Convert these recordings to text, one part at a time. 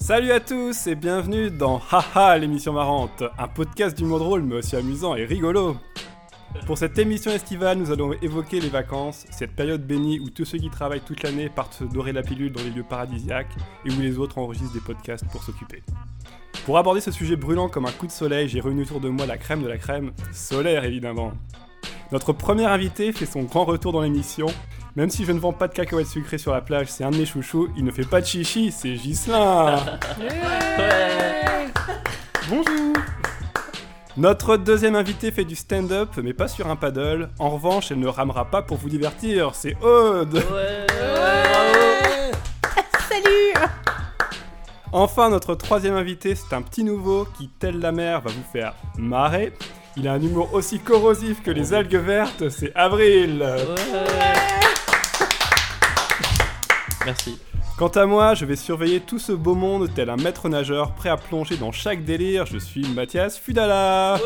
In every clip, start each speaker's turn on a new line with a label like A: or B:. A: Salut à tous et bienvenue dans Haha l'émission marrante, un podcast d'humour drôle mais aussi amusant et rigolo. Pour cette émission estivale, nous allons évoquer les vacances, cette période bénie où tous ceux qui travaillent toute l'année partent se dorer la pilule dans les lieux paradisiaques et où les autres enregistrent des podcasts pour s'occuper. Pour aborder ce sujet brûlant comme un coup de soleil, j'ai réuni autour de moi la crème de la crème, solaire évidemment. Notre premier invité fait son grand retour dans l'émission. Même si je ne vends pas de cacahuètes sucrées sur la plage, c'est un de mes chouchous, il ne fait pas de chichi, c'est Gislin Bonjour Notre deuxième invité fait du stand-up, mais pas sur un paddle. En revanche, elle ne ramera pas pour vous divertir, c'est Aude
B: Salut
A: Enfin, notre troisième invité, c'est un petit nouveau qui, tel la mer, va vous faire marrer. Il a un humour aussi corrosif que les algues vertes, c'est Avril
C: Merci.
A: Quant à moi, je vais surveiller tout ce beau monde tel un maître nageur prêt à plonger dans chaque délire. Je suis Mathias Fudala.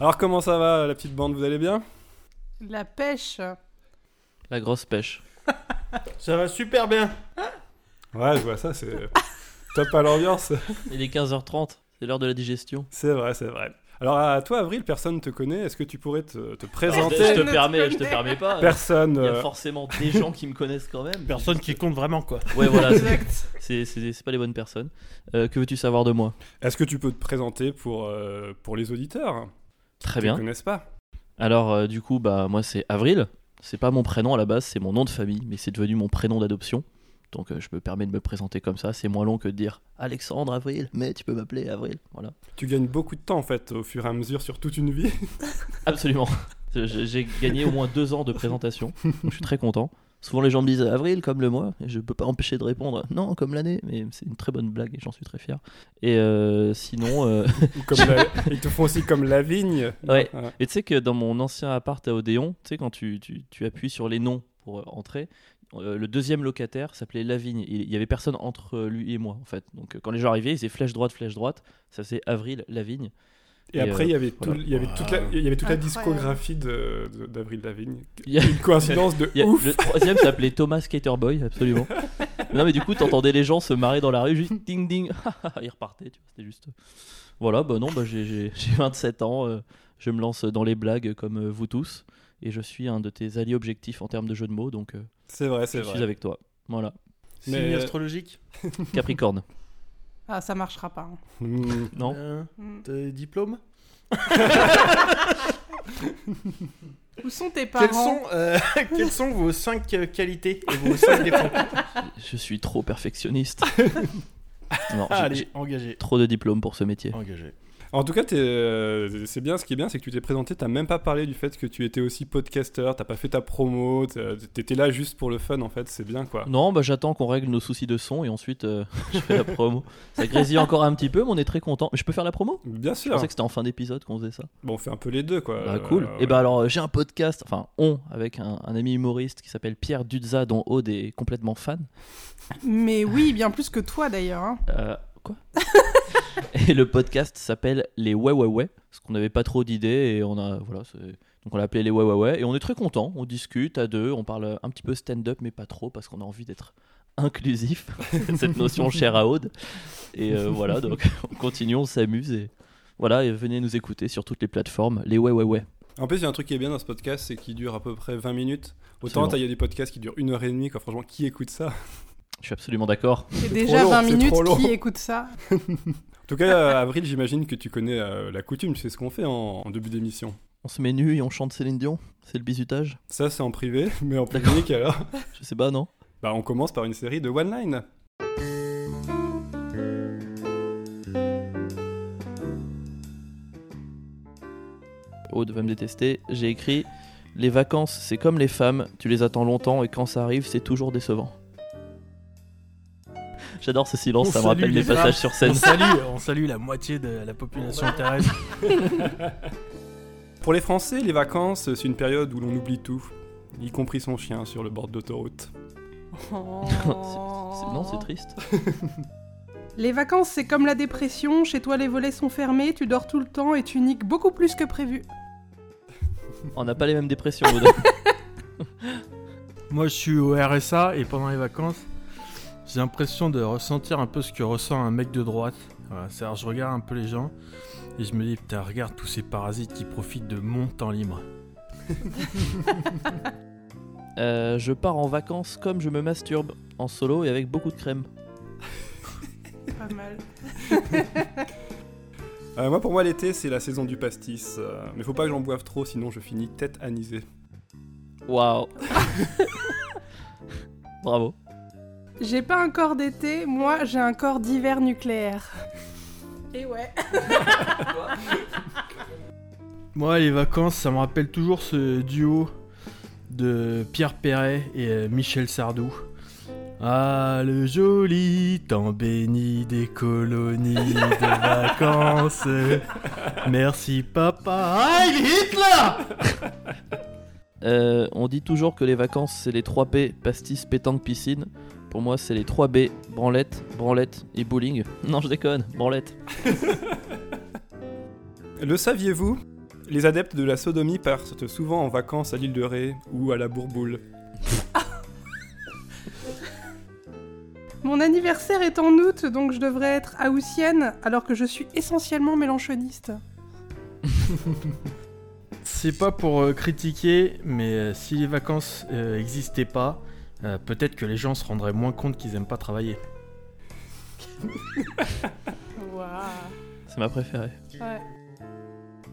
A: Alors comment ça va la petite bande, vous allez bien
B: La pêche
C: La grosse pêche.
D: Ça va super bien.
A: Ouais, je vois ça, c'est top à l'ambiance.
C: Il est 15h30, c'est l'heure de la digestion.
A: C'est vrai, c'est vrai. Alors à toi Avril, personne te connaît, est-ce que tu pourrais te, te
C: je
A: présenter
C: te permets, je te permets pas.
A: Personne.
C: Ah, Il y a
A: euh,
C: forcément des gens qui me connaissent quand même.
D: Personne qui compte vraiment quoi.
C: Ouais, voilà, c'est-
B: Exact
C: c'est c'est- c'est pas les bonnes personnes. Euh, que veux-tu savoir de moi
A: Est-ce que tu peux te présenter pour, euh, pour les auditeurs
C: Très
A: qui ne
C: bien.
A: connaissent pas
C: Alors, euh, du coup, bah moi c'est Avril. C'est pas mon prénom à la base, c'est mon nom de famille, mais c'est devenu mon prénom d'adoption. Donc euh, je me permets de me présenter comme ça. C'est moins long que de dire Alexandre Avril, mais tu peux m'appeler Avril. Voilà.
A: Tu gagnes beaucoup de temps en fait au fur et à mesure sur toute une vie.
C: Absolument. Je- J'ai gagné au moins deux ans de présentation. Donc, Je suis très content. Souvent les gens me disent avril comme le mois et je peux pas empêcher de répondre non comme l'année mais c'est une très bonne blague et j'en suis très fier. Et euh, sinon euh,
A: Ou comme la- Ils te font aussi comme la vigne. Hein.
C: Ouais.
A: Ouais.
C: et tu sais que dans mon ancien appart à Odéon, tu sais quand tu, tu- tu appuies sur les noms pour euh, entrer, euh, le deuxième locataire s'appelait Lavigne. Il il y avait personne entre euh, lui et moi en fait. Donc euh, quand les gens arrivaient, ils faisaient flèche droite flèche droite, ça c'est avril Lavigne.
A: Et,
C: Et,
A: après,
C: euh,
A: il y avait, tout-
C: voilà.
A: il y avait toute la, il y avait toute la
B: Incroyable.
A: discographie de- de- d'Avril Lavigne.
C: Il y a-
A: Une coïncidence de
C: Il y a-
A: ouf.
C: le troisième s'appelait Thomas Skaterboy, absolument. non, mais du coup, t'entendais les gens se marrer dans la rue, juste ding ding, ils repartaient, tu vois, c'était juste. euh, Voilà, bah non, bah j'ai- j'ai j'ai 27 ans, euh, je me lance dans les blagues comme euh, vous tous, et je suis un de tes alliés objectifs en termes de jeu de mots, donc euh,
A: C'est vrai, c'est
C: je suis
A: vrai.
C: avec toi. Voilà,
A: Mais-
D: Signe astrologique.
C: Capricorne.
B: Ah, ça marchera pas. hein.
A: Mm.
C: non
D: Euh,
B: Mm.
D: T'as des diplômes
B: Où sont tes parents
D: Quelles sont, euh, quelles sont vos 5 qualités et vos 5 défauts
C: Je suis trop perfectionniste. non, j'ai-
D: Ah, Allez,
C: j'ai
D: engagé.
C: trop de diplômes pour ce métier.
D: Engagé.
A: En tout cas, t'es, euh, c'est bien. Ce qui est bien, c'est que tu t'es présenté. T'as même pas parlé du fait que tu étais aussi podcaster. T'as pas fait ta promo. t'as- T'étais là juste pour le fun, en fait. C'est bien, quoi.
C: Non, bah j'attends qu'on règle nos soucis de son et ensuite euh, je fais la promo. Ça grésille encore un petit peu, mais on est très content. Je peux faire la promo
A: Bien
C: Je
A: sûr.
C: pensais que c'était en fin d'épisode qu'on faisait ça.
A: Bon, on fait un peu les deux, quoi.
C: Bah, cool.
A: Euh,
C: Et bah alors, euh, j'ai un podcast, enfin, on, avec un, un ami humoriste qui s'appelle Pierre Dudza, dont Aude est complètement fan.
B: Mais oui, bien plus que toi d'ailleurs. hein.
C: Euh, quoi Et le podcast s'appelle Les Ouais Ouais Ouais, parce qu'on n'avait pas trop d'idées et on a. Voilà, c'est- donc on l'a appelé Les Ouais Ouais Ouais, et on est très content. On discute à deux, on parle un petit peu stand-up, mais pas trop, parce qu'on a envie d'être inclusif, cette notion chère à Aude. Et euh, voilà, donc on continue, on s'amuse et. Voilà, et venez nous écouter sur toutes les plateformes, les ouais ouais ouais.
A: En plus, il y a un truc qui est bien dans ce podcast, c'est qu'il dure à peu près 20 minutes. Autant,
C: Absolument.
A: t'as- il y a des podcasts qui durent une heure et demie, quoi. Franchement, qui écoute ça
C: Je suis absolument d'accord.
B: C'est
A: trop
B: déjà
A: long,
B: 20
A: c'est
B: minutes,
A: trop long.
B: qui écoute ça
A: En tout cas, euh, Avril, j'imagine que tu connais euh, la coutume, tu sais ce qu'on fait en, en début d'émission.
C: On se met nu et on chante Céline Dion C'est le bisutage
A: Ça, c'est en privé, mais en
C: D'accord.
A: public, alors.
C: Je sais pas, non
A: Bah, on commence par une série de One Line.
C: Aude va Oh, me détester. J'ai écrit Les vacances, c'est comme les femmes, tu les attends longtemps et quand ça arrive, c'est toujours décevant. J'adore ce silence,
D: On
C: ça me
D: salue
C: rappelle
D: les Oh,
C: les passages sur scène.
D: On salue, on salue la moitié de la population terrestre.
A: Pour les Français, les vacances, c'est une période où l'on oublie tout, y compris son chien sur le bord d'autoroute.
B: Oh.
C: C'est- Non, c'est triste.
B: Les vacances, c'est comme la dépression. Chez toi, les volets sont fermés, tu dors tout le temps et tu niques beaucoup plus que prévu.
C: On n'a pas les mêmes dépressions, Aude.
D: Moi, je suis au RSA et pendant les vacances, j'ai l'impression de ressentir un peu ce que ressent un mec de droite. Voilà, c'est-à-dire, je regarde un peu les gens et je me dis, putain, regarde tous ces parasites qui profitent de mon temps libre.
C: Euh, je pars en vacances comme je me masturbe, en solo et avec beaucoup de crème.
B: Pas mal.
A: Euh, moi, pour moi, l'été, c'est la saison du pastis. euh, mais faut pas que j'en boive trop, sinon je finis tête anisée.
C: Waouh Bravo.
B: J'ai pas un corps d'été, moi j'ai un corps d'hiver nucléaire. Et ouais.
D: Moi, les vacances, ça me rappelle toujours ce duo de Pierre Perret et euh, Michel Sardou. Ah, le joli temps béni des colonies de vacances. Merci, papa. Ah, il est Hitler
C: Euh, on dit toujours que les vacances, c'est les 3 P, pastis, pétanque, piscine. Pour moi, c'est les 3 B, branlette, branlette et bowling. Non, je déconne, branlette.
A: Le saviez-vous Les adeptes de la sodomie partent souvent en vacances à l'île de Ré ou à la Bourboule.
B: Mon anniversaire est en août, donc je devrais être haussienne, alors que je suis essentiellement mélanchoniste.
D: C'est pas pour euh, critiquer, mais euh, si les vacances euh, existaient pas, euh, peut-être que les gens se rendraient moins compte qu'ils aiment pas travailler.
C: C'est ma préférée.
B: Ouais.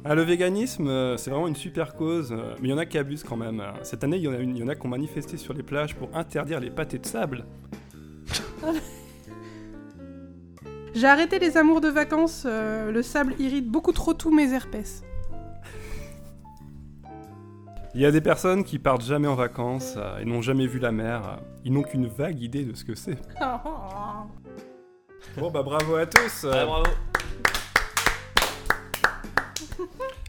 A: Ah, le véganisme, euh, c'est vraiment une super cause, euh, mais il y en a qui abusent quand même. Euh, Cette année, il y en a, une- il y en a qui ont manifesté sur les plages pour interdire les pâtés de sable.
B: J'ai arrêté les amours de vacances, euh, le sable irrite beaucoup trop tous mes herpès.
A: Il y a des personnes qui partent jamais en vacances euh, et n'ont jamais vu la mer. Ils n'ont qu'une vague idée de ce que c'est. Bon, bah bravo à tous euh,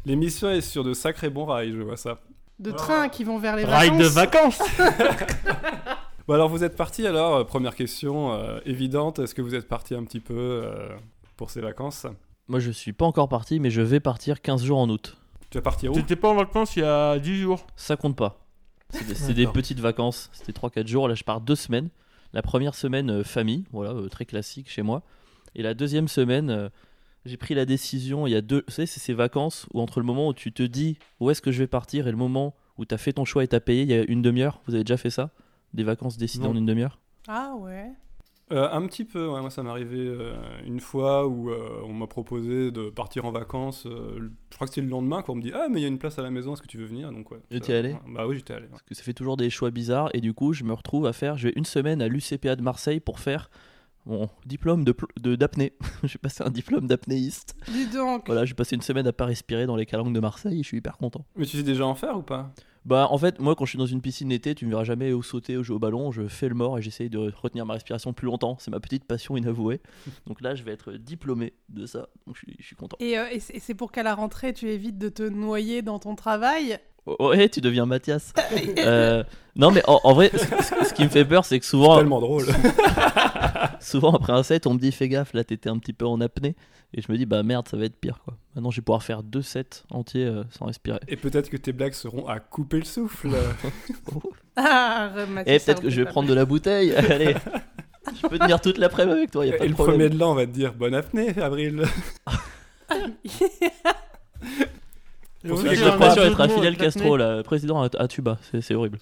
A: L'émission est sur de sacrés bons rails, je vois ça.
B: De trains qui vont vers les
D: Ride
B: vacances.
D: de vacances
A: Bon, alors vous êtes partis alors euh, Première question euh, évidente, est-ce que vous êtes partis un petit peu euh, pour ces vacances
C: Moi, je suis pas encore parti, mais je vais partir 15 jours en août.
A: Tu vas partir où
D: T'étais pas en vacances il y a 10 jours.
C: Ça compte pas. C'est des, c'est des
D: D'accord.
C: petites vacances. C'était 3-4 jours. Là, je pars deux semaines. La première semaine, euh, famille, voilà, euh, très classique chez moi. Et la deuxième semaine, euh, j'ai pris la décision. Il y a deux. Tu sais, c'est ces vacances où entre le moment où tu te dis où est-ce que je vais partir et le moment où t'as fait ton choix et t'as payé, il y a une demi-heure. Vous avez déjà fait ça Des vacances décidées
A: Non.
C: en une demi-heure
B: Ah ouais.
A: Euh, Un petit peu, ouais, moi ça m'est arrivé euh, une fois où euh, on m'a proposé de partir en vacances. euh, le- je crois que c'était le lendemain qu'on me dit Ah, mais il y a une place à la maison, est-ce que tu veux venir Donc, ouais.
C: Et
A: Ça-
C: t'y es allé
A: ouais, Bah oui, j'étais allé. ouais.
C: Parce que ça fait toujours des choix bizarres. Et du coup, je me retrouve à faire. Je vais une semaine à l'UCPA de Marseille pour faire mon diplôme de pl- de- d'apnée. De, j'ai passé un diplôme d'apnéiste.
B: Dis donc.
C: Voilà, j'ai passé une semaine à pas respirer dans les calanques de Marseille et je suis hyper content.
A: Mais tu sais déjà en faire ou pas
C: Bah, en fait, moi, quand je suis dans une piscine l'été, tu me verras jamais au sauter, au jeu au ballon. Je fais le mort et j'essaye de retenir ma respiration plus longtemps. C'est ma petite passion inavouée. Donc là, je vais être diplômé de ça. Donc je suis, je suis content.
B: Et, euh, et c'est et c'est pour qu'à la rentrée, tu évites de te noyer dans ton travail.
C: Oh, ouais, tu deviens Mathias. Euh, non, mais en, en vrai, ce, ce- ce qui me fait peur, c'est que souvent,
A: Tellement drôle
C: souvent après un set, on me dit fais gaffe, là, t'étais un petit peu en apnée. Et je me dis, bah merde, ça va être pire quoi. Maintenant, je vais pouvoir faire deux sets entiers euh, sans respirer.
A: Et peut-être que tes blagues seront à couper le souffle
B: Ah, Mathieu
C: Et Eh, peut-être
B: Sardou,
C: que je vais
B: pas
C: prendre de la bouteille. Allez, je peux tenir toute l'après-midi avec toi. Y a pas
A: Et
C: de
A: le
C: problème.
A: premier de l'an, on va te dire Bonne apnée, Avril
B: mal.
A: Pour
D: Oui,
A: ceux
C: Avec
A: qui
C: le
D: j'ai un
A: comprennent
C: pression
D: jeu de
C: être à
D: mots
C: Fidel
D: avec
C: Castro, là, président à, à Tuba, c'est c'est horrible.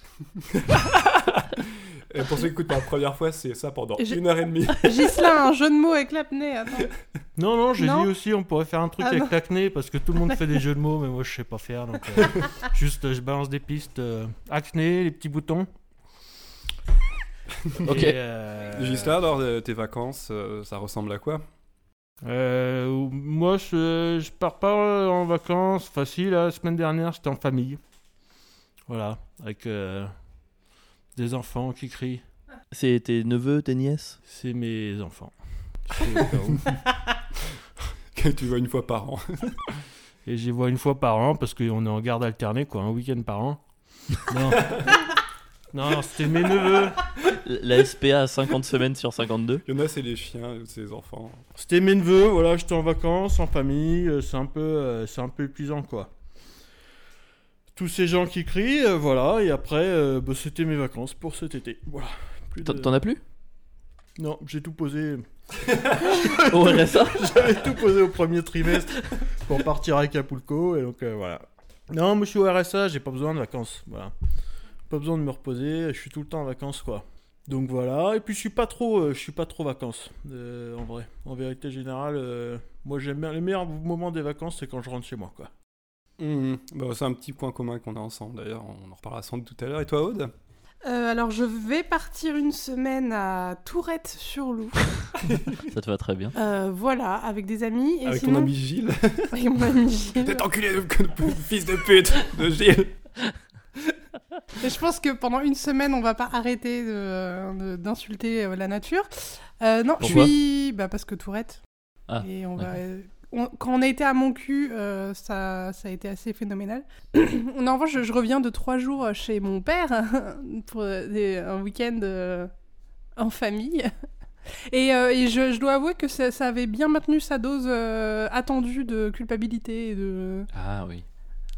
A: Et pour ceux qui écoutent pour la première fois, c'est ça pendant
B: J'ai-
A: une heure et demie.
B: Gislain, un jeu de mots avec l'apnée. Attends.
D: Non, non, j'ai
B: Non
D: dit aussi, on pourrait faire un truc
B: Ah
D: avec
B: non.
D: l'acné parce que tout le monde fait des jeux de mots, mais moi je sais pas faire. Donc, euh, juste, euh, je balance des pistes. euh, acné, les petits boutons.
C: Ok.
D: Et, euh,
A: Gisela, alors euh, tes vacances, euh, ça ressemble à quoi
D: euh, Moi, je, je pars pas en vacances. Enfin, si, la semaine dernière, j'étais en famille. Voilà, avec euh, des enfants qui crient.
C: C'est tes neveux, tes nièces
D: C'est mes enfants.
A: Que tu vois une fois par an.
D: Et j'y vois une fois par an parce qu'on est en garde alternée, quoi, un week-end par an. Non, non, non, c'était mes neveux.
C: La SPA à 50 semaines sur 52.
A: Il y en a, c'est les chiens, c'est les enfants.
D: C'était mes neveux, voilà, j'étais en vacances, en famille, euh, c'est un peu, euh, c'est un peu épuisant quoi.
E: tous ces gens qui crient, euh, voilà, et après, euh, bah, c'était mes vacances pour cet été. Voilà. Plus
C: T'en
E: de-
C: t'en as plus
E: Non, j'ai tout posé.
C: Au RSA
E: J'avais tout posé au premier trimestre pour partir à Acapulco, et donc euh, voilà. Non, moi je suis au RSA, j'ai pas besoin de vacances, voilà. Pas besoin de me reposer, je suis tout le temps en vacances, quoi. Donc voilà, et puis je suis pas trop, euh, je suis pas trop vacances, euh, en vrai. En vérité générale, euh, moi j'aime bien, les meilleurs moments des vacances, c'est quand je rentre chez moi, quoi.
A: Mhm. Bah, c'est un petit point commun qu'on a ensemble d'ailleurs, on en reparlera sans doute tout à l'heure. Et toi, Aude
B: Euh, alors, je vais partir une semaine à Tourette-sur-Loup.
C: Ça te va très bien.
B: Euh, voilà, avec des amis. Et
A: Avec
B: sinon...
A: ton ami Gilles
B: Avec mon ami Gilles.
A: T'es enculé de, de- de- fils de pute de Gilles
B: Et je pense que pendant une semaine, on va pas arrêter de- de- d'insulter euh, la nature. Euh, non,
C: Pourquoi
B: je suis. Bah, parce que Tourette.
C: Ah,
B: Et on va.
C: d'accord.
B: euh, on- Quand on a été à mon cul, euh, ça, ça a été assez phénoménal. non, en revanche, je, je reviens de trois jours chez mon père pour des- un week-end euh, en famille. Et, euh, et je, je dois avouer que ça, ça avait bien maintenu sa dose euh, attendue de culpabilité et de
C: Ah oui.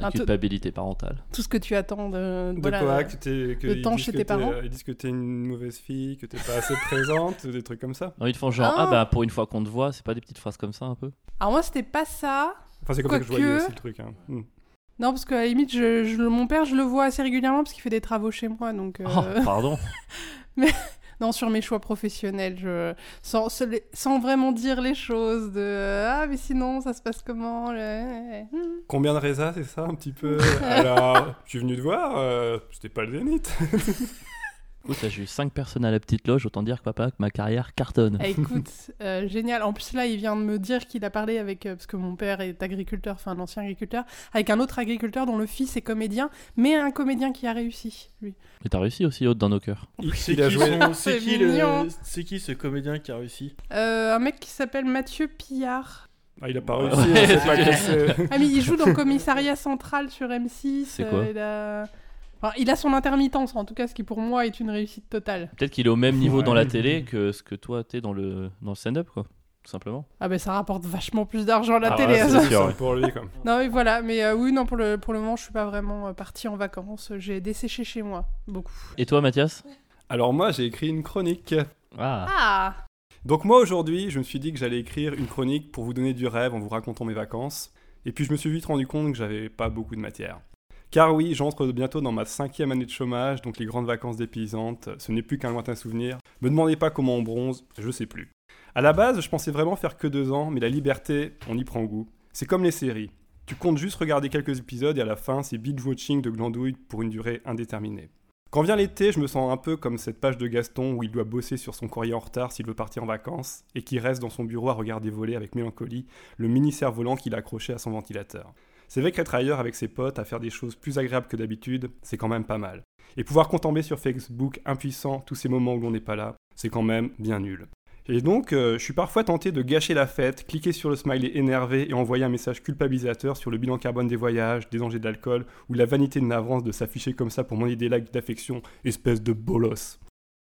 C: La
B: Un peu-
C: culpabilité parentale.
B: tout ce que tu attends de,
A: De
B: voilà,
A: quoi que t'es, que
B: le
A: ils
B: temps
A: disent
B: chez
A: que
B: tes
A: t'es,
B: parents
A: euh, Ils disent que t'es une mauvaise fille, que t'es pas assez présente, des trucs comme ça.
C: Non, ils te font genre, ah,
B: Ah.
C: bah pour une fois qu'on te voit, c'est pas des petites phrases comme ça un peu
B: Alors moi, c'était pas ça.
A: Enfin, c'est comme ça que je voyais
B: Quoique-
A: aussi le truc. hein. Mm.
B: Non, parce qu'à la limite, je, je le- mon père, je le vois assez régulièrement parce qu'il fait des travaux chez moi. Donc, euh,
C: Oh, pardon.
B: non, sur mes choix professionnels, je, sans, se les- sans vraiment dire les choses de Ah, mais sinon, ça se passe comment là Hmm.
A: Combien de Reza, c'est ça, un petit peu Alors, je suis venu te voir, euh, c'était pas le zénith.
C: Écoute, là, j'ai eu 5 personnes à la petite loge, autant dire que papa, que ma carrière cartonne.
B: Ah, Écoute, euh, génial. En plus, là, il vient de me dire qu'il a parlé avec. euh, parce que mon père est agriculteur, enfin, un ancien agriculteur, avec un autre agriculteur dont le fils est comédien, mais un comédien qui a réussi, lui.
C: Mais t'as réussi aussi, Aude, dans nos cœurs.
A: Il,
E: C'est
A: il a
E: qui,
A: joué.
E: son- c'est
B: C'est
E: qui le-
B: mignon.
E: c'est qui ce comédien qui a réussi
B: Euh, un mec qui s'appelle Mathieu Pillard.
A: Ah, il a pas
E: Ouais.
A: réussi, on sait pas
C: Ouais.
A: qui c'est.
B: Ah mais il joue dans Commissariat Central sur M6.
C: C'est quoi
B: euh, il, a... Enfin, il a son intermittence, en tout cas, ce qui pour moi est une réussite totale.
C: Peut-être qu'il est au même niveau
A: Ouais.
C: dans la télé que ce que toi t'es dans le, dans le stand-up, quoi. Tout simplement.
B: Ah ben ça rapporte vachement plus d'argent à la
C: Ah,
B: télé.
C: ouais,
B: hein,
C: c'est
B: ça.
A: C'est
C: sûr, ouais.
A: pour lui, quoi.
B: Non mais voilà, mais euh, oui, non, pour le, pour le moment, je suis pas vraiment euh, partie en vacances. J'ai desséché chez moi, beaucoup.
C: Et toi, Mathias
A: Alors, moi, j'ai écrit une chronique.
C: Ah,
B: Ah
A: Donc moi aujourd'hui, je me suis dit que j'allais écrire une chronique pour vous donner du rêve en vous racontant mes vacances. Et puis je me suis vite rendu compte que j'avais pas beaucoup de matière. Car oui, j'entre bientôt dans ma cinquième année de chômage, donc les grandes vacances dépaysantes, ce n'est plus qu'un lointain souvenir. Me demandez pas comment on bronze, je sais plus. À la base, je pensais vraiment faire que deux ans, mais la liberté, on y prend goût. C'est comme les séries. Tu comptes juste regarder quelques épisodes et à la fin, c'est binge-watching de glandouille pour une durée indéterminée. Quand vient l'été, je me sens un peu comme cette page de Gaston où il doit bosser sur son courrier en retard s'il veut partir en vacances et qui reste dans son bureau à regarder voler avec mélancolie le mini cerf-volant qu'il a accroché à son ventilateur. C'est vrai qu'être ailleurs avec ses potes à faire des choses plus agréables que d'habitude, c'est quand même pas mal. Et pouvoir contempler sur Facebook impuissant tous ces moments où l'on n'est pas là, c'est quand même bien nul. Et donc, euh, je suis parfois tenté de gâcher la fête, cliquer sur le smiley énervé et envoyer un message culpabilisateur sur le bilan carbone des voyages, des dangers d'alcool ou la vanité de Navrance de s'afficher comme ça pour mon idée lac d'affection, espèce de bolos.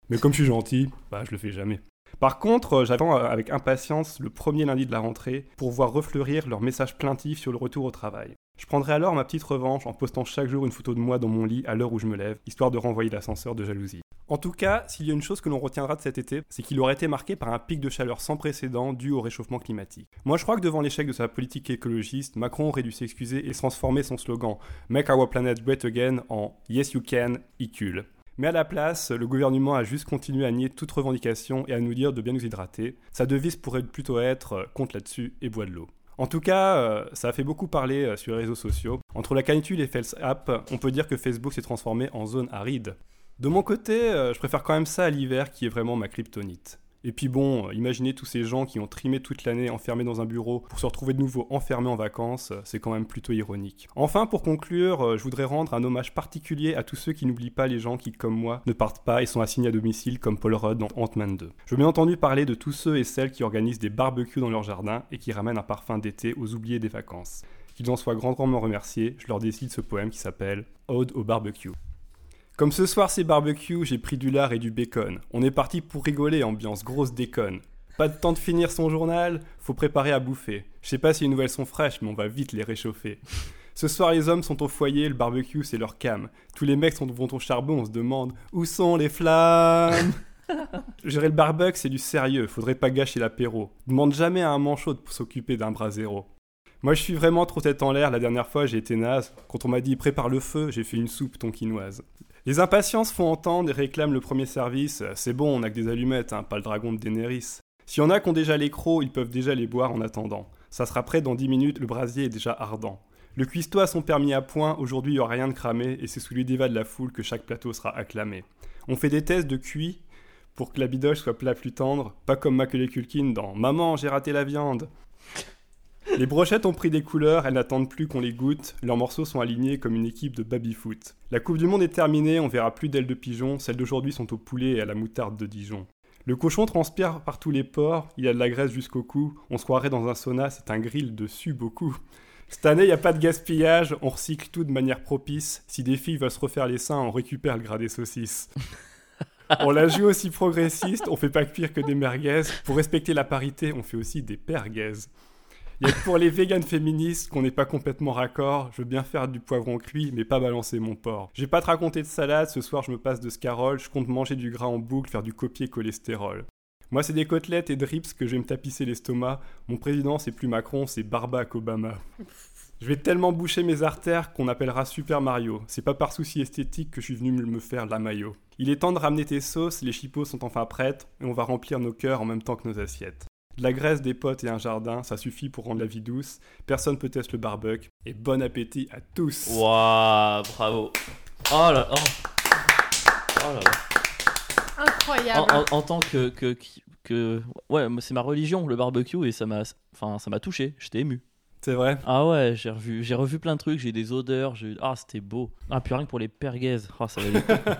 A: Mais comme je suis gentil, bah je le fais jamais. Par contre, euh, j'attends euh, avec impatience le premier lundi de la rentrée pour voir refleurir leur message plaintif sur le retour au travail. Je prendrai alors ma petite revanche en postant chaque jour une photo de moi dans mon lit à l'heure où je me lève, histoire de renvoyer l'ascenseur de jalousie. En tout cas, s'il y a une chose que l'on retiendra de cet été, c'est qu'il aurait été marqué par un pic de chaleur sans précédent dû au réchauffement climatique. Moi, je crois que devant l'échec de sa politique écologiste, Macron aurait dû s'excuser et transformer son slogan Make Our Planet Great Again en Yes You Can, ICUL. Mais à la place, le gouvernement a juste continué à nier toute revendication et à nous dire de bien nous hydrater. Sa devise pourrait plutôt être euh, compte là-dessus et bois de l'eau. En tout cas, euh, ça a fait beaucoup parler euh, sur les réseaux sociaux. Entre la canicule et Fels App, on peut dire que Facebook s'est transformé en zone aride. De mon côté, euh, je préfère quand même ça à l'hiver qui est vraiment ma kryptonite. Et puis bon, euh, imaginez tous ces gens qui ont trimé toute l'année enfermés dans un bureau pour se retrouver de nouveau enfermés en vacances, euh, c'est quand même plutôt ironique. Enfin, pour conclure, euh, je voudrais rendre un hommage particulier à tous ceux qui n'oublient pas les gens qui, comme moi, ne partent pas et sont assignés à domicile comme Paul Rudd dans Ant-Man 2. Je veux bien entendu parler de tous ceux et celles qui organisent des barbecues dans leur jardin et qui ramènent un parfum d'été aux oubliés des vacances. Qu'ils en soient grandement remerciés, je leur décide ce poème qui s'appelle Ode au barbecue. Comme ce soir c'est barbecue, j'ai pris du lard et du bacon. On est parti pour rigoler, ambiance grosse déconne. Pas de temps de finir son journal, faut préparer à bouffer. Je sais pas si les nouvelles sont fraîches, mais on va vite les réchauffer. Ce soir, les hommes sont au foyer, le barbecue, c'est leur cam. Tous les mecs sont devant ton charbon, on se demande où sont les flammes Gérer le barbecue, c'est du sérieux, faudrait pas gâcher l'apéro. Demande jamais à un manchot de s'occuper d'un bras zéro. Moi, je suis vraiment trop tête en l'air. La dernière fois, j'ai été naze. Quand on m'a dit prépare le feu, j'ai fait une soupe tonkinoise. Les impatiences font entendre et réclament le premier service. C'est bon, on a que des allumettes, hein, pas le dragon de Daenerys. S'il y en a qui ont déjà les crocs, ils peuvent déjà les boire en attendant. Ça sera prêt dans 10 minutes, le brasier est déjà ardent. Le cuistot a son permis à point, aujourd'hui il n'y aura rien de cramé, et c'est sous les débats de la foule que chaque plateau sera acclamé. On fait des tests de cuit pour que la bidoche soit plat plus tendre, pas comme Macaulay Culkin dans Maman, j'ai raté la viande. Les brochettes ont pris des couleurs, elles n'attendent plus qu'on les goûte, leurs morceaux sont alignés comme une équipe de baby-foot. La Coupe du Monde est terminée, on verra plus d'ailes de pigeon, celles d'aujourd'hui sont au poulet et à la moutarde de Dijon. Le cochon transpire par tous les pores, il a de la graisse jusqu'au cou, on se croirait dans un sauna, c'est un grill dessus beaucoup. Cette année, il n'y a pas de gaspillage, on recycle tout de manière propice. Si des filles veulent se refaire les seins, on récupère le gras des saucisses. On la joue aussi progressiste, on fait pas cuire que des merguez. Pour respecter la parité, on fait aussi des perguez. Il y a que pour les véganes féministes qu'on n'est pas complètement raccord, je veux bien faire du poivron cuit, mais pas balancer mon porc. J'ai pas te raconter de salade, ce soir je me passe de scarole, je compte manger du gras en boucle, faire du copier cholestérol. Moi c'est des côtelettes et drips que je vais me tapisser l'estomac, mon président c'est plus Macron, c'est Barack Obama. Je vais tellement boucher mes artères qu'on appellera Super Mario. C'est pas par souci esthétique que je suis venu me me faire la maillot. Il est temps de ramener tes sauces, les chipots sont enfin prêtes, et on va remplir nos cœurs en même temps que nos assiettes. De la graisse, des potes et un jardin, ça suffit pour rendre la vie douce. Personne peut tester le barbecue. Et bon appétit à tous.
C: Waouh, bravo. Oh là, oh. Oh là là.
B: Incroyable.
C: En, en- en tant que, que, que- ouais, moi, c'est ma religion, le barbecue, et ça m'a, enfin, ça m'a touché. J'étais ému.
A: C'est vrai.
C: Ah ouais, j'ai revu, j'ai revu plein de trucs, j'ai des odeurs, j'ai- ah c'était beau. Ah puis rien que pour les perguez, ah ça valait le coup.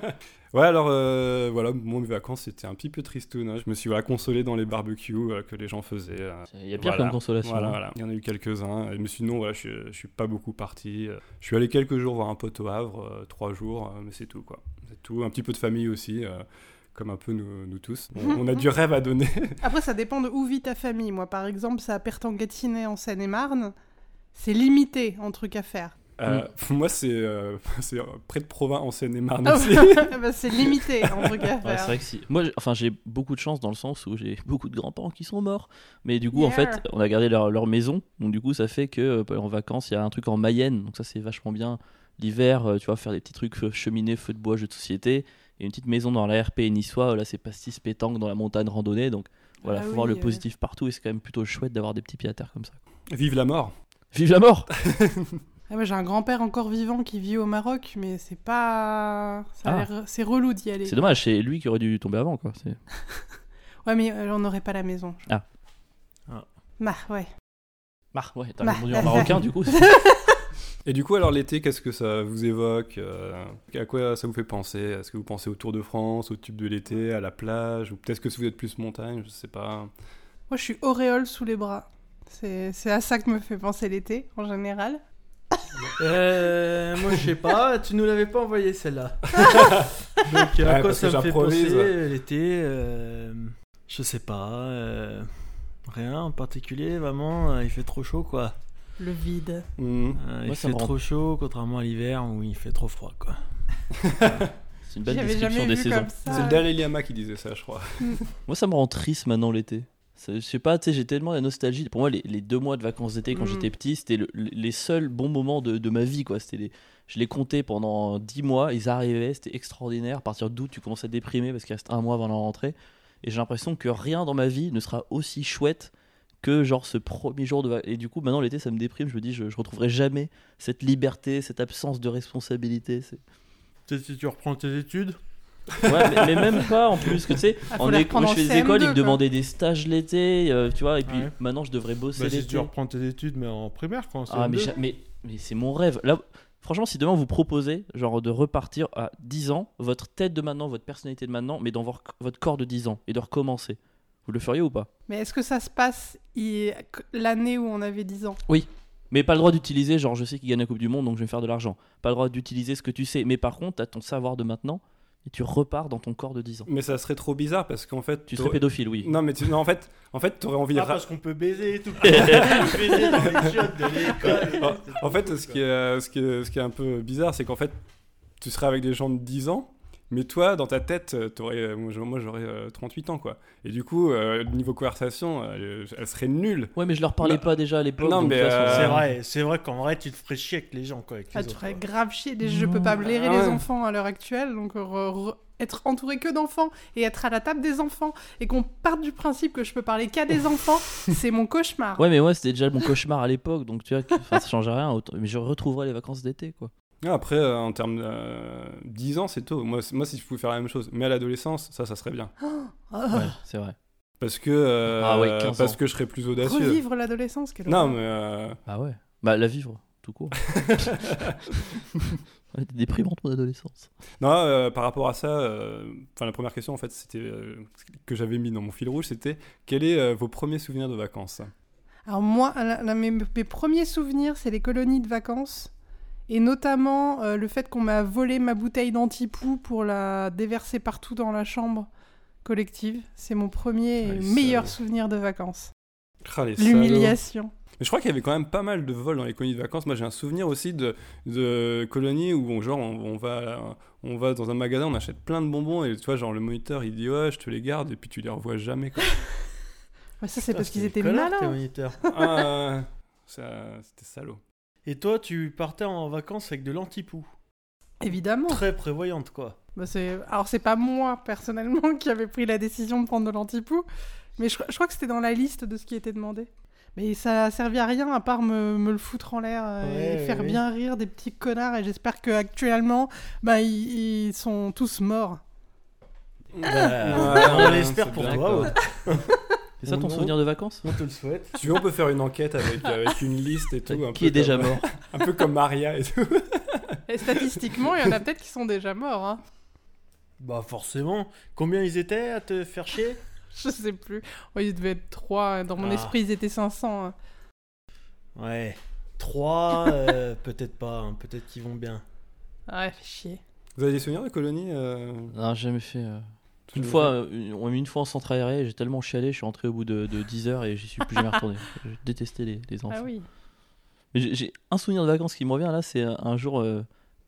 A: Ouais, alors euh, voilà, moi mes vacances c'était un petit peu tristoun. hein. Je me suis voilà, consolé dans les barbecues euh, que les gens faisaient. euh.
C: Il y a pire
A: Voilà.
C: comme consolation.
A: Voilà,
C: hein.
A: voilà. Il y en a eu quelques-uns. Et Mais sinon, voilà, je, je suis pas beaucoup parti. Euh, Je suis allé quelques jours voir un pote au Havre, euh, trois jours, euh, mais c'est tout, quoi. C'est tout. Un petit peu de famille aussi, euh, comme un peu nous, nous tous. On, on a du rêve à donner.
C: oh.
B: Après, ça dépend de où vit ta famille. Moi, par exemple, ça à Pertan-Gâtinais en Seine-et-Marne. C'est limité en trucs à faire.
A: Euh, Moi, c'est euh, c'est, euh, près de Provins, en Seine-et-Marne
B: Ah
A: aussi.
B: Bah, c'est limité en trucs à
C: Ouais, c'est
B: faire.
C: vrai que si. Moi, j'ai- enfin, j'ai beaucoup de chance dans le sens où j'ai beaucoup de grands-parents qui sont morts. Mais du coup, en
B: Yeah.
C: fait, on a gardé leur, leur maison. Donc, du coup, ça fait que euh, bah, en vacances, il y a un truc en Mayenne. Donc, ça, c'est vachement bien. L'hiver, euh, tu vois, faire des petits trucs euh, cheminée, feu de bois, jeux de société. Et une petite maison dans la RP niçois. euh, Là, c'est pastis pétanque dans la montagne randonnée. Donc, voilà,
B: Ah
C: faut
B: oui,
C: voir le
B: euh.
C: positif partout. Et c'est quand même plutôt chouette d'avoir des petits pieds à terre comme ça.
A: Vive la mort.
C: Vive la mort
B: Ah ouais, J'ai un grand-père encore vivant qui vit au Maroc, mais c'est pas. ça a
C: Ah.
B: l'air- C'est relou d'y aller.
C: C'est dommage, c'est lui qui aurait dû tomber avant, quoi. C'est-
B: Ouais, mais euh, on n'aurait pas la maison.
C: Ah.
E: Ah.
B: Bah, ouais.
C: Mar, ouais, t'as
B: Bah.
C: répondu en marocain, du coup.
A: Et du coup, alors l'été, qu'est-ce que ça vous évoque Euh, À quoi ça vous fait penser Est-ce que vous pensez au Tour de France, au tube de l'été, à la plage Ou peut-être que si vous êtes plus montagne, je sais pas.
B: Moi, je suis auréole sous les bras. C'est c'est à ça que me fait penser l'été, en général.
E: Euh, moi je sais pas, tu nous l'avais pas envoyé celle-là. Donc euh, à
A: Ouais,
E: quoi
A: parce
E: ça
A: que
E: me fait
A: j'improvise.
E: penser euh, l'été euh, Je sais pas, euh, rien en particulier vraiment, euh, il fait trop chaud quoi.
B: Le vide.
A: Hmm.
E: Euh,
C: Moi,
E: il
C: ça
E: fait
C: me rend-
E: trop chaud contrairement à l'hiver où il fait trop froid quoi.
C: C'est une belle
B: J'avais
C: description
B: jamais
C: des
B: vu
C: saisons.
B: comme ça.
A: C'est le Dalai Lama qui disait ça, je crois.
C: Moi, ça me rend triste maintenant l'été. Ça- Je sais pas, tu sais, j'ai tellement la nostalgie. Pour moi, les, les deux mois de vacances d'été quand
B: Mm.
C: j'étais petit, c'était le- le- les seuls bons moments de, de ma vie, quoi. C'était les- je les comptais pendant dix mois, ils arrivaient, c'était extraordinaire. À partir d'août, tu commences à te déprimer parce qu'il reste un mois avant la rentrée. Et j'ai l'impression que rien dans ma vie ne sera aussi chouette que genre ce premier jour de vacances. Et du coup, maintenant l'été, ça me déprime. Je me dis, je, je retrouverai jamais cette liberté, cette absence de responsabilité. C'est-
E: Peut-être si tu reprends tes
D: bah,
E: études.
C: Ouais, mais, mais même pas en plus que tu sais,
B: Ah, faut
C: en
B: les
C: éco-
B: reprendre
C: moi,
B: en
C: je fais des
B: CM2,
C: écoles, ils me
B: quoi.
C: demandaient des stages l'été, euh, tu vois, et puis
E: Ouais.
C: maintenant je devrais bosser l'été.
E: reprends tes études mais en primaire quoi.
C: Ah mais, j'a- mais, mais c'est mon rêve. Là, franchement, si demain vous proposez genre de repartir à 10 ans, votre tête de maintenant, votre personnalité de maintenant, mais dans vo- votre corps de 10 ans et de recommencer, vous le feriez ou pas
B: Mais est-ce que ça se passe i- l'année où on avait 10 ans
C: Mais pas le droit d'utiliser, genre je sais qu'il gagne la Coupe du Monde, donc je vais me faire de l'argent. Pas le droit d'utiliser ce que tu sais, mais par contre, t'as ton savoir de maintenant. et tu repars dans ton corps de 10 ans.
A: Mais ça serait trop bizarre parce qu'en fait.
C: Tu serais
A: t'aurais-
C: pédophile, oui.
A: Non, mais tu- non, en fait, en fait, t'aurais envie de.
D: Ah,
A: ra-
D: parce qu'on peut baiser et tout. On peut baiser dans les chiottes de l'école.
A: En fait, ce qui, est, ce, qui est- ce qui est un peu bizarre, c'est qu'en fait, tu serais avec des gens de 10 ans, mais toi, dans ta tête, euh, t'aurais, euh, moi je- moi, j'aurais euh, 38 ans, quoi. Et du coup, euh, niveau conversation, euh, elle, serait nulle.
C: Ouais, mais je leur parlais
A: Non.
C: pas déjà à l'époque.
A: Non,
C: donc de
A: mais,
C: toute façon,
A: euh,
D: C'est vrai, c'est vrai qu'en vrai, tu te ferais chier avec les gens, quoi. Avec
B: Ah,
D: les
B: tu
D: autres,
B: ferais
D: quoi.
B: grave chier. Déjà, je peux pas blairer
A: Ah ouais.
B: les enfants à l'heure actuelle, donc euh, re- re- être entouré que d'enfants et être à la table des enfants et qu'on parte du principe que je peux parler qu'à des enfants, c'est mon cauchemar.
C: Ouais, mais ouais, c'était déjà mon cauchemar à l'époque, donc tu vois, que- enfin, ça change rien. autant- Mais je retrouverai les vacances d'été, quoi.
A: Ah, Après, euh, en termes de euh, 10 ans, c'est tôt. Moi, c- moi, si je pouvais faire la même chose, mais à l'adolescence, ça, ça serait bien.
B: Ah,
C: Ouais, c'est vrai.
A: Parce que, euh,
C: Ah ouais, 15
A: parce
C: ans.
A: que je serais plus audacieux.
B: Revivre l'adolescence, quelle
A: Non,
B: horreur.
A: mais euh,
C: Bah ouais. Bah la vivre, tout court. Ouais, t'es déprimante mon adolescence.
A: non, euh, par rapport à ça, euh, enfin la première question en fait, c'était euh, que j'avais mis dans mon fil rouge, c'était quels est euh, vos premiers souvenirs de vacances
B: Alors moi, la- la- mes, mes premiers souvenirs, c'est les colonies de vacances. Et notamment euh, le fait qu'on m'a volé ma bouteille d'antipou pour la déverser partout dans la chambre collective. C'est mon premier
A: Ah,
B: et
A: les
B: meilleur
A: salauds.
B: souvenir de vacances.
A: Ah, les salauds.
B: L'humiliation.
A: Mais je crois qu'il y avait quand même pas mal de vols dans les colonies de vacances. Moi, j'ai un souvenir aussi de, de colonies où, on, genre, on, on va, on va dans un magasin, on achète plein de bonbons et tu vois, genre, le moniteur, il dit Ouais, je te les garde et puis tu les revois jamais. Quoi.
B: Ouais, ça, c'est
D: Putain,
B: parce qu'ils
D: des
B: étaient
D: connards, tes
B: malins.
D: moniteurs.
A: Ah, ça- C'était salaud.
D: Et toi, tu partais en vacances avec de l'antipou.
B: Évidemment.
D: Très prévoyante, quoi.
B: Bah, c'est- Alors, c'est pas moi, personnellement, qui avait pris la décision de prendre de l'antipou, mais je, je crois que c'était dans la liste de ce qui était demandé. Mais ça a servi à rien, à part me, me le foutre en l'air euh,
D: Ouais,
B: et
D: ouais,
B: faire
D: ouais.
B: bien rire des petits connards, et j'espère qu'actuellement, bah, ils, ils sont tous morts.
A: Ah,
D: on
A: ouais,
D: l'espère
A: c'est
D: pour
A: bien,
D: toi.
C: quoi.
D: ouais.
C: C'est ça ton
D: Non.
C: souvenir de vacances
D: On te le souhaite.
A: Tu veux, on peut faire une enquête avec, avec une liste et tout. un
C: Qui
A: peu
C: est déjà
A: comme-
C: mort
A: Un peu comme Maria et tout.
B: Et statistiquement, il y en a peut-être qui sont déjà morts, hein.
D: Bah forcément. Combien ils étaient à te faire chier
B: je sais plus. Ouais, il devait être trois, hein. dans mon
D: Ah.
B: esprit, ils étaient 500. hein.
D: Ouais. 3, peut-être pas. hein, Peut-être qu'ils vont bien.
B: Ouais, fait chier.
A: Vous avez des souvenirs de colonies euh,
C: Non, j'ai jamais fait. euh,
A: tous
C: Une
A: les
C: fois, euh, une, on a mis une fois en centre aéré, j'ai tellement chialé, je suis entré au bout de, de 10 heures et j'y suis plus jamais retourné. Je détestais les, les enfants.
B: Ah oui.
C: Mais j'ai- J'ai un souvenir de vacances qui me revient là, c'est un un jour, euh,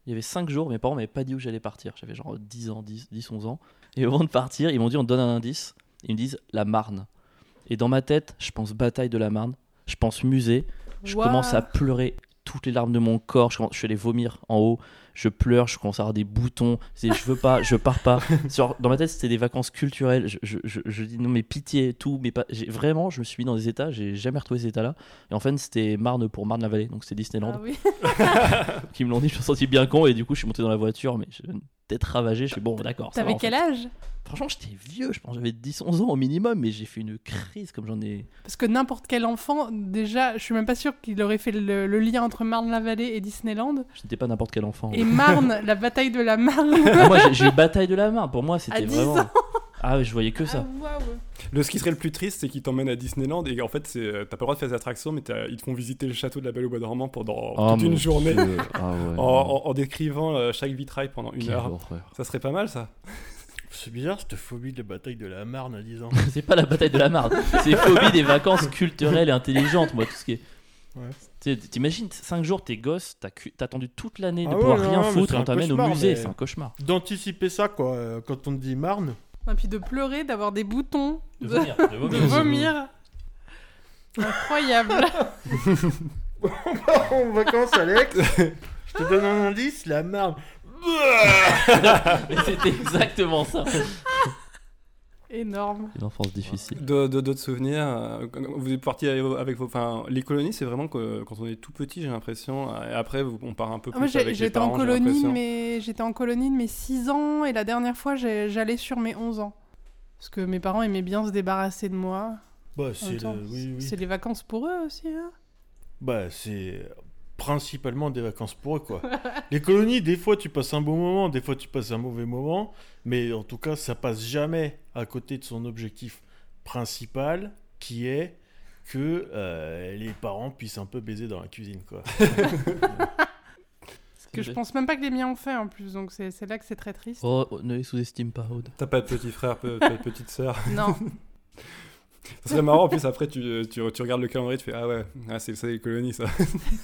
C: il y avait 5 jours, mes parents m'avaient pas dit où j'allais partir. J'avais genre 10 ans, 10, 10, 11 ans. Et avant de partir, ils m'ont dit on te donne un indice. Ils me disent la Marne. Et dans ma tête, je pense bataille de la Marne, je pense musée, je
B: Ouah.
C: commence à pleurer toutes les larmes de mon corps, je, commence- je suis allé vomir en haut, je pleure, je commence à avoir des boutons, je dis, je veux pas, je pars pas. Sur- dans ma tête, c'était des vacances culturelles, je, je- je- je dis non mais pitié, tout, mais pas. j'ai- Vraiment, je me suis mis dans des états, j'ai jamais retrouvé ces états-là. Et en fait, c'était Marne pour Marne-la-Vallée, donc c'est Disneyland,
B: Ah oui.
C: qui me l'ont dit, je me suis senti bien con, et du coup, je suis monté dans la voiture, mais je tête ravagée, je suis bon, d'accord. ça va,
B: T'avais
C: en
B: quel
C: fait.
B: âge
C: Franchement, j'étais vieux, je pense, j'avais 10-11 ans au minimum, mais j'ai fait une crise comme j'en ai.
B: Parce que n'importe quel enfant, déjà, je suis même pas sûre qu'il aurait fait le, le lien entre Marne-la-Vallée et Disneyland.
C: Je n'étais pas n'importe quel enfant.
B: Et Marne, la bataille de la Marne.
C: Ah, moi, j'ai- j'ai eu bataille de la Marne, pour moi,
B: À
C: c'était
B: 10
C: vraiment.
B: ans.
C: Ah, oui, je voyais que ça.
B: Ah, waouh.
A: Le ce qui serait le plus triste, c'est qu'ils t'emmènent à Disneyland et en fait, c'est, euh, t'as pas le droit de faire des attractions, mais t'as- ils te font visiter le château de la Belle au Bois dormant pendant
C: Oh,
A: toute une
C: mon
A: journée
C: Dieu. Ah
A: en,
C: ouais.
D: Oh,
A: en- en décrivant euh, chaque vitrail pendant une
C: Quelle
A: heure.
C: horreur.
A: Ça serait pas mal ça.
D: C'est bizarre cette phobie de la bataille de la Marne à 10 ans.
C: C'est pas la bataille de la Marne, c'est phobie des vacances culturelles et intelligentes, moi, tout ce qui est.
D: Ouais.
C: Tu sais, T'imagines, 5 jours, t'es gosse, t'as cu- t'as attendu toute l'année de
D: Ah
C: pouvoir
D: ouais,
C: rien
D: non, mais
C: foutre,
D: c'est
C: on
D: un
C: t'amène au
D: cauchemar,
C: musée,
D: mais-
C: c'est un cauchemar.
D: D'anticiper ça, quoi. euh, Quand on te dit Marne,
B: Et puis de pleurer, d'avoir des boutons,
C: De
B: de,
C: vomir, de
B: de
C: vomir.
B: vomir. Incroyable.
D: en vacances, Alex. Je te donne un indice, la marne.
C: Mais C'était exactement ça.
B: Énorme.
C: Une enfance difficile.
A: De- de- D'autres souvenirs. euh, vous êtes parti avec vos. Enfin, les colonies, c'est vraiment que, quand on est tout petit, j'ai l'impression. Et après, vous- on part un peu
B: Ah,
A: plus
B: Moi, j'ai-
A: avec les
B: j'étais en
A: parents, j'ai
B: colonie, de
A: l'impression.
B: mes... j'étais en colonie de mes 6 ans et la dernière fois, j'ai- j'allais sur mes 11 ans. Parce que mes parents aimaient bien se débarrasser de moi.
D: Bah,
B: En même
D: c'est
B: temps,
D: le- oui, oui.
B: C'est les vacances pour eux aussi. hein.
D: Bah, c'est principalement des vacances pour eux, quoi. Les colonies, des fois, tu passes un bon moment, des fois, tu passes un mauvais moment, mais en tout cas, ça passe jamais à côté de son objectif principal, qui est que euh, les parents puissent un peu baiser dans la cuisine, quoi.
B: que je pense même pas que les miens ont fait en plus, donc c'est c'est là que c'est très triste.
C: Oh, oh, ne les sous-estime pas, Aude.
A: T'as pas de petit frère, pe- pas de petite sœur.
B: Non,
A: Ça serait marrant, en plus après tu, tu, tu regardes le calendrier, tu fais Ah ouais, ah, c'est c'est les colonies ça.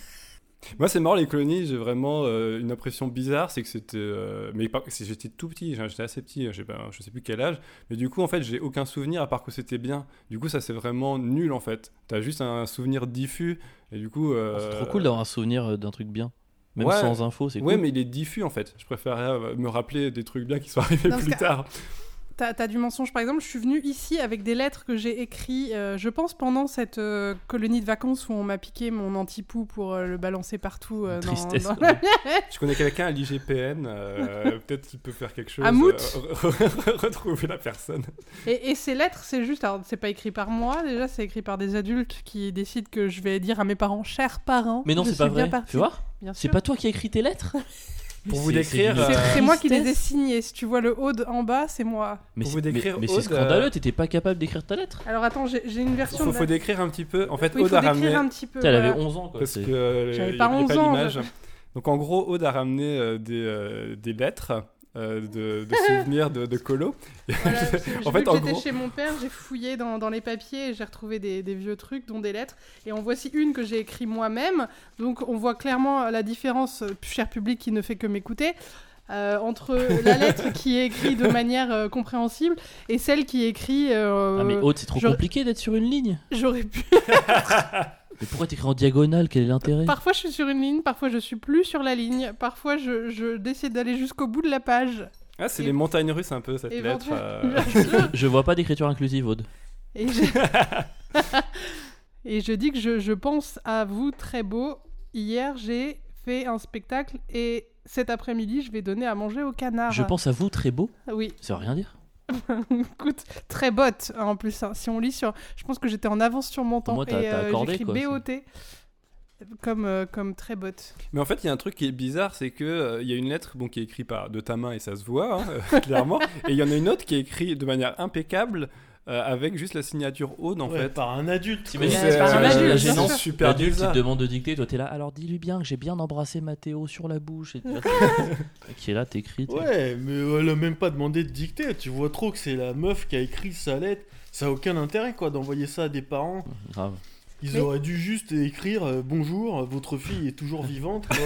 A: Moi c'est marrant, les colonies, j'ai vraiment euh, une impression bizarre, c'est que c'était. euh, mais par- c'est- j'étais tout petit, j'ai- j'étais assez petit, j'ai pas- je sais plus quel âge, mais du coup en fait j'ai aucun souvenir à part que c'était bien. Du coup ça c'est vraiment nul en fait. T'as juste un souvenir diffus, et du coup. euh,
C: Oh, C'est trop cool d'avoir un souvenir euh, d'un truc bien. Même
A: Ouais.
C: sans info, c'est
A: Ouais,
C: cool.
A: mais il est diffus en fait. Je préférerais euh, me rappeler des trucs bien qui sont arrivés
B: Non, parce
A: plus
B: que-
A: tard.
B: t'as as du mensonge par exemple. Je suis venue ici avec des lettres que j'ai écrites, euh, je pense, pendant cette euh, colonie de vacances où on m'a piqué mon anti-pou pour euh, le balancer partout. euh, dans-
C: Tristesse.
B: dans-
A: Je connais quelqu'un à l'IGPN, euh, peut-être qu'il peut faire quelque chose.
B: À Mout
A: euh, re- retrouver la personne.
B: Et, et ces lettres, c'est juste, alors c'est pas écrit par moi déjà, c'est écrit par des adultes qui décident que je vais dire à mes parents, chers parents.
C: Mais non,
B: je
C: c'est pas
B: suis bien
C: vrai.
B: partie.
C: Tu vois
B: Bien
C: C'est
B: sûr.
C: pas toi qui as écrit tes lettres
A: Pour vous
C: C'est-
A: décrire,
C: c'est
B: C'est-
C: du-
A: euh,
B: C'est moi qui les ai
C: Tristesse.
B: signés. Si tu vois le haut de- en bas, c'est moi.
C: Mais
A: Pour
C: c'est-
A: vous
C: mais-
A: décrire,
C: mais c'est
A: Aude, euh,
C: scandaleux, t'étais pas capable d'écrire ta lettre.
B: Alors attends, j'ai j'ai une version
A: faut,
B: de.
A: faut décrire un petit peu. En fait,
B: Oui, il
A: Aude
B: faut
A: a
B: décrire
A: ramené.
B: un petit peu.
C: Putain, Elle
B: voilà.
C: avait 11 ans, quoi.
A: Parce
C: c'est-
A: que euh,
B: J'avais
A: il
B: pas
A: y avait
B: 11 ans,
A: l'image.
B: je-
A: Donc en gros, Aude a ramené euh, des, euh, des lettres euh, de, de souvenirs de, de Colo.
B: Voilà, parce que j'ai
A: fait,
B: vu que
A: en
B: j'étais
A: gros-
B: chez mon père, j'ai fouillé dans, dans les papiers et j'ai retrouvé des, des vieux trucs, dont des lettres. Et en voici une que j'ai écrite moi-même. Donc on voit clairement la différence, euh, cher public qui ne fait que m'écouter, euh, entre la lettre qui est écrite de manière euh, compréhensible et celle qui est écrite. euh,
C: Ah, mais Aude, c'est trop
B: je-
C: compliqué d'être sur une ligne.
B: J'aurais pu.
C: Mais pourquoi t'écris en diagonale Quel est l'intérêt
B: Parfois je suis sur une ligne, parfois je suis plus sur la ligne, parfois je, je décide d'aller jusqu'au bout de la page.
A: Ah, c'est
B: Et-
A: les montagnes russes un peu cette lettre.
B: Éventuellement.
A: euh,
B: Bien sûr.
C: Je vois pas d'écriture inclusive, Aude.
B: Et je, et je dis que je, je pense à vous très beau. Hier, j'ai fait un spectacle et cet après-midi, je vais donner à manger au canard.
C: Je pense à vous, très beau.
B: Oui,
C: Ça veut rien dire.
B: écoute, très botte hein, en plus. hein. Si on lit sur. Je pense que j'étais en avance sur mon temps.
C: moins, t'as-
B: et euh,
C: t'as accordé,
B: j'écris
C: quoi, c'est-
B: BOT. Comme, euh, comme très botte.
A: Mais en fait, il y a un truc qui est bizarre, c'est que euh, il y a une lettre bon, qui est écrite par de ta main et ça se voit hein, euh, clairement, et il y en a une autre qui est écrite de manière impeccable euh, avec juste la signature Aude en
D: Ouais,
A: fait.
D: par un adulte. quoi.
C: T'imagines,
B: c'est par un
A: euh,
B: adulte,
A: la
B: bien
A: gênance
B: sûr.
A: super
C: L'adulte, il
A: bizarre.
C: te demande de dicter, toi t'es là. Alors dis-lui bien que j'ai bien embrassé Mathéo sur la bouche. Et qui est là, t'écris. t'es-
D: Ouais, mais elle a même pas demandé de dicter. Tu vois trop que c'est la meuf qui a écrit sa lettre. Ça a aucun intérêt, quoi, d'envoyer ça à des parents.
C: Grave.
D: Ils
B: Mais-
D: auraient dû juste écrire euh, Bonjour, votre fille est toujours vivante. quoi.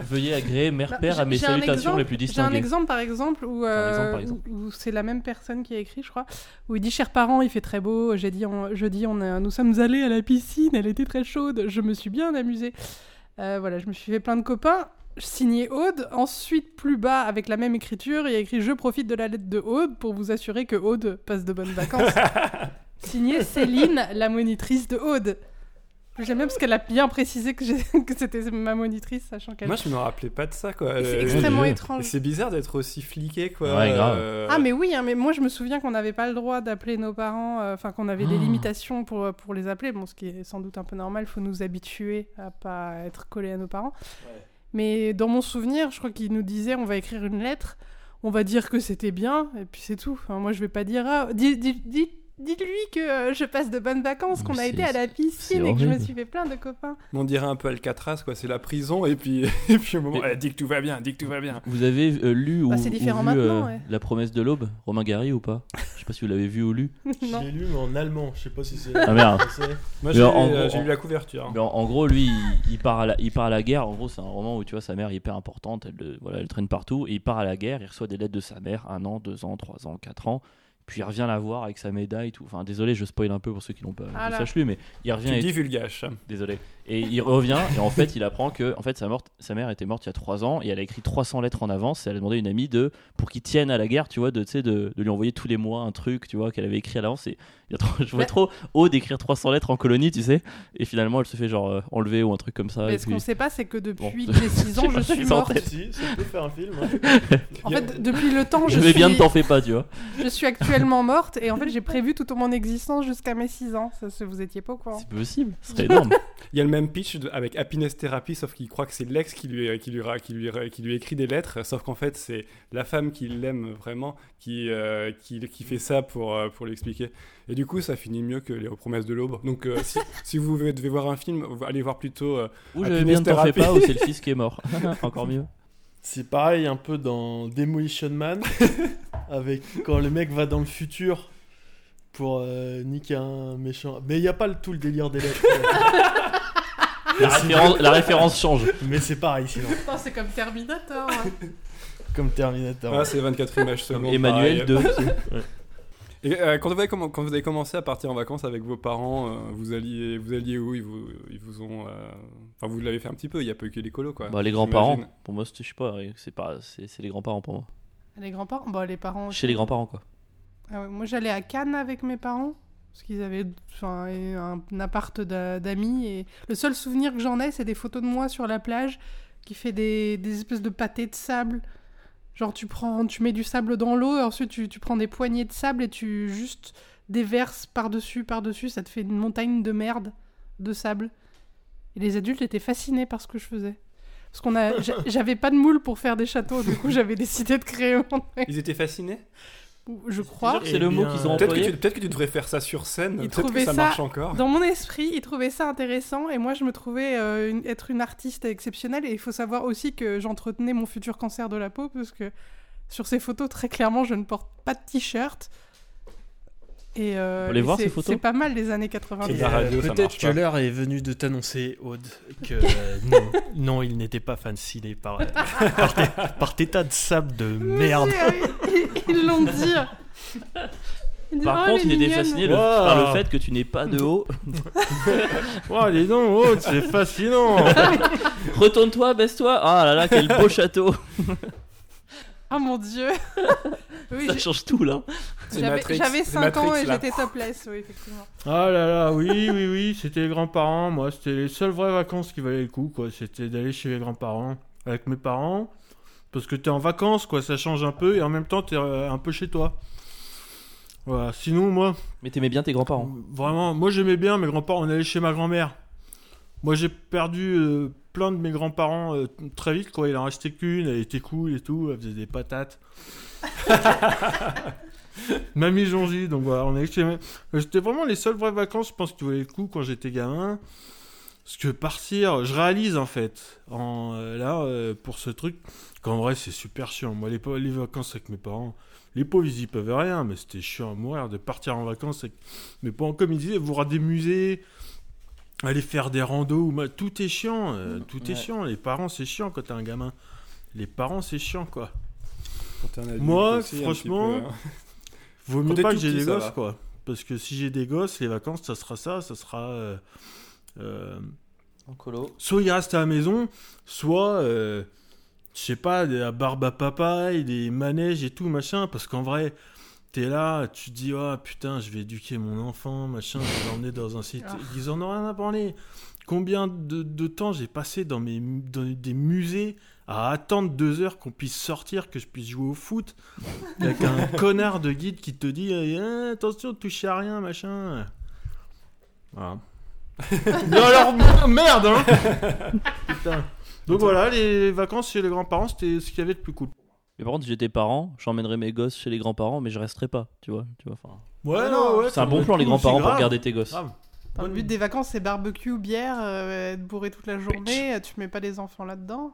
C: Veuillez agréer
B: Non,
C: mère-père
B: Bah,
C: à
B: j'ai-
C: mes
B: j'ai un
C: salutations
B: exemple-
C: les plus
B: J'ai un
C: distinguées.
B: exemple par exemple où,
C: Par exemple, par
B: euh,
C: exemple.
B: où- où c'est la même personne qui a écrit, je crois, où il dit Chers parents, il fait très beau. J'ai dit on- jeudi, on a- nous sommes allés à la piscine, elle était très chaude, je me suis bien amusée. Euh, voilà, je me suis fait plein de copains. Signé Aude. Ensuite, plus bas, avec la même écriture, il y a écrit Je profite de la lettre de Aude pour vous assurer que Aude passe de bonnes vacances. Signé Céline, la monitrice de Aude. J'aime bien parce qu'elle a bien précisé que, j'ai- que c'était ma monitrice, sachant qu'elle.
A: Moi, je me rappelais pas de ça quoi.
B: Et C'est
A: Euh,
B: extrêmement
C: oui.
A: et
B: étrange.
A: c'est bizarre d'être aussi fliqué quoi.
C: Ouais, grave.
A: Euh,
B: Ah mais oui, hein, mais moi je me souviens qu'on n'avait pas le droit d'appeler nos parents, euh, enfin qu'on avait des
C: Ah.
B: limitations pour, euh, pour les appeler, bon ce qui est sans doute un peu normal, faut nous habituer à pas être collés à nos parents. Mais dans mon souvenir, je crois qu'ils nous disaient on va écrire une lettre, on va dire que c'était bien, et puis c'est tout. Enfin, moi je vais pas dire, ah, dis- dis- dis- dites-lui que euh, je passe de bonnes vacances, qu'on a
C: Mais
B: été
C: c'est-
B: à la
C: c'est
B: piscine et que je me
C: horrible.
B: suis fait plein de copains.
A: On dirait un peu Alcatraz, quoi. C'est la prison, et puis, et puis au moment.
C: Mais-
A: Eh, dis que tout va bien, dis que tout va bien.
C: Vous avez euh, lu ou,
B: Bah, c'est
C: ou
B: différent
C: vu
B: maintenant,
C: euh,
B: ouais.
C: La promesse de l'aube, Romain Gary ou pas Je sais pas si vous l'avez vu ou lu.
D: Je
B: non.
D: l'ai lu, mais en allemand. Je sais pas si c'est.
C: Ah merde.
D: français.
A: Moi,
C: Mais
A: j'ai
C: en
A: euh,
C: gros,
A: j'ai
C: en-
A: lu la couverture. hein.
C: Mais en, en gros, lui, il, il part à la, il part à la guerre. En gros, c'est un roman où tu vois sa mère est hyper importante. Elle, le- voilà, elle traîne partout. Et il part à la guerre. Il reçoit des lettres de sa mère, un an, deux ans, trois ans, quatre ans. Puis il revient la voir avec sa médaille, tout. Enfin, désolé, je spoil un peu pour ceux qui l'ont pas
B: Ah
C: vu,
B: là.
C: sache lui, mais il revient.
A: Tu
C: et-
A: dis vulgache.
C: Désolé. Et il revient et en fait, il apprend que en fait sa, morte, sa mère était morte il y a trois ans et elle a écrit 300 lettres en avance. Et elle a demandé à une amie de pour qu'il tienne à la guerre, tu vois, de, tu sais, de, de lui envoyer tous les mois un truc, tu vois, qu'elle avait écrit à l'avance. Et il y a trop- je vois
B: Mais-
C: trop haut d'écrire 300 lettres en colonie, tu sais. Et finalement, elle se fait genre euh, enlever ou un truc comme ça.
B: Mais
C: et
B: ce
C: puis-
B: qu'on sait pas, c'est que depuis
C: Ah, Bon.
B: que j'ai 6 ans, je
C: Je sais
B: suis
C: pas,
B: morte.
C: je
D: Si, ça peut faire un film. hein.
B: En fait, depuis le temps,
C: je
B: je
C: vais bien, ne
B: suis-
C: t'en fais pas, tu vois.
B: Je suis actuellement morte et en fait j'ai prévu toute mon existence jusqu'à mes 6 ans. Ça, ça, vous étiez pas au courant.
C: C'est possible, ce serait énorme.
A: Il y a le même pitch de- avec Happiness Therapy, sauf qu'il croit que c'est l'ex qui lui, qui, lui, ra- qui, lui, ra- qui lui écrit des lettres, sauf qu'en fait c'est la femme qui l'aime vraiment qui, euh, qui, qui fait ça pour, euh, pour lui expliquer. Et du coup ça finit mieux que les promesses de l'aube. Donc euh, si, si vous devez voir un film, allez voir plutôt... euh,
C: Ou
A: Ah,
C: j'avais bien t'en fais
A: thérapie.
C: pas, ou c'est le fils qui est mort. Encore mieux.
F: C'est pareil un peu dans Demolition Man, avec quand le mec va dans le futur pour euh, niquer un méchant. Mais il n'y a pas le, tout le délire des lettres.
C: La référence, la référence change.
F: Mais c'est pareil sinon,
B: Putain, c'est comme Terminator.
F: comme Terminator.
A: ah, c'est 24 images secondes.
C: Emmanuel
A: pareil.
C: 2.
A: Et euh, quand, vous avez comm- quand vous avez commencé à partir en vacances avec vos parents, euh, vous, alliez, vous alliez où ils vous, ils vous ont... euh, Enfin, vous l'avez fait un petit peu, il n'y a pas eu que les colos, quoi.
C: Bah, les grands-parents.
A: J'imagine.
C: Pour moi, c'était- je sais pas, c'est pas, c'est c'est les grands-parents pour moi.
B: Les grands-parents Bon, les parents. aussi.
C: Chez les grands-parents, quoi.
B: Ah ouais, moi j'allais à Cannes avec mes parents. Parce qu'ils avaient enfin, un un appart d'a- d'amis. Et le seul souvenir que j'en ai, c'est des photos de moi sur la plage qui fait des, des espèces de pâtés de sable. Genre tu prends, tu mets du sable dans l'eau et ensuite tu, tu prends des poignées de sable et tu juste déverses par-dessus, par-dessus. Ça te fait une montagne de merde de sable. Et les adultes étaient fascinés par ce que je faisais. Parce qu'on a, j'a- j'avais pas de moule pour faire des châteaux, du coup j'avais décidé de créer mon.
A: Ils étaient fascinés
B: Je crois.
C: C'est
F: Eh
C: le mot
F: bien,
C: qu'ils ont
A: Peut-être que,
C: employé.
A: tu, peut-être que tu devrais faire ça sur scène,
B: Ils
A: peut-être que
B: trouvaient
A: ça
B: ça
A: marche encore.
B: Dans mon esprit, ils trouvaient ça intéressant et moi je me trouvais euh, une- être une artiste exceptionnelle et il faut savoir aussi que j'entretenais mon futur cancer de la peau parce que sur ces photos très clairement je ne porte pas de t-shirt. Et euh,
C: Faut les
B: et
C: voir,
B: c'est-
C: ces photos
B: C'est pas mal les années 90.
A: Et la radio, ça
D: Peut-être
A: marche
D: que
A: pas.
D: l'heure est venue de t'annoncer, Aude, que euh, non, non, il n'était pas fasciné par, euh, par, tes, par tes tas de sable de
B: Mais
D: merde.
B: c'est- euh, ils- Ils l'ont dit. Ils disent,
C: Par
B: Oh,
C: contre,
B: elle
C: Ah, il
B: est
C: était
B: mignonne.
C: fasciné le-
D: Wow.
C: par le fait que tu n'es pas de haut.
D: Oh, dis donc, Aude, c'est fascinant.
C: Retourne-toi, baisse-toi. Ah là là, quel beau château.
B: Oh mon dieu. Oui,
C: Ça
B: j'ai-
C: change tout là.
A: C'est
B: j'avais-
A: Matrix,
B: j'avais
A: c'est
B: 5 ans
A: Matrix,
B: et
A: là.
B: j'étais topless, oui effectivement.
D: Ah là là, oui, oui, oui, c'était les grands-parents. Moi, c'était les seules vraies vacances qui valaient le coup, quoi. C'était d'aller chez les grands-parents, avec mes parents. Parce que t'es en vacances, quoi. Ça change un peu et en même temps, t'es euh, un peu chez toi. Voilà. Sinon, moi,
C: Mais t'aimais bien tes grands-parents.
D: Vraiment, moi j'aimais bien mes grands-parents. On allait chez ma grand-mère. Moi j'ai perdu euh, plein de mes grands-parents euh, très vite, quoi. Il en restait qu'une, elle était cool et tout, elle faisait des patates. Mamie Jonji, donc voilà, on allait chez. ma- Euh, C'était vraiment les seules vraies vacances, je pense, qui valaient le coup quand j'étais gamin. Parce que partir, je réalise en fait, en, euh, là, euh, pour ce truc, qu'en vrai c'est super chiant. Moi, les, pa- les vacances avec mes parents, les pauvres ils y peuvent rien, mais c'était chiant à mourir de partir en vacances avec mais pas comme il disait, vous voir des musées, aller faire des randos, ou ma- tout est chiant,
A: Mmh,
D: euh, tout est
C: ouais.
D: chiant. Les parents, c'est chiant quand t'es un gamin. Les parents, c'est chiant quoi.
A: Quand t'es un adulte
D: Moi,
A: aussi, un
D: franchement,
A: petit peu, hein.
D: Vaut
A: Quand
D: mieux
A: t'es
D: pas
A: tout
D: que j'ai
A: petit,
D: des
A: ça
D: gosses
A: va.
D: quoi. Parce que si j'ai des gosses, les vacances, ça sera ça, ça sera. euh, euh,
C: En colo.
D: soit ils restent à la maison, soit. euh, je sais pas, de la barbe à papaye, des manèges et tout, machin, parce qu'en vrai, t'es là, tu te dis, ah putain, je vais éduquer mon enfant, machin, je vais l'emmener dans un site.
B: Ah.
D: Ils en ont rien à parler. Combien de, de temps j'ai passé dans, mes, dans des musées à attendre deux heures qu'on puisse sortir, que je puisse jouer au foot, avec un connard de guide qui te dit, eh, attention, touche à rien, machin. Voilà. Mais alors, merde, hein Putain. Donc voilà, les vacances chez les grands-parents, c'était ce qu'il y avait de plus cool.
C: Mais par contre, si j'étais parent, j'emmènerais mes gosses chez les grands-parents, mais je resterais pas. Tu vois, tu vois. enfin,
D: Ouais,
B: non,
D: ouais,
C: C'est un bon plan les grands-parents pour garder tes gosses.
D: Ah,
B: Dans le but des vacances, c'est barbecue, bière, euh, être bourré toute la journée, euh, tu mets pas les enfants là-dedans.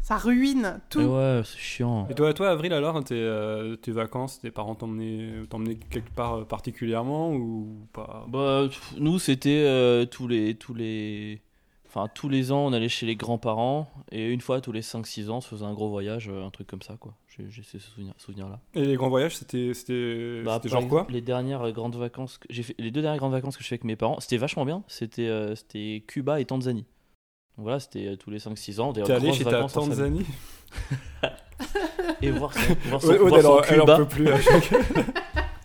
B: Ça ruine tout.
C: Mais ouais, c'est chiant.
A: Et toi, toi, Avril, alors, tes, euh, tes vacances, tes parents t'emmenaient t'emmenaient quelque part euh, particulièrement ou pas
C: Bah, pff, nous, c'était euh, tous les tous les enfin tous les ans, on allait chez les grands-parents et une fois tous les 5 6 ans, on se faisait un gros voyage, euh, un truc comme ça quoi. J'ai j'ai ces souvenirs là.
A: Et les grands voyages, c'était c'était Euh, c'était genre quoi
C: Bah, Les dernières grandes vacances que j'ai fait les deux dernières grandes vacances que je fais avec mes parents, c'était vachement bien, c'était euh, c'était Cuba et Tanzanie. Donc voilà, c'était euh, tous les 5 6 ans, des
A: T'es allé
C: grosses
A: chez ta
C: vacances en famille.
A: Tanzanie
C: et voir son, voir son-
A: Ouais,
C: voir
A: Aude, elle
C: son
A: en- elle en
C: Cuba.
A: peut plus. euh, à chaque-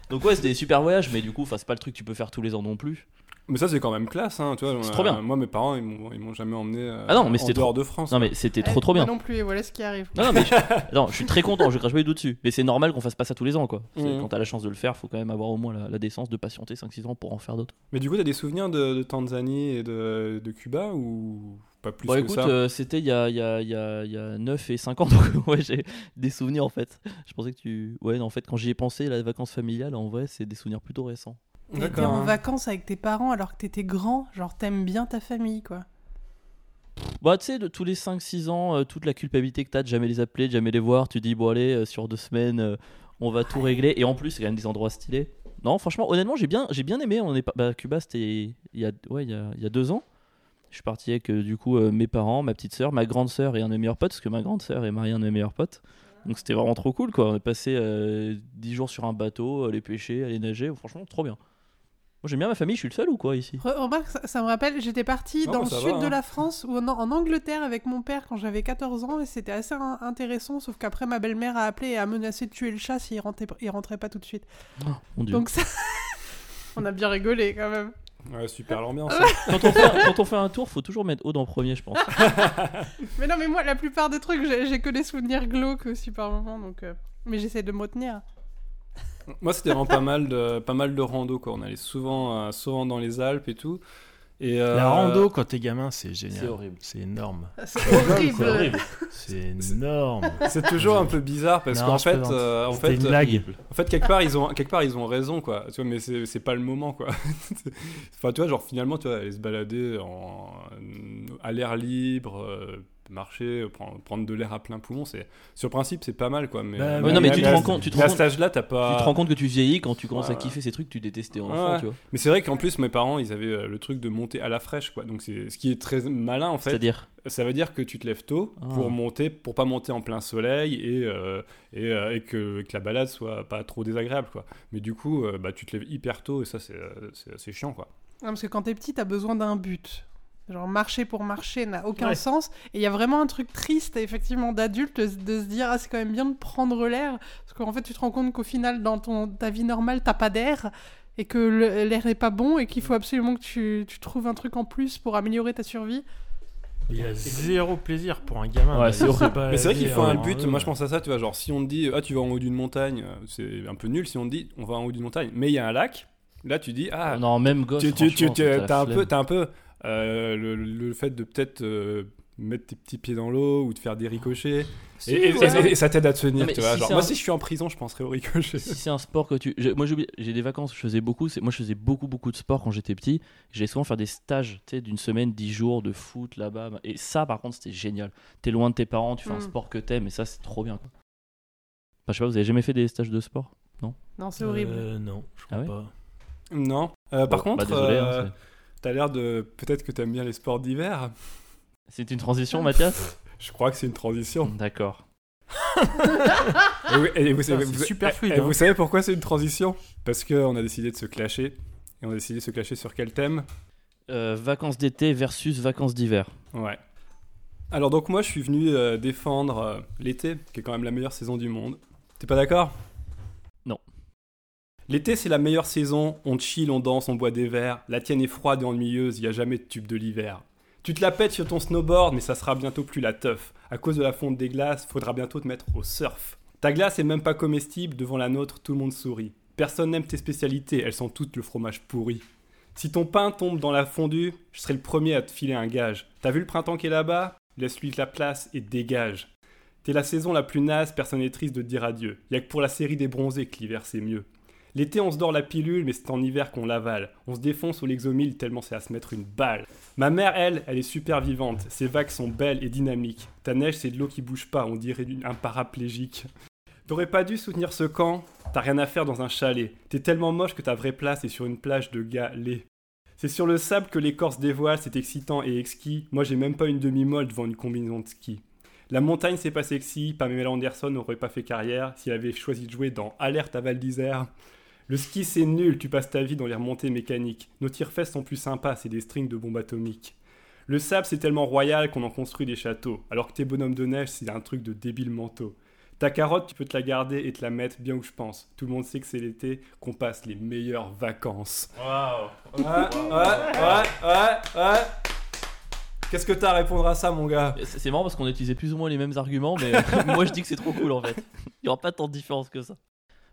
C: Donc ouais, c'était des super voyages mais du coup, enfin c'est pas le truc que tu peux faire tous les ans non plus.
A: Mais ça, c'est quand même classe, hein, tu vois.
C: C'est
A: euh,
C: trop bien.
A: Moi, mes parents, ils m'ont ils m'ont jamais emmené euh,
C: Ah non, mais
A: en
C: c'était
A: dehors de France.
C: Non mais c'était
B: Eh,
C: trop trop bien.
B: Moi non plus, et voilà ce qui arrive.
C: Non, non, mais je... Attends, je suis très content, je crache pas du tout dessus. Mais c'est normal qu'on fasse pas ça tous les ans, quoi. C'est-
A: Mhm.
C: Quand t'as la chance de le faire, faut quand même avoir au moins la, la décence de patienter 5-6 ans pour en faire d'autres.
A: Mais du coup, t'as des souvenirs de, de Tanzanie et de, de Cuba ou pas plus
C: Bon,
A: que
C: écoute,
A: ça
C: euh, c'était il y a, il y, a, il y, a, il y a 9 et 5 ans, donc ouais, j'ai des souvenirs en fait. Je pensais que tu. Ouais, non, en fait, quand j'y ai pensé, la vacances familiale, en vrai, c'est des souvenirs plutôt récents.
B: Mais T'es
A: hein.
B: en vacances avec tes parents alors que t'étais grand, genre t'aimes bien ta famille, quoi.
C: Bah, tu sais, de tous les 5-6 ans, euh, toute la culpabilité que t'as de jamais les appeler, de jamais les voir, tu dis, bon, allez, euh, sur deux semaines, euh, on va tout régler. Et en plus, c'est quand même des endroits stylés. Non, franchement, honnêtement, j'ai bien, j'ai bien aimé. On est pas... bah, Cuba, c'était il y, a... ouais, il y, a... il y a deux ans. Je suis parti avec, euh, du coup, euh, mes parents, ma petite sœur, ma grande sœur et un de mes meilleurs potes, parce que ma grande sœur est mariée à un de mes meilleurs potes. Donc, c'était vraiment trop cool, quoi. On est passé euh, 10 jours sur un bateau, euh, aller pêcher, aller nager. Franchement, trop bien. Moi, j'aime bien ma famille, je suis le seul ou quoi, ici
B: Re- remarque, ça, ça me rappelle, j'étais partie
A: Non,
B: dans
A: bah,
B: le
A: ça
B: sud
A: va,
B: de
A: hein.
B: la France ou en, en Angleterre avec mon père quand j'avais 14 ans et c'était assez in- intéressant, sauf qu'après ma belle-mère a appelé et a menacé de tuer le chat s'il rentrait, il rentrait pas tout de suite.
C: Mon Dieu.
B: Donc ça, on a bien rigolé quand même.
A: Ouais, super l'ambiance. hein.
C: Quand, on fait, quand on fait un tour, faut toujours mettre haut en premier, je pense.
B: Mais non, mais moi, la plupart des trucs, j'ai j'ai que des souvenirs glauques aussi par moment, donc. euh, Mais j'essaie de me retenir.
A: Moi, c'était vraiment pas mal de pas mal de rando quoi. On allait souvent euh, souvent dans les Alpes et tout. Et euh,
D: La rando quand t'es gamin, c'est
C: C'est
D: génial.
C: horrible.
D: C'est énorme.
B: C'est horrible.
C: C'est horrible.
D: C'est énorme.
A: c'est toujours un peu bizarre parce
D: Non,
A: qu'en
D: je
A: fait,
D: plaisante.
A: euh, en
D: C'était
A: fait,
D: une blague.
A: en fait, quelque part, ils ont quelque part, ils ont raison quoi. Tu vois, mais c'est c'est pas le moment quoi. enfin, tu vois, genre finalement, tu vois, aller se balader en à l'air libre. euh, marcher, euh, prendre, prendre de l'air à plein poumon, c'est sur le principe c'est pas mal quoi. Mais,
D: Bah,
A: euh,
D: ouais, non, mais tu te
A: à-
D: rends
C: compte, tu te
A: mais à
C: rends
A: cet âge-là t'as pas.
C: Tu te rends compte que tu vieillis quand tu commences
A: Ouais,
C: à
A: ouais.
C: kiffer ces trucs que tu détestais
A: Ouais,
C: enfant,
A: Euh, ouais.
C: tu vois.
A: Mais c'est vrai qu'en plus mes parents ils avaient euh, le truc de monter à la fraîche quoi. Donc c'est ce qui est très malin en fait.
C: C'est-à-dire
A: Ça veut dire que tu te lèves tôt
C: Ah.
A: pour monter, pour pas monter en plein soleil et, euh, et, euh, et que, que la balade soit pas trop désagréable quoi. Mais du coup, euh, bah, tu te lèves hyper tôt et ça c'est, euh, c'est, c'est chiant quoi.
B: Non, parce que quand t'es petit, t'as besoin d'un but. Genre marcher pour marcher n'a aucun
D: Ouais.
B: sens. Et il y a vraiment un truc triste, effectivement, d'adulte, de, de se dire, ah, c'est quand même bien de prendre l'air. Parce qu'en fait, tu te rends compte qu'au final, dans ton, ta vie normale, t'as pas d'air. Et que le- l'air n'est pas bon. Et qu'il faut absolument que tu, tu trouves un truc en plus pour améliorer ta survie.
D: Il y a zéro plaisir pour un gamin.
C: Ouais, c'est
D: Il
C: horrible.
D: sait pas
A: Mais c'est vrai
D: dire,
A: qu'il faut un
D: hein,
A: but.
D: ouais.
A: Moi je pense à ça, tu vois. Genre si on te dit, ah tu vas en haut d'une montagne, euh, c'est un peu nul. Si on te dit, on va en haut d'une montagne, mais il y a un lac, là tu dis, ah
C: Non, même gosse.
A: tu, tu, tu,
C: franchement,
A: tu-
C: t'as la
A: t'as un
C: flemme.
A: peu, t'as un peu euh, le, le fait de peut-être euh, mettre tes petits pieds dans l'eau ou de faire des ricochets. Et, et-
C: ouais.
A: et- et ça t'aide à te tenir,
C: Non, mais
A: tu vois.
C: si
A: genre,
C: c'est
A: moi,
C: un-
A: si je suis en prison, je penserais au ricochet.
C: Si c'est un sport que tu. j'ai- Moi, j'ai oublié- j'ai des vacances que je faisais beaucoup. c'est- Moi, je faisais beaucoup, beaucoup de sport quand j'étais petit. J'allais souvent faire des stages, tu sais, d'une semaine, dix jours de foot là-bas. Et ça, par contre, c'était génial. T'es loin de tes parents, tu fais un
B: Mm.
C: sport que t'aimes, et ça, c'est trop bien, quoi. Enfin, je sais pas, vous avez jamais fait des stages de sport
B: Non, c'est horrible.
D: Euh, non, je crois
C: Ah ouais
D: pas.
A: Non. Euh, par
C: Bon, bah,
A: contre,
C: désolé, hein,
A: euh,
C: c'est-
A: t'as l'air de. Peut-être que t'aimes bien les sports d'hiver.
C: c'est une transition, Mathias
A: Je crois que c'est une transition.
C: D'accord.
A: Et vous- et vous
D: Putain,
A: savez-
D: c'est
A: vous-
D: super
A: et-
D: fluide,
A: et
D: hein.
A: vous savez pourquoi c'est une transition Parce qu'on a décidé de se clasher. Et on a décidé de se clasher sur quel thème
C: Euh, vacances d'été versus vacances d'hiver.
A: Ouais. Alors, donc, moi, je suis venu euh, défendre euh, l'été, qui est quand même la meilleure saison du monde. T'es pas d'accord
C: Non.
A: L'été, c'est la meilleure saison. On chill, on danse, on boit des verres. La tienne est froide et ennuyeuse, il n'y a jamais de tube de l'hiver. Tu te la pètes sur ton snowboard, mais ça sera bientôt plus la teuf. À cause de la fonte des glaces, faudra bientôt te mettre au surf. Ta glace est même pas comestible, devant la nôtre, tout le monde sourit. Personne n'aime tes spécialités, elles sont toutes le fromage pourri. Si ton pain tombe dans la fondue, je serai le premier à te filer un gage. T'as vu le printemps qui est là-bas Laisse-lui la place et dégage. T'es la saison la plus naze, personne n'est triste de te dire adieu. Y'a que pour la série des bronzés que l'hiver c'est mieux. L'été on se dort la pilule, mais c'est en hiver qu'on l'avale. On se défonce au l'exomile tellement c'est à se mettre une balle. Ma mère, elle, elle est super vivante. Ses vagues sont belles et dynamiques. Ta neige, c'est de l'eau qui bouge pas, on dirait une- un paraplégique. T'aurais pas dû soutenir ce camp, t'as rien à faire dans un chalet. T'es tellement moche que ta vraie place est sur une plage de gars laids. C'est sur le sable que l'écorce dévoile, c'est excitant et exquis. Moi, j'ai même pas une demi-molle devant une combinaison de ski. La montagne, c'est pas sexy. Pamela Anderson n'aurait pas fait carrière s'il avait choisi de jouer dans Alerte à Val d'Isère. Le ski, c'est nul, tu passes ta vie dans les remontées mécaniques. Nos tire-fesses sont plus sympas, c'est des strings de bombes atomiques. Le sable, c'est tellement royal qu'on en construit des châteaux, alors que tes bonhommes de neige, c'est un truc de débile mentaux. Ta carotte, tu peux te la garder et te la mettre bien où je pense. Tout le monde sait que c'est l'été qu'on passe les meilleures vacances.
D: Waouh.
A: Ouais, ouais, ouais, ouais, ouais. Qu'est-ce que t'as à répondre à ça, mon gars
C: C'est c'est marrant parce qu'on a utilisé plus ou moins les mêmes arguments, mais moi je dis que c'est trop cool en fait. Il n'y aura pas tant de différence que ça.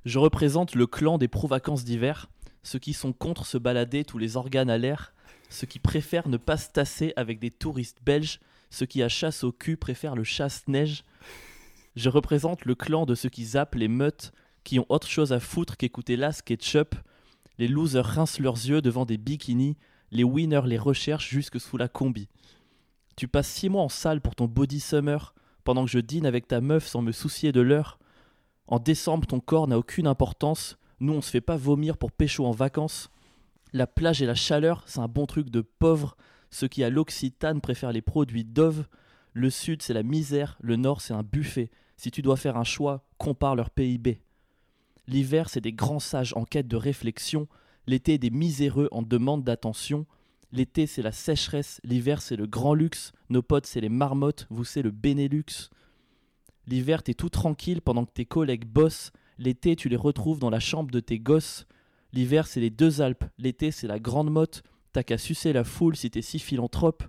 C: Je représente le clan des pro-vacances d'hiver, ceux qui sont contre se balader tous les organes à l'air, ceux qui préfèrent ne pas se tasser avec des touristes belges, ceux qui à chasse au cul préfèrent le chasse-neige. Je représente le clan de ceux qui zappent les meutes, qui ont autre chose à foutre qu'écouter Las Ketchup. Les losers rincent leurs yeux devant des bikinis, les winners les recherchent jusque sous la combi. Tu passes six mois en salle pour ton body summer, pendant que je dîne avec ta meuf sans me soucier de l'heure. En décembre, ton corps n'a aucune importance. Nous, on se fait pas vomir pour pécho en vacances. La plage et la chaleur, c'est un bon truc de pauvre. Ceux qui à l'Occitane préfèrent les produits Dove. Le sud, c'est la misère. Le nord, c'est un buffet. Si tu dois faire un choix, compare leur PIB. L'hiver, c'est des grands sages en quête de réflexion. L'été, des miséreux en demande d'attention. L'été, c'est la sécheresse. L'hiver, c'est le grand luxe. Nos potes, c'est les marmottes. Vous, c'est le Benelux. L'hiver, t'es tout tranquille pendant que tes collègues bossent. L'été, tu les retrouves dans la chambre de tes gosses. L'hiver, c'est les deux Alpes. L'été, c'est la grande motte. T'as qu'à sucer la foule si t'es si philanthrope.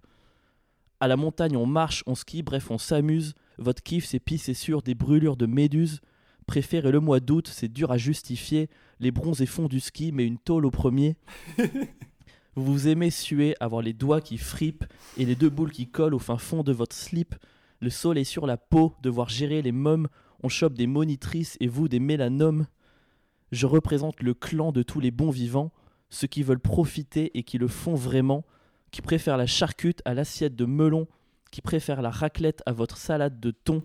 C: À la montagne, on marche, on skie, bref, on s'amuse. Votre kiff, c'est pis, c'est sûr, des brûlures de méduses. Préférez le mois d'août, c'est dur à justifier. Les bronzés font du ski, mais une tôle au premier. Vous vous aimez suer, avoir les doigts qui frippent et les deux boules qui collent au fin fond de votre slip. Le sol est sur la peau, devoir gérer les mômes. On chope des monitrices et vous des mélanomes. Je représente le clan de tous les bons vivants, ceux qui veulent profiter et qui le font vraiment, qui préfèrent la charcute à l'assiette de melon, qui préfèrent la raclette à votre salade de thon.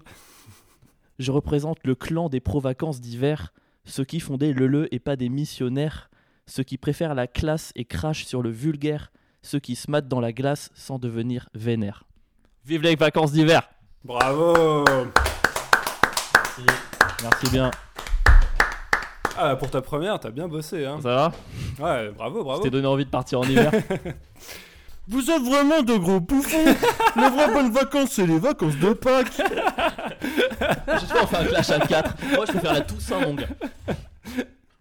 C: Je représente le clan des pro-vacances d'hiver, ceux qui font des leleux et pas des missionnaires, ceux qui préfèrent la classe et crachent sur le vulgaire, ceux qui se matent dans la glace sans devenir vénères. Vive les vacances d'hiver
A: Bravo
C: Merci bien.
A: Ah, pour ta première, t'as bien bossé, hein.
C: Ça va
A: Ouais, bravo,
C: Je
A: bravo.
C: t'ai donné envie de partir en hiver
D: Vous êtes vraiment de gros bouffons. Les vraies bonnes vacances, c'est les vacances de Pâques.
C: Je sais on fait un clash à 4. Moi, je peux faire la Toussaint, mon gars.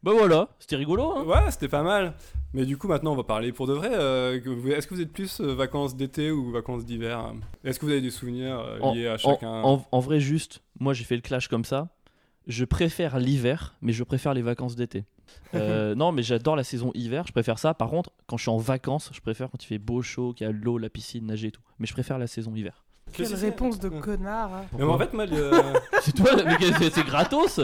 C: Bah voilà, c'était rigolo, hein
A: Ouais, c'était pas mal. Mais du coup, maintenant, on va parler pour de vrai. euh, que vous- Est-ce que vous êtes plus euh, vacances d'été ou vacances d'hiver hein Est-ce que vous avez des souvenirs euh,
C: En-
A: liés à
C: en,
A: chacun
C: en- en vrai, juste, moi j'ai fait le clash comme ça. Je préfère l'hiver, mais je préfère les vacances d'été. Euh, non, mais j'adore la saison hiver, je préfère ça. Par contre, quand je suis en vacances, je préfère quand il fait beau, chaud, qu'il y a l'eau, la piscine, nager et tout. Mais je préfère la saison hiver.
B: Quelle réponse de connard. hein.
A: Mais en fait, moi, le- moi,
C: C'est toi, mais qu'est-ce que c'est c'est gratos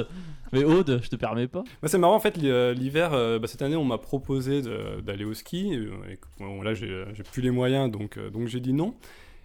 C: Mais Aude, je te permets pas.
A: Bah, c'est marrant, en fait, le- l'hiver, euh, bah, cette année, on m'a proposé de- d'aller au ski. Et, euh, bon, là, j'ai j'ai plus les moyens, donc, euh, donc j'ai dit non.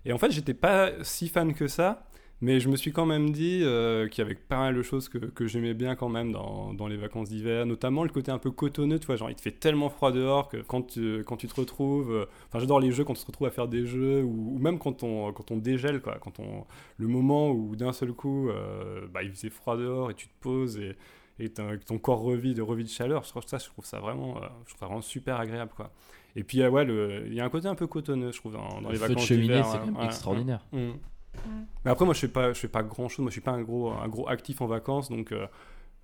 A: Et en fait, j'étais pas si fan que ça. Mais je me suis quand même dit euh, qu'il y avait pas mal de choses que, que j'aimais bien quand même dans, dans les vacances d'hiver, notamment le côté un peu cotonneux, tu vois, genre il te fait tellement froid dehors que quand tu, quand tu te retrouves, euh, enfin j'adore les jeux quand tu te retrouves à faire des jeux, ou, ou même quand on, quand on dégèle, quoi, quand on, le moment où d'un seul coup, euh, bah, il faisait froid dehors et tu te poses et, et t'as- ton corps revit de revit de chaleur, je trouve ça, je trouve ça vraiment, euh, je trouve ça vraiment super agréable, quoi. Et puis, euh, ouais, le- il y a un côté un peu cotonneux, je trouve, dans, dans les
C: Le feu de
A: vacances
C: cheminée,
A: d'hiver,
C: c'est
A: ouais.
C: quand même
A: Ouais, ouais.
C: extraordinaire.
A: Mm. Mais après, moi, je fais pas, je fais pas grand chose. Moi, je suis pas un gros, un gros actif en vacances, donc. euh,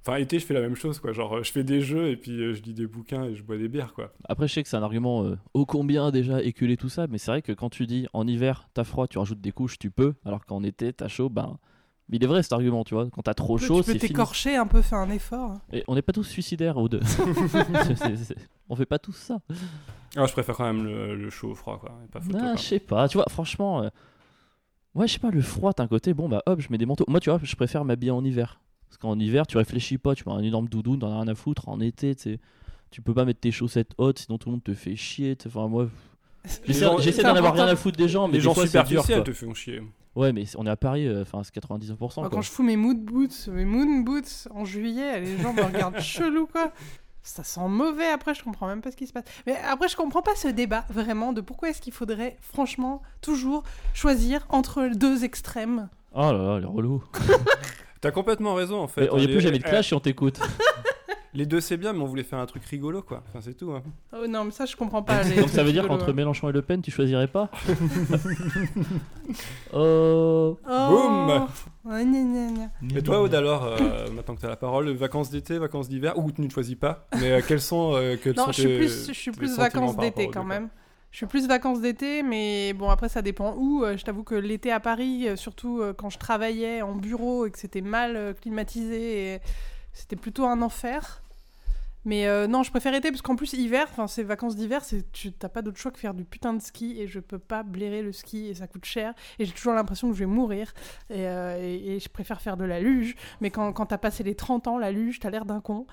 A: Enfin, été, je fais la même chose, quoi. Genre, euh, je fais des jeux et puis euh, je lis des bouquins et je bois des bières, quoi.
C: Après, je sais que c'est un argument euh, ô combien déjà éculé tout ça, mais c'est vrai que quand tu dis en hiver, t'as froid, tu rajoutes des couches, tu peux, alors qu'en été, t'as chaud, ben. Il est vrai cet argument, tu vois. Quand t'as trop chaud,
B: tu peux
C: c'est fini.
B: t'écorcher un peu, faire un effort.
C: Et on n'est pas tous suicidaires, Aude. C'est- c'est- c'est- on fait pas tous ça.
A: Ah, je préfère quand même le, le chaud au froid, quoi. Pas photo,
C: Ah,
A: quoi.
C: je sais pas, tu vois, franchement. euh, Ouais, je sais pas, le froid, t'as un côté, bon, bah hop, je mets des manteaux. Moi, tu vois, je préfère m'habiller en hiver. Parce qu'en hiver, tu réfléchis pas, tu mets un énorme doudoune, t'en as rien à foutre. En été, tu sais, tu peux pas mettre tes chaussettes hautes, sinon tout le monde te fait chier. tu sais. Enfin, moi, j'essaie
A: gens-
C: j'essaie
B: c'est
C: d'en avoir
B: important.
C: rien à foutre des gens, mais
A: Les
C: des
A: gens
C: fois, c'est dur,
A: superficiels
C: quoi.
A: te font chier.
C: Ouais, mais on est à Paris, euh, enfin, c'est 99%.
B: Moi,
C: quoi.
B: Ah, quand je fous mes mood boots, mes moon boots en juillet, les gens me regardent chelou, quoi. Ça sent mauvais après, je comprends même pas ce qui se passe. Mais après, je comprends pas ce débat vraiment de pourquoi est-ce qu'il faudrait, franchement, toujours choisir entre deux extrêmes.
C: Oh là là, le relou.
A: T'as complètement raison, en fait.
C: Mais, oh, y a
A: Les-
C: plus jamais de
A: eh,
C: clash si on t'écoute.
A: Les deux, c'est bien, mais on voulait faire un truc rigolo, quoi. Enfin, c'est tout. hein.
B: Oh, non, mais ça, je comprends pas. les
C: Donc ça
B: trucs
C: veut dire
B: rigolos,
C: qu'entre
B: hein.
C: Mélenchon et Le Pen, tu choisirais pas Oh.
B: Oh Ouais, gna, gna, gna.
A: Et toi, Aude, alors, euh, maintenant que t'as la parole, vacances d'été, vacances d'hiver, ou tu ne choisis pas, mais euh, quelles sont. euh, quelles
B: Non,
A: sont
B: je suis
A: tes-
B: plus, je suis
A: tes
B: plus
A: sentiments par
B: vacances
A: rapport
B: d'été
A: aux
B: quand
A: deux,
B: même. Je suis plus vacances d'été, mais bon, après, ça dépend où. Euh, Je t'avoue que l'été à Paris, euh, surtout euh, quand je travaillais en bureau et que c'était mal euh, climatisé, et c'était plutôt un enfer. Mais euh, non, je préfère été parce qu'en plus, hiver, enfin, ces vacances d'hiver, c'est- tu t'as pas d'autre choix que faire du putain de ski et je peux pas blairer le ski et ça coûte cher et j'ai toujours l'impression que je vais mourir et, euh, et- et je préfère faire de la luge. Mais quand, quand t'as passé les 30 ans, la luge, t'as l'air d'un con.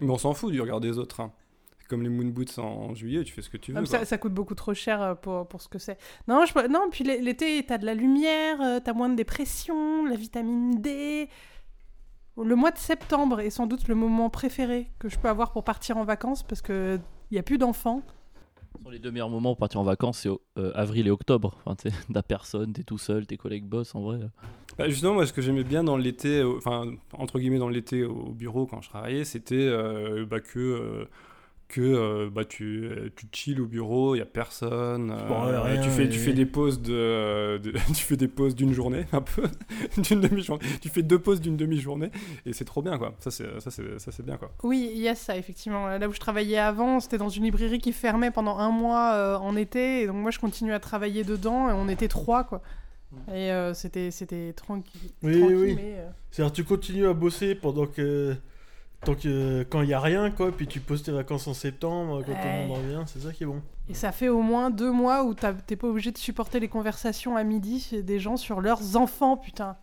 A: Mais on s'en fout du regard des autres. hein. C'est Comme les moon boots en, en juillet, tu fais ce que tu
B: Non,
A: veux.
B: mais
A: quoi.
B: ça, ça coûte beaucoup trop cher euh, pour, pour ce que c'est. Non, je, non, puis l'é- l'été, t'as de la lumière, euh, t'as moins de dépression, la vitamine D. Le mois de septembre est sans doute le moment préféré que je peux avoir pour partir en vacances parce qu'il n'y a plus d'enfants.
C: Ce sont les deux meilleurs moments pour partir en vacances, c'est euh, avril et octobre. Enfin, t'es- t'as personne, t'es tout seul, tes collègues bossent en vrai.
A: Bah, justement, moi, ce que j'aimais bien dans l'été, euh, enfin, entre guillemets, dans l'été au au bureau quand je travaillais, c'était euh, bah, que. euh, que euh, bah, tu, euh, tu chilles au bureau, il n'y a personne. euh,
E: parles à rien,
A: tu, fais,
E: et-
A: tu fais des pauses de, euh, de- tu fais des pauses d'une journée, un peu, d'une demi-journée. Tu fais deux pauses d'une demi-journée et c'est trop bien, quoi. Ça, c'est, ça, c'est, ça, c'est bien, quoi.
B: Oui, il y a ça, effectivement. Là où je travaillais avant, c'était dans une librairie qui fermait pendant un mois euh, en été. Et donc, moi, je continuais à travailler dedans et on était trois, quoi. Et euh, c'était c'était tranquille.
D: Oui,
B: tranquille,
D: oui.
B: mais, euh,
D: C'est-à-dire, tu continues à bosser pendant que. Tant que quand il y a rien quoi, puis tu poses tes vacances en septembre quand tout le
B: Ouais.
D: monde revient, c'est ça qui est bon.
B: Et ça fait au moins deux mois où t'as- t'es pas obligé de supporter les conversations à midi chez des gens sur leurs enfants, putain.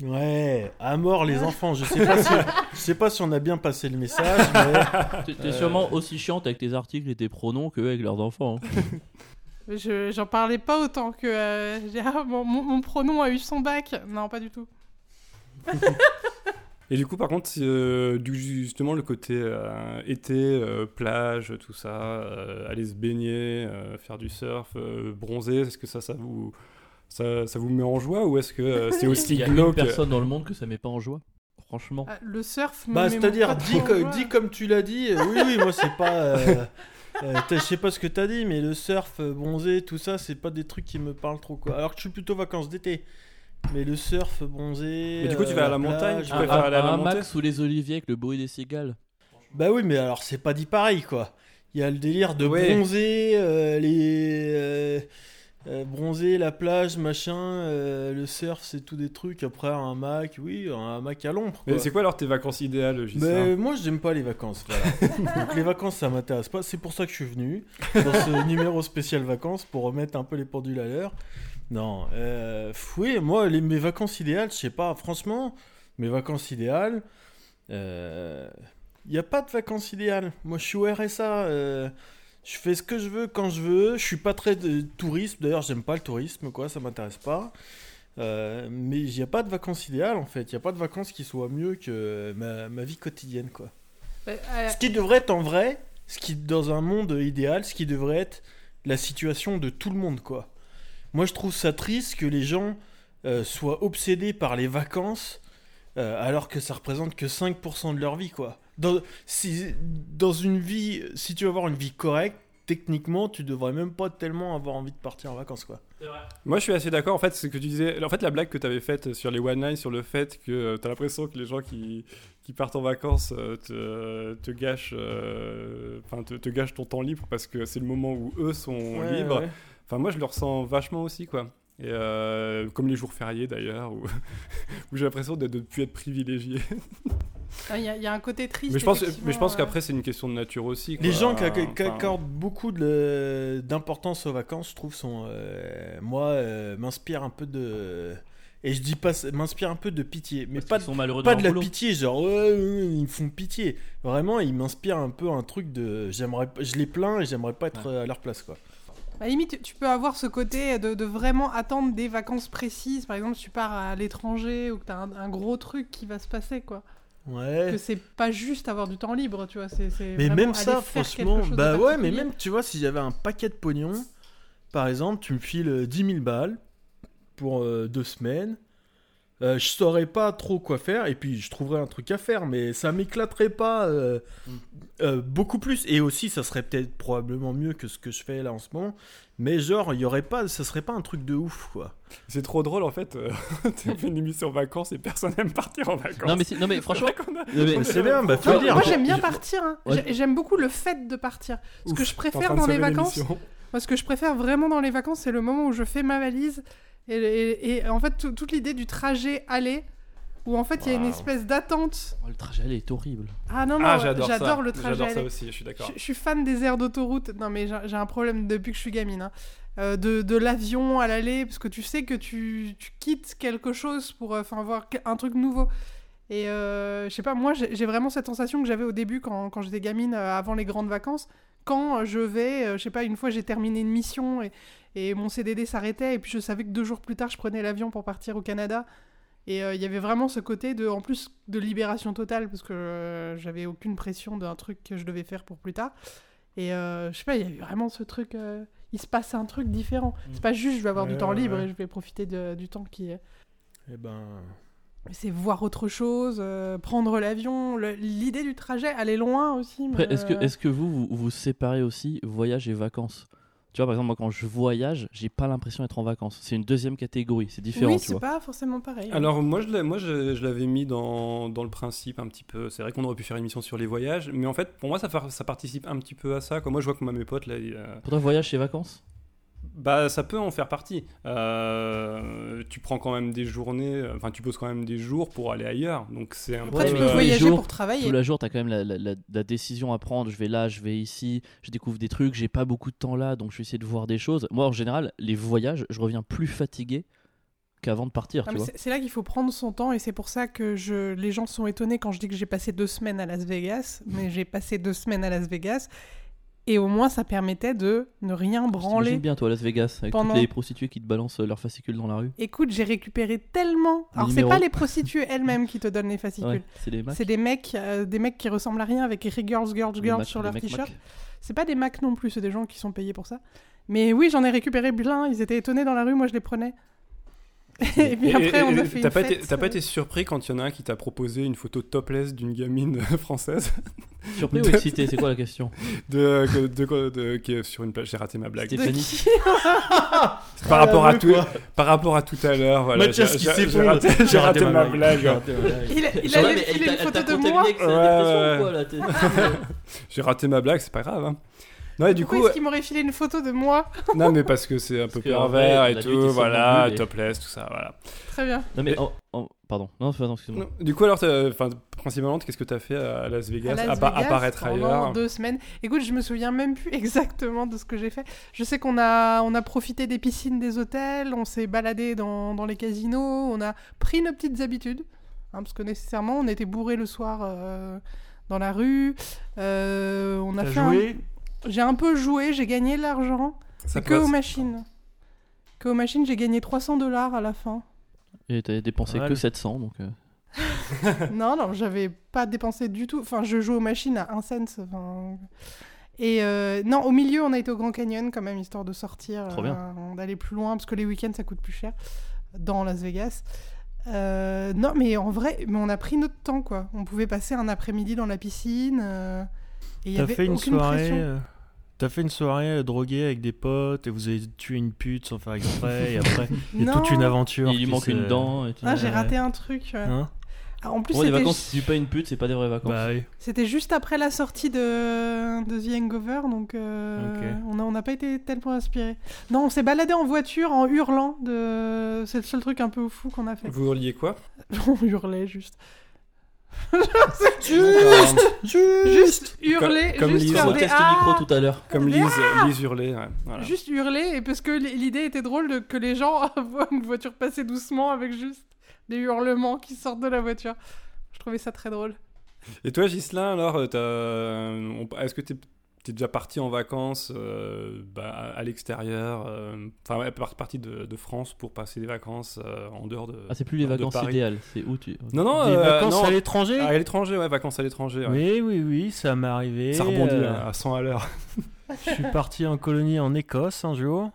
D: Ouais, à mort les enfants. Je sais pas si, je sais pas si on a bien passé le message, mais bah,
C: T'es t'es sûrement aussi chiante avec tes articles et tes pronoms qu'eux avec leurs enfants. hein.
B: Je- J'en parlais pas autant que euh, j'ai- ah, mon, mon- mon pronom a eu son bac. Non, pas du tout.
A: Et du coup, par contre, euh, du, justement, le côté euh, été, euh, plage, tout ça, euh, aller se baigner, euh, faire du surf, euh, bronzer, est-ce que ça, ça vous, ça, ça vous met en joie ou est-ce que euh, c'est aussi
C: Il y a une
A: glauque
C: personne dans le monde que ça met pas en joie. Franchement.
B: Ah, le surf, me
D: bah
B: met
D: c'est-à-dire
B: mon-
D: dit, co- dit comme tu l'as dit. euh, Oui oui, moi c'est pas. euh, euh, t'as- je sais pas ce que t'as dit, mais le surf, euh, bronzer, tout ça, c'est pas des trucs qui me parlent trop quoi. Alors que je suis plutôt vacances d'été, mais le surf, bronzer.
A: Mais du coup, tu
D: euh,
A: vas à la montagne,
D: plage,
A: tu
C: Un,
A: préfères
C: un-
A: aller à la
C: un
A: montée
C: hamac sous les oliviers avec le bruit des cigales.
D: Bah oui, mais alors c'est pas dit pareil quoi. Il y a le délire de
A: Ouais.
D: bronzer, euh, les euh, euh, bronzer, la plage, machin, euh, le surf, c'est tout des trucs. Après un hamac, oui, un hamac à l'ombre.
A: Mais
D: quoi.
A: c'est quoi alors tes vacances idéales, Gislain
D: Mais moi, j'aime pas les vacances. voilà. Donc les vacances, ça m'intéresse pas. C'est pour ça que je suis venu dans ce numéro spécial vacances pour remettre un peu les pendules à l'heure. Non, euh, pff, oui, moi, les, mes vacances idéales, je sais pas. Franchement, mes vacances idéales, il n'y a pas de vacances idéales. Moi, je suis au RSA. euh, je fais ce que je veux quand je veux. Je suis pas très de tourisme. D'ailleurs, j'aime pas le tourisme, quoi. Ça m'intéresse pas. Euh, mais il n'y a pas de vacances idéales en fait, il n'y a pas de vacances qui soient mieux que ma, ma vie quotidienne quoi.
B: Bah, euh,
D: Ce qui devrait être en vrai, ce qui dans un monde idéal, ce qui devrait être la situation de tout le monde quoi. Moi je trouve ça triste que les gens euh, soient obsédés par les vacances euh, alors que ça représente que 5% de leur vie quoi. Dans, si, dans une vie, si tu veux avoir une vie correcte, techniquement tu devrais même pas tellement avoir envie de partir en vacances quoi.
A: Moi, je suis assez d'accord. En fait, ce que tu disais, en fait, la blague que tu avais faite sur les one lines, sur le fait que tu as l'impression que les gens qui, qui partent en vacances euh, te, te gâchent, euh, enfin, te, te gâchent ton temps libre parce que c'est le moment où eux sont
D: Ouais,
A: libres.
D: ouais.
A: Enfin, moi, je le ressens vachement aussi, quoi. Et euh, comme les jours fériés, d'ailleurs, où, où j'ai l'impression de ne plus être privilégié.
B: Il y, a- il y a un côté triste.
A: Mais je pense, mais je pense
B: effectivement,
A: qu'après, c'est une question de nature aussi.
D: Les
A: quoi.
D: gens qui, acc-
A: Enfin,
D: qui accordent beaucoup de- d'importance aux vacances, je trouve, sont. euh, moi, euh, m'inspire un peu de. Et je dis pas. m'inspire un peu de pitié. Mais
C: Parce
D: pas
C: qu'ils
D: de,
C: sont malheureux
D: pas
C: de
D: de
C: leur
D: la
C: boulot.
D: pitié, genre, ouais, ouais, ouais, ils me font pitié. Vraiment, ils m'inspirent un peu un truc de. j'aimerais pas- Je les plains et j'aimerais pas être euh, à leur place, quoi.
B: À la Bah, limite, tu peux avoir ce côté de, de vraiment attendre des vacances précises. Par exemple, si tu pars à l'étranger ou que t'as un, un gros truc qui va se passer, quoi.
D: Ouais.
B: Que c'est pas juste avoir du temps libre, tu vois. c'est c'est
D: Eh. Mais
B: vraiment
D: même
B: aller
D: ça,
B: faire quelque
D: franchement,
B: chose de
D: bah ouais, mais
B: particulier.
D: même, tu vois, si j'avais un paquet de pognon, par exemple, tu me files euh, 10 000 balles pour euh, deux semaines,
E: euh, je saurais pas trop quoi faire et puis je trouverais un truc à faire, mais ça m'éclaterait pas euh,
B: Mm.
E: euh, beaucoup plus. Et aussi, ça serait peut-être probablement mieux que ce que je fais là en ce moment, mais genre, il y aurait pas, ça serait pas un truc de ouf quoi.
A: C'est trop drôle en fait. euh, tu fais une émission vacances et personne n'aime partir en vacances.
C: Non mais, si- non, mais franchement,
A: C'est vrai qu'on a-
C: non, mais-
A: on a-
E: C'est bien, bah faut
B: Non,
E: dire.
B: moi j'aime bien
C: je-
B: partir. hein.
C: Ouais.
B: J'ai- J'aime beaucoup le fait de partir. Ce
A: Ouf,
B: que je
A: t'es en
B: préfère
A: train de
B: dans les
A: sauver
B: vacances,
A: l'émission.
B: moi ce que je préfère vraiment dans les vacances, c'est le moment où je fais ma valise et, et- et en fait tout- toute l'idée du trajet aller, où en fait il y a une
D: Waouh.
B: espèce d'attente.
C: Oh, le trajet elle est horrible.
B: Ah non non,
A: Ah, j'adore ça.
B: j'adore le trajet
A: J'adore ça
B: aller.
A: aussi, je suis d'accord.
B: Je, je suis fan des aires d'autoroute. Non, mais j'ai j'ai un problème depuis que je suis gamine. hein. Euh, de de l'avion à l'aller, parce que tu sais que tu, tu quittes quelque chose pour euh, enfin, voir que- un truc nouveau. Et euh, je sais pas, moi, j'ai j'ai vraiment cette sensation que j'avais au début quand, quand j'étais gamine, euh, avant les grandes vacances. Quand euh, je vais, euh, je sais pas, une fois j'ai terminé une mission et, et mon CDD s'arrêtait, et puis je savais que deux jours plus tard je prenais l'avion pour partir au Canada. Et euh, il y avait vraiment ce côté de, en plus, de libération totale, parce que euh, j'avais aucune pression d'un truc que je devais faire pour plus tard. Et euh, je sais pas, il y a eu vraiment ce truc. euh, il se passe un truc différent. C'est pas juste je vais avoir du
E: Ouais,
B: temps
E: ouais,
B: libre
E: ouais.
B: et je vais profiter de- du temps qui est.
E: Eh ben.
B: Mais C'est voir autre chose, euh, prendre l'avion, le- l'idée du trajet, aller loin aussi. mais,
C: Après, est-ce que,
B: euh,
C: est que vous, vous vous séparez aussi voyage et vacances Tu vois, par exemple, moi quand je voyage, j'ai pas l'impression d'être en vacances. C'est une deuxième catégorie, c'est différent,
B: Oui,
C: tu
B: c'est
C: vois.
B: pas forcément pareil.
A: Alors moi je l'ai- moi je, je l'avais mis dans, dans le principe un petit peu. C'est vrai qu'on aurait pu faire une émission sur les voyages, mais en fait pour moi ça, fa- ça participe un petit peu à ça. Quoi. Moi je vois que moi, mes potes là, ils, euh,
C: Pour toi, voyage c'est vacances
A: bah ça peut en faire partie. Euh, tu prends quand même des journées, euh, enfin tu poses quand même des jours pour aller ailleurs. Donc c'est un
B: Après,
A: peu,
B: tu
C: tous
B: peux
C: les
A: euh,
B: voyager
C: jours,
B: pour travailler.
C: Tout le jour, t'as quand même la, la- la- la décision à prendre. Je vais là, je vais ici, je découvre des trucs, j'ai pas beaucoup de temps là, donc je vais essayer de voir des choses. Moi, en général, les voyages, je reviens plus fatigué qu'avant de partir,
B: Ah,
C: tu
B: mais
C: vois.
B: c'est- c'est là qu'il faut prendre son temps et c'est pour ça que je, les gens sont étonnés quand je dis que j'ai passé deux semaines à Las Vegas. Mais j'ai passé deux semaines à Las Vegas et au moins ça permettait de ne rien branler.
C: T'imagines bien, toi, Las Vegas, avec
B: Pendant-
C: toutes les prostituées qui te balancent euh, leurs fascicules dans la rue.
B: Écoute, j'ai récupéré tellement. Alors c'est
C: Numéro.
B: pas les prostituées elles-mêmes qui te donnent les fascicules.
C: Ouais, c'est les Macs.
B: C'est des mecs, euh, des mecs qui ressemblent à rien avec écrit girls, girls,
C: Les
B: girls
C: Macs,
B: sur
C: les
B: leur
C: mecs
B: t-shirt.
C: Macs.
B: C'est pas des Macs non plus, c'est des gens qui sont payés pour ça. Mais oui, j'en ai récupéré plein. Ils étaient étonnés dans la rue, moi je les prenais. et puis
A: et-
B: après,
A: et-
B: on a
A: et
B: fait
A: T'as
B: une
A: pas,
B: fête,
A: été- t'as pas
B: euh,
A: été surpris quand il y en a un qui t'a proposé une photo topless d'une gamine française
C: Surpris ou excité, c'est quoi la question
A: de, de, de- de- qui est sur une plage J'ai raté ma blague.
C: C'était-
B: de
C: Stéphanie.
B: qui
A: Par rapport à
E: Ah,
A: tout,
E: quoi.
A: par rapport à tout à l'heure, voilà.
E: Mathias
A: j'ai-
E: qui
A: j'ai- j'ai
E: s'effondre.
A: raté- J'ai raté ma blague.
B: Il a, il a les- il a une photo de moi.
A: J'ai raté ma blague, c'est pas grave. hein. Non et du
B: Pourquoi
A: coup,
B: est-ce qu'il m'aurait filé une photo de moi
A: non mais parce que c'est un peu
C: Parce que, en vrai,
A: pervers
C: la
A: et
C: nuit,
A: tout,
C: t'es
A: voilà,
C: somnambule et-
A: topless, tout ça, voilà.
B: Très bien.
C: Non mais
A: Et-
C: en- en- pardon, non, non excuse-moi.
A: Mm. Non, Du coup alors, t'as- enfin principalement, qu'est-ce que t'as fait à Las Vegas,
B: à
A: à part
B: Las Vegas
A: ah bah, apparaître
B: pendant
A: ailleurs
B: deux semaines. Écoute, je me souviens même plus exactement de ce que j'ai fait. Je sais qu'on a, on a profité des piscines des hôtels, on s'est baladé dans, dans les casinos, on a pris nos petites habitudes. hein, parce que nécessairement, on était bourrés le soir euh, dans la rue. Euh, on a
E: T'as
B: fait
E: joué
B: un- J'ai un peu joué, j'ai gagné de l'argent.
A: Ça
B: mais que aux
A: passe.
B: machines. Que aux machines, j'ai gagné 300 dollars à la fin.
C: Et t'avais dépensé
E: Ouais,
C: que
E: le-
C: 700, donc... euh,
B: non, non, j'avais pas dépensé du tout. Enfin, je joue aux machines à 1 cent. enfin. Et euh, non, au milieu, on a été au Grand Canyon quand même, histoire de sortir,
C: Trop bien.
B: euh, d'aller plus loin, parce que les week-ends, ça coûte plus cher dans Las Vegas. Euh, non, mais en vrai, mais on a pris notre temps, quoi. On pouvait passer un après-midi dans la piscine. euh, et il y
D: T'as
B: avait
D: fait une
B: aucune
D: soirée.
B: pression.
D: euh, T'as fait une soirée euh, droguée avec des potes et vous avez tué une pute sans faire exprès et après il y a
B: Non.
D: toute une euh. aventure.
C: Il lui
D: qui
C: manque
D: se-
C: une dent. Et tout.
B: Ah, j'ai
D: Ouais.
B: raté un truc. ouais.
D: Hein
B: Ah, en plus,
C: Pour moi, les
B: c'était
C: vacances,
B: ju-
C: si tu pas une pute, c'est pas des vraies vacances.
D: Bah oui.
B: C'était juste après la sortie de, de The Hangover, donc euh,
D: Ok.
B: on n'a on n'a pas été tellement inspirés. Non, on s'est baladé en voiture en hurlant. De... C'est le seul truc un peu fou qu'on a fait.
A: Vous hurliez quoi
B: On hurlait juste.
A: Juste
B: Juste hurler,
A: comme
B: juste
A: Lise.
B: faire
A: Regardez,
C: Au
B: des
C: test
B: Ah
C: micro tout à l'heure.
A: Comme Lise, Lise hurlait. ouais, voilà.
B: Juste hurler, et parce que l- l'idée était drôle de, que les gens voient une voiture passer doucement avec juste des hurlements qui sortent de la voiture. Je trouvais ça très drôle.
A: Et toi, Gislain, alors, euh, t'as- euh, on- est-ce que t'es t'es déjà parti en vacances euh, bah, à l'extérieur, euh, enfin, ouais, par- parti de, de France pour passer des vacances euh, en dehors de.
C: Ah, c'est plus les
A: en dehors de
C: vacances
A: Paris.
C: idéales, c'est où tu.
A: Non, non,
D: Des
A: euh,
D: vacances
A: non,
D: à l'étranger
A: à l'étranger, ouais, vacances à l'étranger. ouais.
D: Oui, oui, oui, ça m'est arrivé.
A: Ça rebondit hein,
D: euh,
A: à 100 à l'heure.
D: Je suis parti en colonie en Écosse un jour.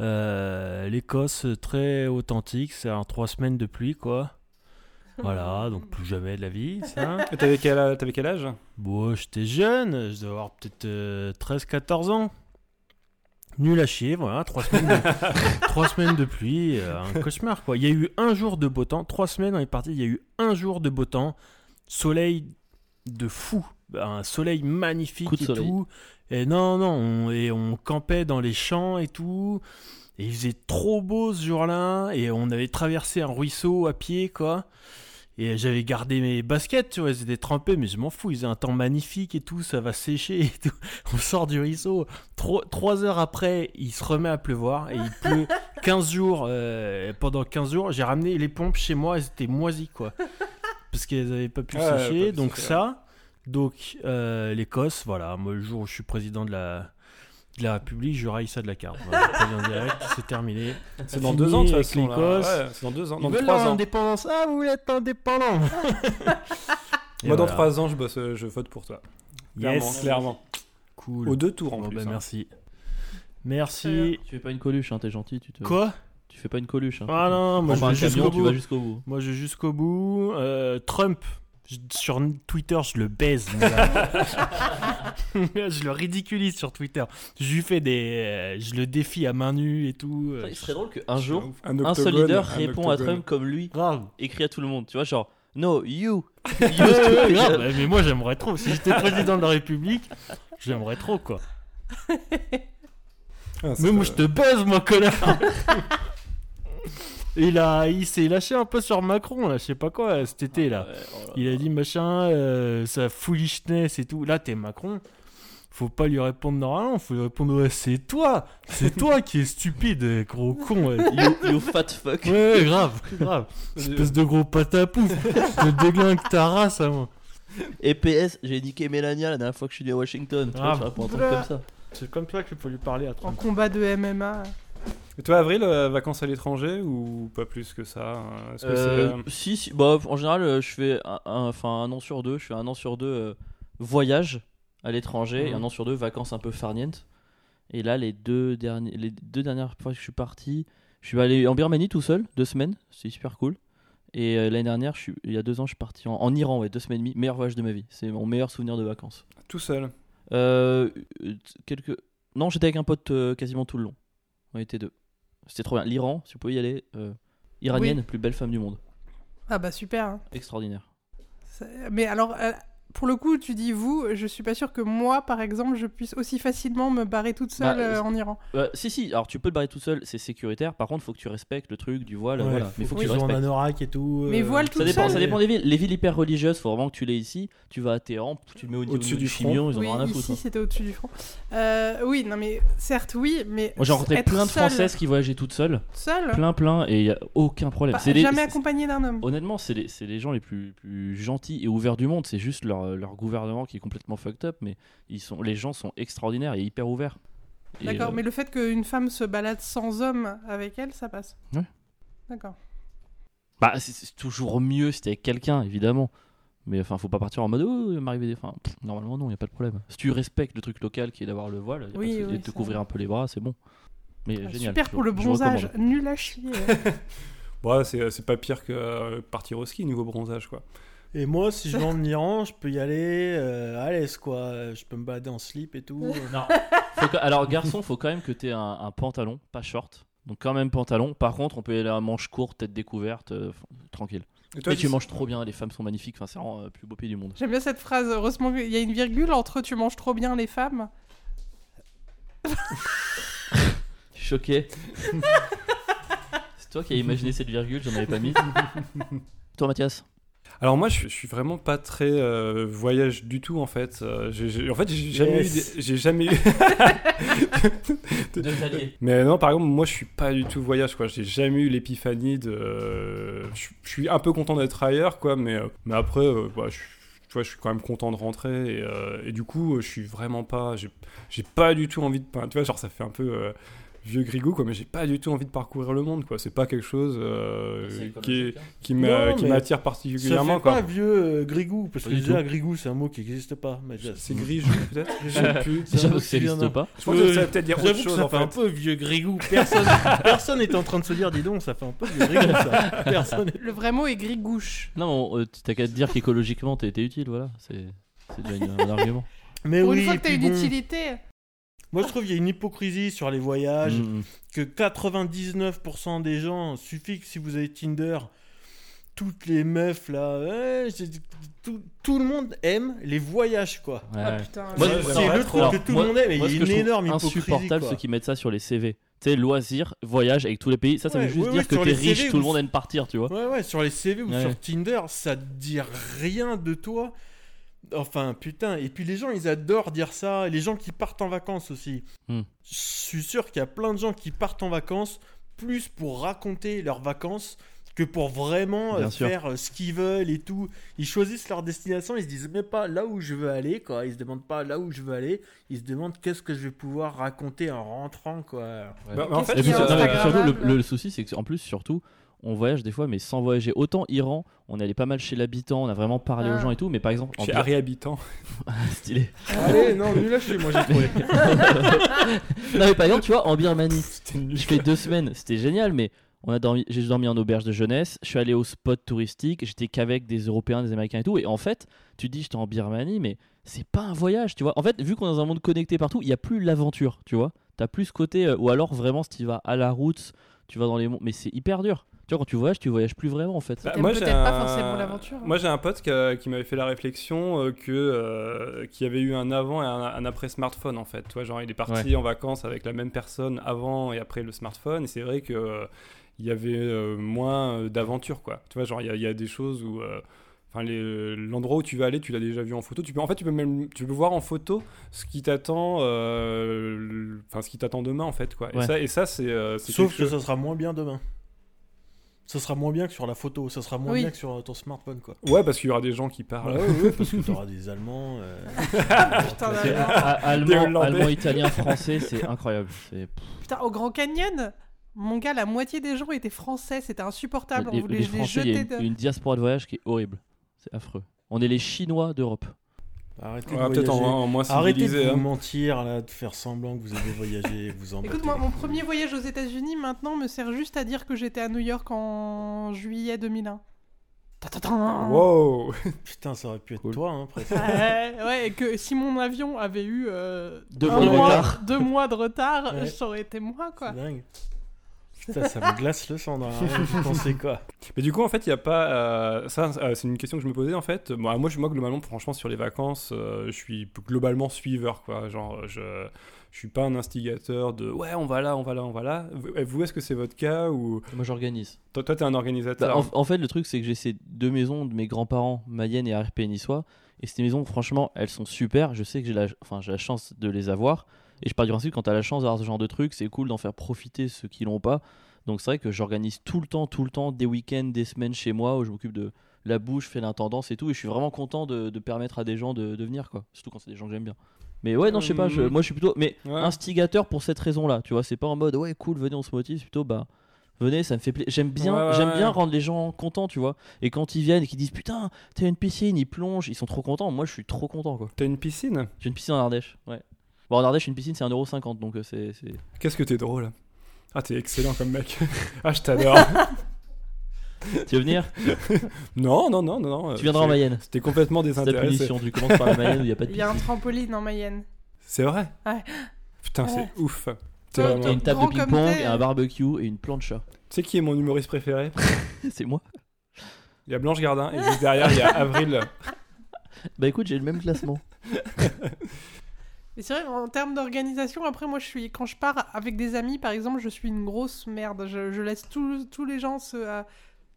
D: Euh, L'Écosse, très authentique, c'est en trois semaines de pluie, quoi. Voilà, donc plus jamais de la vie, ça.
A: Et T'avais quel, euh, t'avais quel âge
D: Bon, j'étais jeune, je devais avoir peut-être 13-14 ans. Nul à chier, voilà, trois semaines de, trois semaines de pluie, euh, un cauchemar quoi. Il y a eu un jour de beau temps, trois semaines on est parti, il y a eu un jour de beau temps, soleil de fou, bah, un soleil magnifique
C: Coup de
D: et
C: soleil.
D: tout. Et non, non, on, et on campait dans les champs et tout. Et il faisait trop beau ce jour-là, et on avait traversé un ruisseau à pied quoi. Et j'avais gardé mes baskets, tu vois, elles étaient trempées, mais je m'en fous, ils ont un temps magnifique et tout, ça va sécher et tout. On sort du ruisseau. Tro- trois heures après, il se remet à pleuvoir et il pleut 15 jours. euh, pendant 15 jours, j'ai ramené les pompes chez moi, elles étaient moisies, quoi. Parce qu'elles n'avaient pas pu
A: Ouais, elles
D: sécher,
A: avaient pas pu
D: donc
A: sécher,
D: ça. Donc, euh, l'Écosse, voilà, moi, le jour où je suis président de la, de la République, je raille ça de la carte. Voilà, président direct, c'est terminé.
A: C'est dans
D: Fini
A: deux ans, de toute
D: avec
A: façon. là.
D: l'Écosse.
A: Ouais, c'est dans deux ans. Dans
D: Ils veulent
A: trois
D: leur
A: ans.
D: indépendance. Ah, vous voulez être indépendant Et
A: Moi, dans
D: voilà.
A: trois ans, je, bosse, euh, je vote pour toi. Clairement,
D: Yes.
A: clairement.
D: Cool.
A: Aux deux tours en
D: Bon,
A: plus.
D: bah,
A: hein.
D: merci.
B: Très
D: Merci.
C: Tu fais pas une coluche, hein, t'es gentil. Tu te...
D: Quoi
C: Tu fais pas une coluche. Hein,
D: Ah non,
C: Prends
D: moi je
C: pas
D: vais
C: un
D: jusqu'au
C: camion, tu
D: bout.
C: vas jusqu'au bout.
D: Moi je vais jusqu'au bout. Euh, Trump, je- sur Twitter, je le baise. mais là- je le ridiculise sur Twitter. Je lui fais des. euh, je le défie à main nue et tout. euh,
C: Il serait drôle qu'un jour,
A: un,
C: un seul
A: octogone,
C: leader
A: un
C: répond à
A: octogone.
C: Trump comme lui,
D: Grave.
C: écrit à tout le monde. Tu vois, genre, no, you.
D: Ouais, ouais, grave. Ouais, Mais moi j'aimerais trop. Si j'étais président de la République, j'aimerais trop quoi.
A: Ah, c'est,
D: Mais moi
A: euh,
D: je te baise, moi connard Il, a, il s'est lâché un peu sur Macron, là, je sais pas quoi, cet été, là.
C: Ouais, oh là
D: Il a dit machin, euh, sa foolishness et tout. Là, t'es Macron. Faut pas lui répondre normalement, faut lui répondre ouais, c'est toi, c'est toi qui es stupide, gros con. Ouais,
C: You, you fat fuck.
D: Ouais, ouais, grave, grave. Espèce de gros patapouf, je te déglingue ta race à moi.
C: Et PS, j'ai niqué Mélania la dernière fois que je suis allé à Washington. Tu vois,
D: Ah,
C: tu vas pas un truc
B: voilà.
C: comme ça.
D: C'est comme ça qu'il faut lui parler à
B: En combat de MMA.
A: Et toi, Avril, euh, vacances à l'étranger ou pas plus que ça hein Est-ce que
C: Euh,
A: c'est, euh,
C: si, si, bah, en général, euh, je fais un, un- enfin, un an sur deux, je fais un an sur deux euh, voyage à l'étranger et
A: Mhm.
C: un an sur deux vacances un peu farniente. Et là, les deux, derniers, les deux dernières fois que je suis parti, je suis allé en Birmanie tout seul, deux semaines, c'est super cool. Et euh, l'année dernière, je suis, il y a deux ans, je suis parti en, en Iran, ouais, deux semaines et demie, meilleur voyage de ma vie. C'est mon meilleur souvenir de vacances.
A: tout seul
C: Euh, euh, quelques... Non, j'étais avec un pote euh, quasiment tout le long. On était deux. C'était trop bien. L'Iran, si vous pouvez y aller, euh, iranienne, plus belle femme du monde.
B: Ah bah super. hein.
C: Extraordinaire.
B: C'est- Mais alors, euh, pour le coup, tu dis vous, je suis pas sûre que moi, par exemple, je puisse aussi facilement me barrer toute seule
C: Bah,
B: euh,
C: c'est-
B: en Iran.
C: Euh, si, si, alors tu peux te barrer tout seul, c'est sécuritaire. Par contre, faut que tu respectes le truc du voile,
D: Ouais,
C: voilà. Mais faut que tu
D: qu'ils
C: le
D: jouent en
C: respectes.
D: anorak et tout.
B: Mais
D: euh,
B: voile tout
C: Ça dépend,
B: seul.
C: ça dépend des villes. Les villes hyper religieuses, faut vraiment que tu l'aies ici. Tu vas à Téhéran, tu te mets au niveau
A: Au-dessus
C: du,
A: du front.
C: chimion, ils en
B: Oui,
C: ont rien à foutre. hein.
B: ici, c'était au-dessus du front. Euh, oui, non mais certes, oui, mais
C: Moi, j'ai rencontré
B: être
C: plein de
B: seule-
C: Françaises qui voyageaient toutes seules,
B: Seule,
C: plein, plein, et il y a aucun problème.
B: pas-
C: C'est Oh, les-
B: Bah, jamais
C: c'est-
B: accompagnée d'un homme.
C: Honnêtement, c'est les, c'est les gens les plus, plus gentils et ouverts du monde. C'est juste leur, leur gouvernement qui est complètement fucked up, mais ils sont, les gens sont extraordinaires et hyper ouverts. Et,
B: D'accord,
C: euh,
B: mais le fait qu'une femme se balade sans homme avec elle, ça passe.
C: Ouais.
B: D'accord.
C: Bah, c'est- c'est toujours mieux si t'es avec quelqu'un, évidemment. Mais enfin, faut pas partir en mode oh, il va m'arriver des. Enfin, pff, normalement, non, il a pas de problème. Si tu respectes le truc local qui est d'avoir le voile, y a pas de
B: Oui,
C: souci,
B: oui,
C: et de te
B: ça
C: couvrir un peu les bras, c'est bon. Mais
B: Ah,
C: génial.
B: Super
C: je-
B: pour le
C: je
B: bronzage,
C: recommande.
B: nul à chier.
A: Bon, ouais, bah, c'est, c'est pas pire que euh, partir au ski niveau bronzage, quoi.
D: Et moi, si je vais en Iran, je peux y aller euh, à l'aise, quoi. Euh, Je peux me balader en slip et tout.
C: Faut que- Alors, garçon, faut quand même que t'aies un, un pantalon, pas short. Donc, quand même pantalon. Par contre, on peut y aller à manche courte, tête découverte, euh, f- tranquille.
A: Et toi,
C: Mais tu
A: Alice
C: manges trop bien, les femmes sont magnifiques. Enfin, c'est vraiment euh, le plus beau pays du monde.
B: J'aime bien cette phrase, heureusement qu'il y a une virgule entre tu manges trop bien les femmes.
C: Je suis Choqué. c'est toi qui as imaginé cette virgule, j'en avais pas mis. toi, Mathias
A: Alors moi, je, suis- je suis vraiment pas très euh, voyage du tout, en fait. Euh, j'ai- j'ai- en fait, j'ai jamais
D: Yes.
A: eu... des- J'ai jamais eu...
C: Deux alliés.
A: Mais non, par exemple, moi, je suis pas du tout voyage, quoi. J'ai jamais eu l'épiphanie de. euh, Je je suis un peu content d'être ailleurs, quoi. Mais, euh, mais après, euh, bah, je, tu vois, je suis quand même content de rentrer. Et, euh, et du coup, euh, je suis vraiment pas. J'ai j'ai pas du tout envie de. enfin, Tu vois, genre, ça fait un peu. euh, vieux grigou, quoi. Mais j'ai pas du tout envie de parcourir le monde, quoi. C'est pas quelque chose euh,
C: C'est comme
A: qui,
D: hein.
C: chacun.
A: qui m'a-
D: Non,
A: qui
D: mais
A: m'attire
D: Ça
A: particulièrement,
D: fait
A: quoi.
D: pas vieux euh, grigou, parce que
C: Pas du
D: déjà grigou c'est un mot qui n'existe pas. Mais déjà,
A: C'est grigou, peut-être Je sais plus.
C: Déjà,
D: un mot
C: parce que ça
D: qui vient
C: n'existe
D: d'un-
C: pas.
A: Je pense que ça veut peut-être dire
D: J'avoue
A: autre
D: que
A: chose,
D: ça
A: en
D: fait un
A: fait.
D: peu vieux grigou. Personne, personne est en train de se dire, dis donc, ça fait un peu vieux grigou ça. Personne est-
B: Le vrai mot est grigouche.
C: Non, mais on- euh, t'as qu'à te dire qu'écologiquement, t'as été utile, voilà. C'est c'est déjà une- un argument.
D: Mais
B: Pour
D: Eh oui,
B: une fois que t'as
D: puis
B: une
D: bon,
B: utilité.
D: Moi je trouve qu'il y a une hypocrisie sur les voyages,
C: Mm.
D: que 99% des gens, suffit que si vous avez Tinder, toutes les meufs là, ouais, j'ai- tout, tout le monde aime les voyages quoi.
C: Ouais.
B: Ah putain.
C: Moi,
B: mais-
C: je-
D: c'est
C: j'aimerais
D: le
C: trop.
D: truc
C: Alors,
D: que tout
C: moi-
D: le monde aime, et
C: Moi,
D: il
C: ce
D: y
C: que
D: a
C: je
D: une
C: trouve
D: énorme hypocrisie.
C: insupportable,
D: quoi.
C: ceux qui mettent ça sur les CV. Tu sais, loisirs, voyage avec tous les pays. Ça, ça
D: Ouais,
C: veut juste
D: oui,
C: dire
D: oui,
C: que
D: sur
C: t'es
D: les
C: riche,
D: CV,
C: tout le
D: vous-
C: monde aime partir, tu vois.
D: Ouais, ouais, sur les CV ou
C: Ouais.
D: sur Tinder, ça te dit rien de toi. Enfin, putain. Et puis les gens, ils adorent dire ça. Les gens qui partent en vacances aussi.
C: Hmm.
D: Je suis sûr qu'il y a plein de gens qui partent en vacances plus pour raconter leurs vacances que pour vraiment
C: Bien
D: euh,
C: sûr.
D: faire euh, ce qu'ils veulent et tout. Ils choisissent leur destination, ils se disent mais pas là où je veux aller, quoi. Ils se demandent pas là où je veux aller, ils se demandent qu'est-ce que je vais pouvoir rater en rentrant, quoi.
A: Bah, mais en fait,
B: Qu'est-ce
C: Et
B: qu'il
C: puis,
B: y a
A: euh,
C: sur- non, mais
B: Instagram
C: surtout, le, le souci, c'est qu'en plus, surtout, on voyage des fois, mais sans voyager. Autant Iran, on est allé pas mal chez l'habitant, on a vraiment parlé aux
B: Ah.
C: gens et tout, mais par exemple, en
A: Chez
C: Birmanie-
A: Harry Habitant.
C: stylé.
D: Allez, non, nul à chier, moi j'ai trouvé.
C: Non, mais par exemple, tu vois, en Birmanie,
A: C'était nul.
C: je fais deux semaines, c'était génial, mais on a dormi, j'ai dormi en auberge de jeunesse, je suis allé au spot touristique, j'étais qu'avec des Européens, des Américains et tout, et en fait, tu dis j'étais en Birmanie, mais c'est pas un voyage, tu vois. En fait, vu qu'on est dans un monde connecté partout, il y a plus l'aventure, tu vois. T'as plus ce côté, euh, ou alors vraiment, si tu vas à la route, tu vas dans les monts, mais c'est hyper dur. Tu vois, quand tu voyages, tu voyages plus vraiment en fait.
A: Bah,
B: T'aimes
A: j'ai
B: peut-être pas
A: un-
B: forcément l'aventure, hein.
A: Moi, j'ai un pote qui, a- qui m'avait fait la réflexion euh, que euh, qu'il y avait eu un avant et un, un après smartphone en fait. Tu vois, genre il est parti en vacances avec la même personne avant et après le smartphone. Et c'est vrai que euh, il y avait euh, moins euh, d'aventure quoi. Tu vois, genre il y a- il y, a des choses où euh, Enfin, les- l'endroit où tu vas aller, tu l'as déjà vu en photo. Tu peux, en fait, tu peux même, tu peux voir en photo ce qui t'attend, euh, le- enfin ce qui t'attend demain en fait, quoi. Et
C: Ouais.
A: ça, et ça, c'est, euh, c'est
D: Sauf
A: quelque
D: que
A: chose-
D: ça sera moins bien demain. Ça sera moins bien que sur la photo, ça sera moins
B: Oui.
D: bien que sur euh, ton smartphone quoi.
A: ouais, parce qu'il y aura des gens qui parlent.
D: Ah Bah ouais, ouais, parce que t'auras des Allemands. euh,
B: Ah, Putain,
C: C'est-
B: alors.
C: a-
A: Ah, Des
C: allemand,
A: Hollandais.
C: allemand, italien, français, c'est incroyable. C'est-
B: Putain, au Grand Canyon, mon gars, la moitié des gens étaient français, c'était insupportable.
C: les,
B: on voulait
C: les
B: je les
C: Français, il y a
B: jeter.
C: une,
B: de-
C: une diaspora de voyage qui est horrible. C'est affreux. On est les Chinois d'Europe.
D: Arrêtez
A: Ouais,
D: de
A: Ah, peut-être en,
D: voyager.
A: en moins
D: Arrêtez
A: civilisé,
D: de vous
A: hein.
D: mentir là, de faire semblant que vous avez voyagé, et que vous embêtez.
B: Écoute, moi, mon premier voyage aux États-Unis maintenant me sert juste à dire que j'étais à New York en juillet 2001. Ta ta ta.
A: Wow
D: Putain, ça aurait pu être
C: Cool.
D: toi hein, presque.
B: Ouais, ouais, et que si mon avion avait eu euh,
C: Deux
B: un
C: mois de
B: mois-
C: retard.
B: deux mois de retard,
D: Ouais.
B: ça aurait été moi quoi.
D: C'est dingue. Putain, ça me glace le sang dans la rame, vous pensez quoi
A: Mais du coup, en fait, il n'y a pas. euh, ça, euh, c'est une question que je me posais, en fait. Bon, moi, je, moi, globalement, franchement, sur les vacances, euh, je suis p- globalement suiveur, quoi. Genre, euh, je. Je suis pas un instigateur de ouais on va là on va là on va là. Vous, euh, vous, est-ce que c'est votre cas ou
C: Moi, j'organise.
A: toi toi t'es un organisateur
C: Bah, en, en fait, le truc, c'est que j'ai ces deux maisons de mes grands-parents, Mayenne et ARP Niçois. Et ces maisons, franchement, elles sont super. Je sais que j'ai la, enfin, j'ai la chance de les avoir. Et je pars du principe, quand t'as la chance d'avoir ce genre de truc, c'est cool d'en faire profiter ceux qui l'ont pas. Donc c'est vrai que j'organise tout le temps, tout le temps, des week-ends, des semaines chez moi, où je m'occupe de la bouche, fais l'intendance et tout. Et je suis vraiment content de, de permettre à des gens de, de venir, quoi. Surtout quand c'est des gens que j'aime bien. Mais ouais, non, je sais pas, je-
A: Hum.
C: moi je suis plutôt. Mais
A: Ouais.
C: instigateur pour cette raison-là, tu vois. C'est pas en mode, ouais, cool, venez, on se motive. c'est plutôt, bah, venez, ça me fait plaisir. J'aime bien,
A: Ouais, ouais,
C: j'aime
A: ouais.
C: bien rendre les gens contents, tu vois. Et quand ils viennent et qu'ils disent, putain, t'as une piscine, ils plongent, ils sont trop contents. Moi, je suis trop content, quoi.
A: T'as une piscine
C: J'ai une piscine en Ardèche, ouais. Bon, en Ardèche, une piscine, c'est 1,50€, donc euh, c'est. c'est-
A: Qu'est-ce que t'es drôle Ah t'es excellent comme mec. ah je t'adore.
C: Tu veux venir
A: non non non non non. euh,
C: Tu viendras en
A: c'est-
C: Mayenne.
A: C'était complètement
C: C'est ta
A: désintéressé.
C: punition, tu commences par la Mayenne où il n'y a pas de
B: Il y a un
C: piscine.
B: trampoline en Mayenne.
A: C'est vrai.
B: Ouais.
A: Putain
B: Ouais.
A: c'est ouf. C'est
B: Toi,
A: vraiment-
C: Il y a une table
B: Grand
C: de
B: comme
C: ping-pong,
B: t'es.
C: et un barbecue et une plancha.
A: Tu sais qui est mon humoriste préféré
C: c'est moi.
A: Il y a Blanche Gardin et juste derrière il y a Avril.
C: Bah écoute, j'ai le même classement.
B: Mais c'est vrai, en termes d'organisation, après, moi, je suis, quand je pars avec des amis, par exemple, je suis une grosse merde. Je, je laisse tous tous les gens se. à-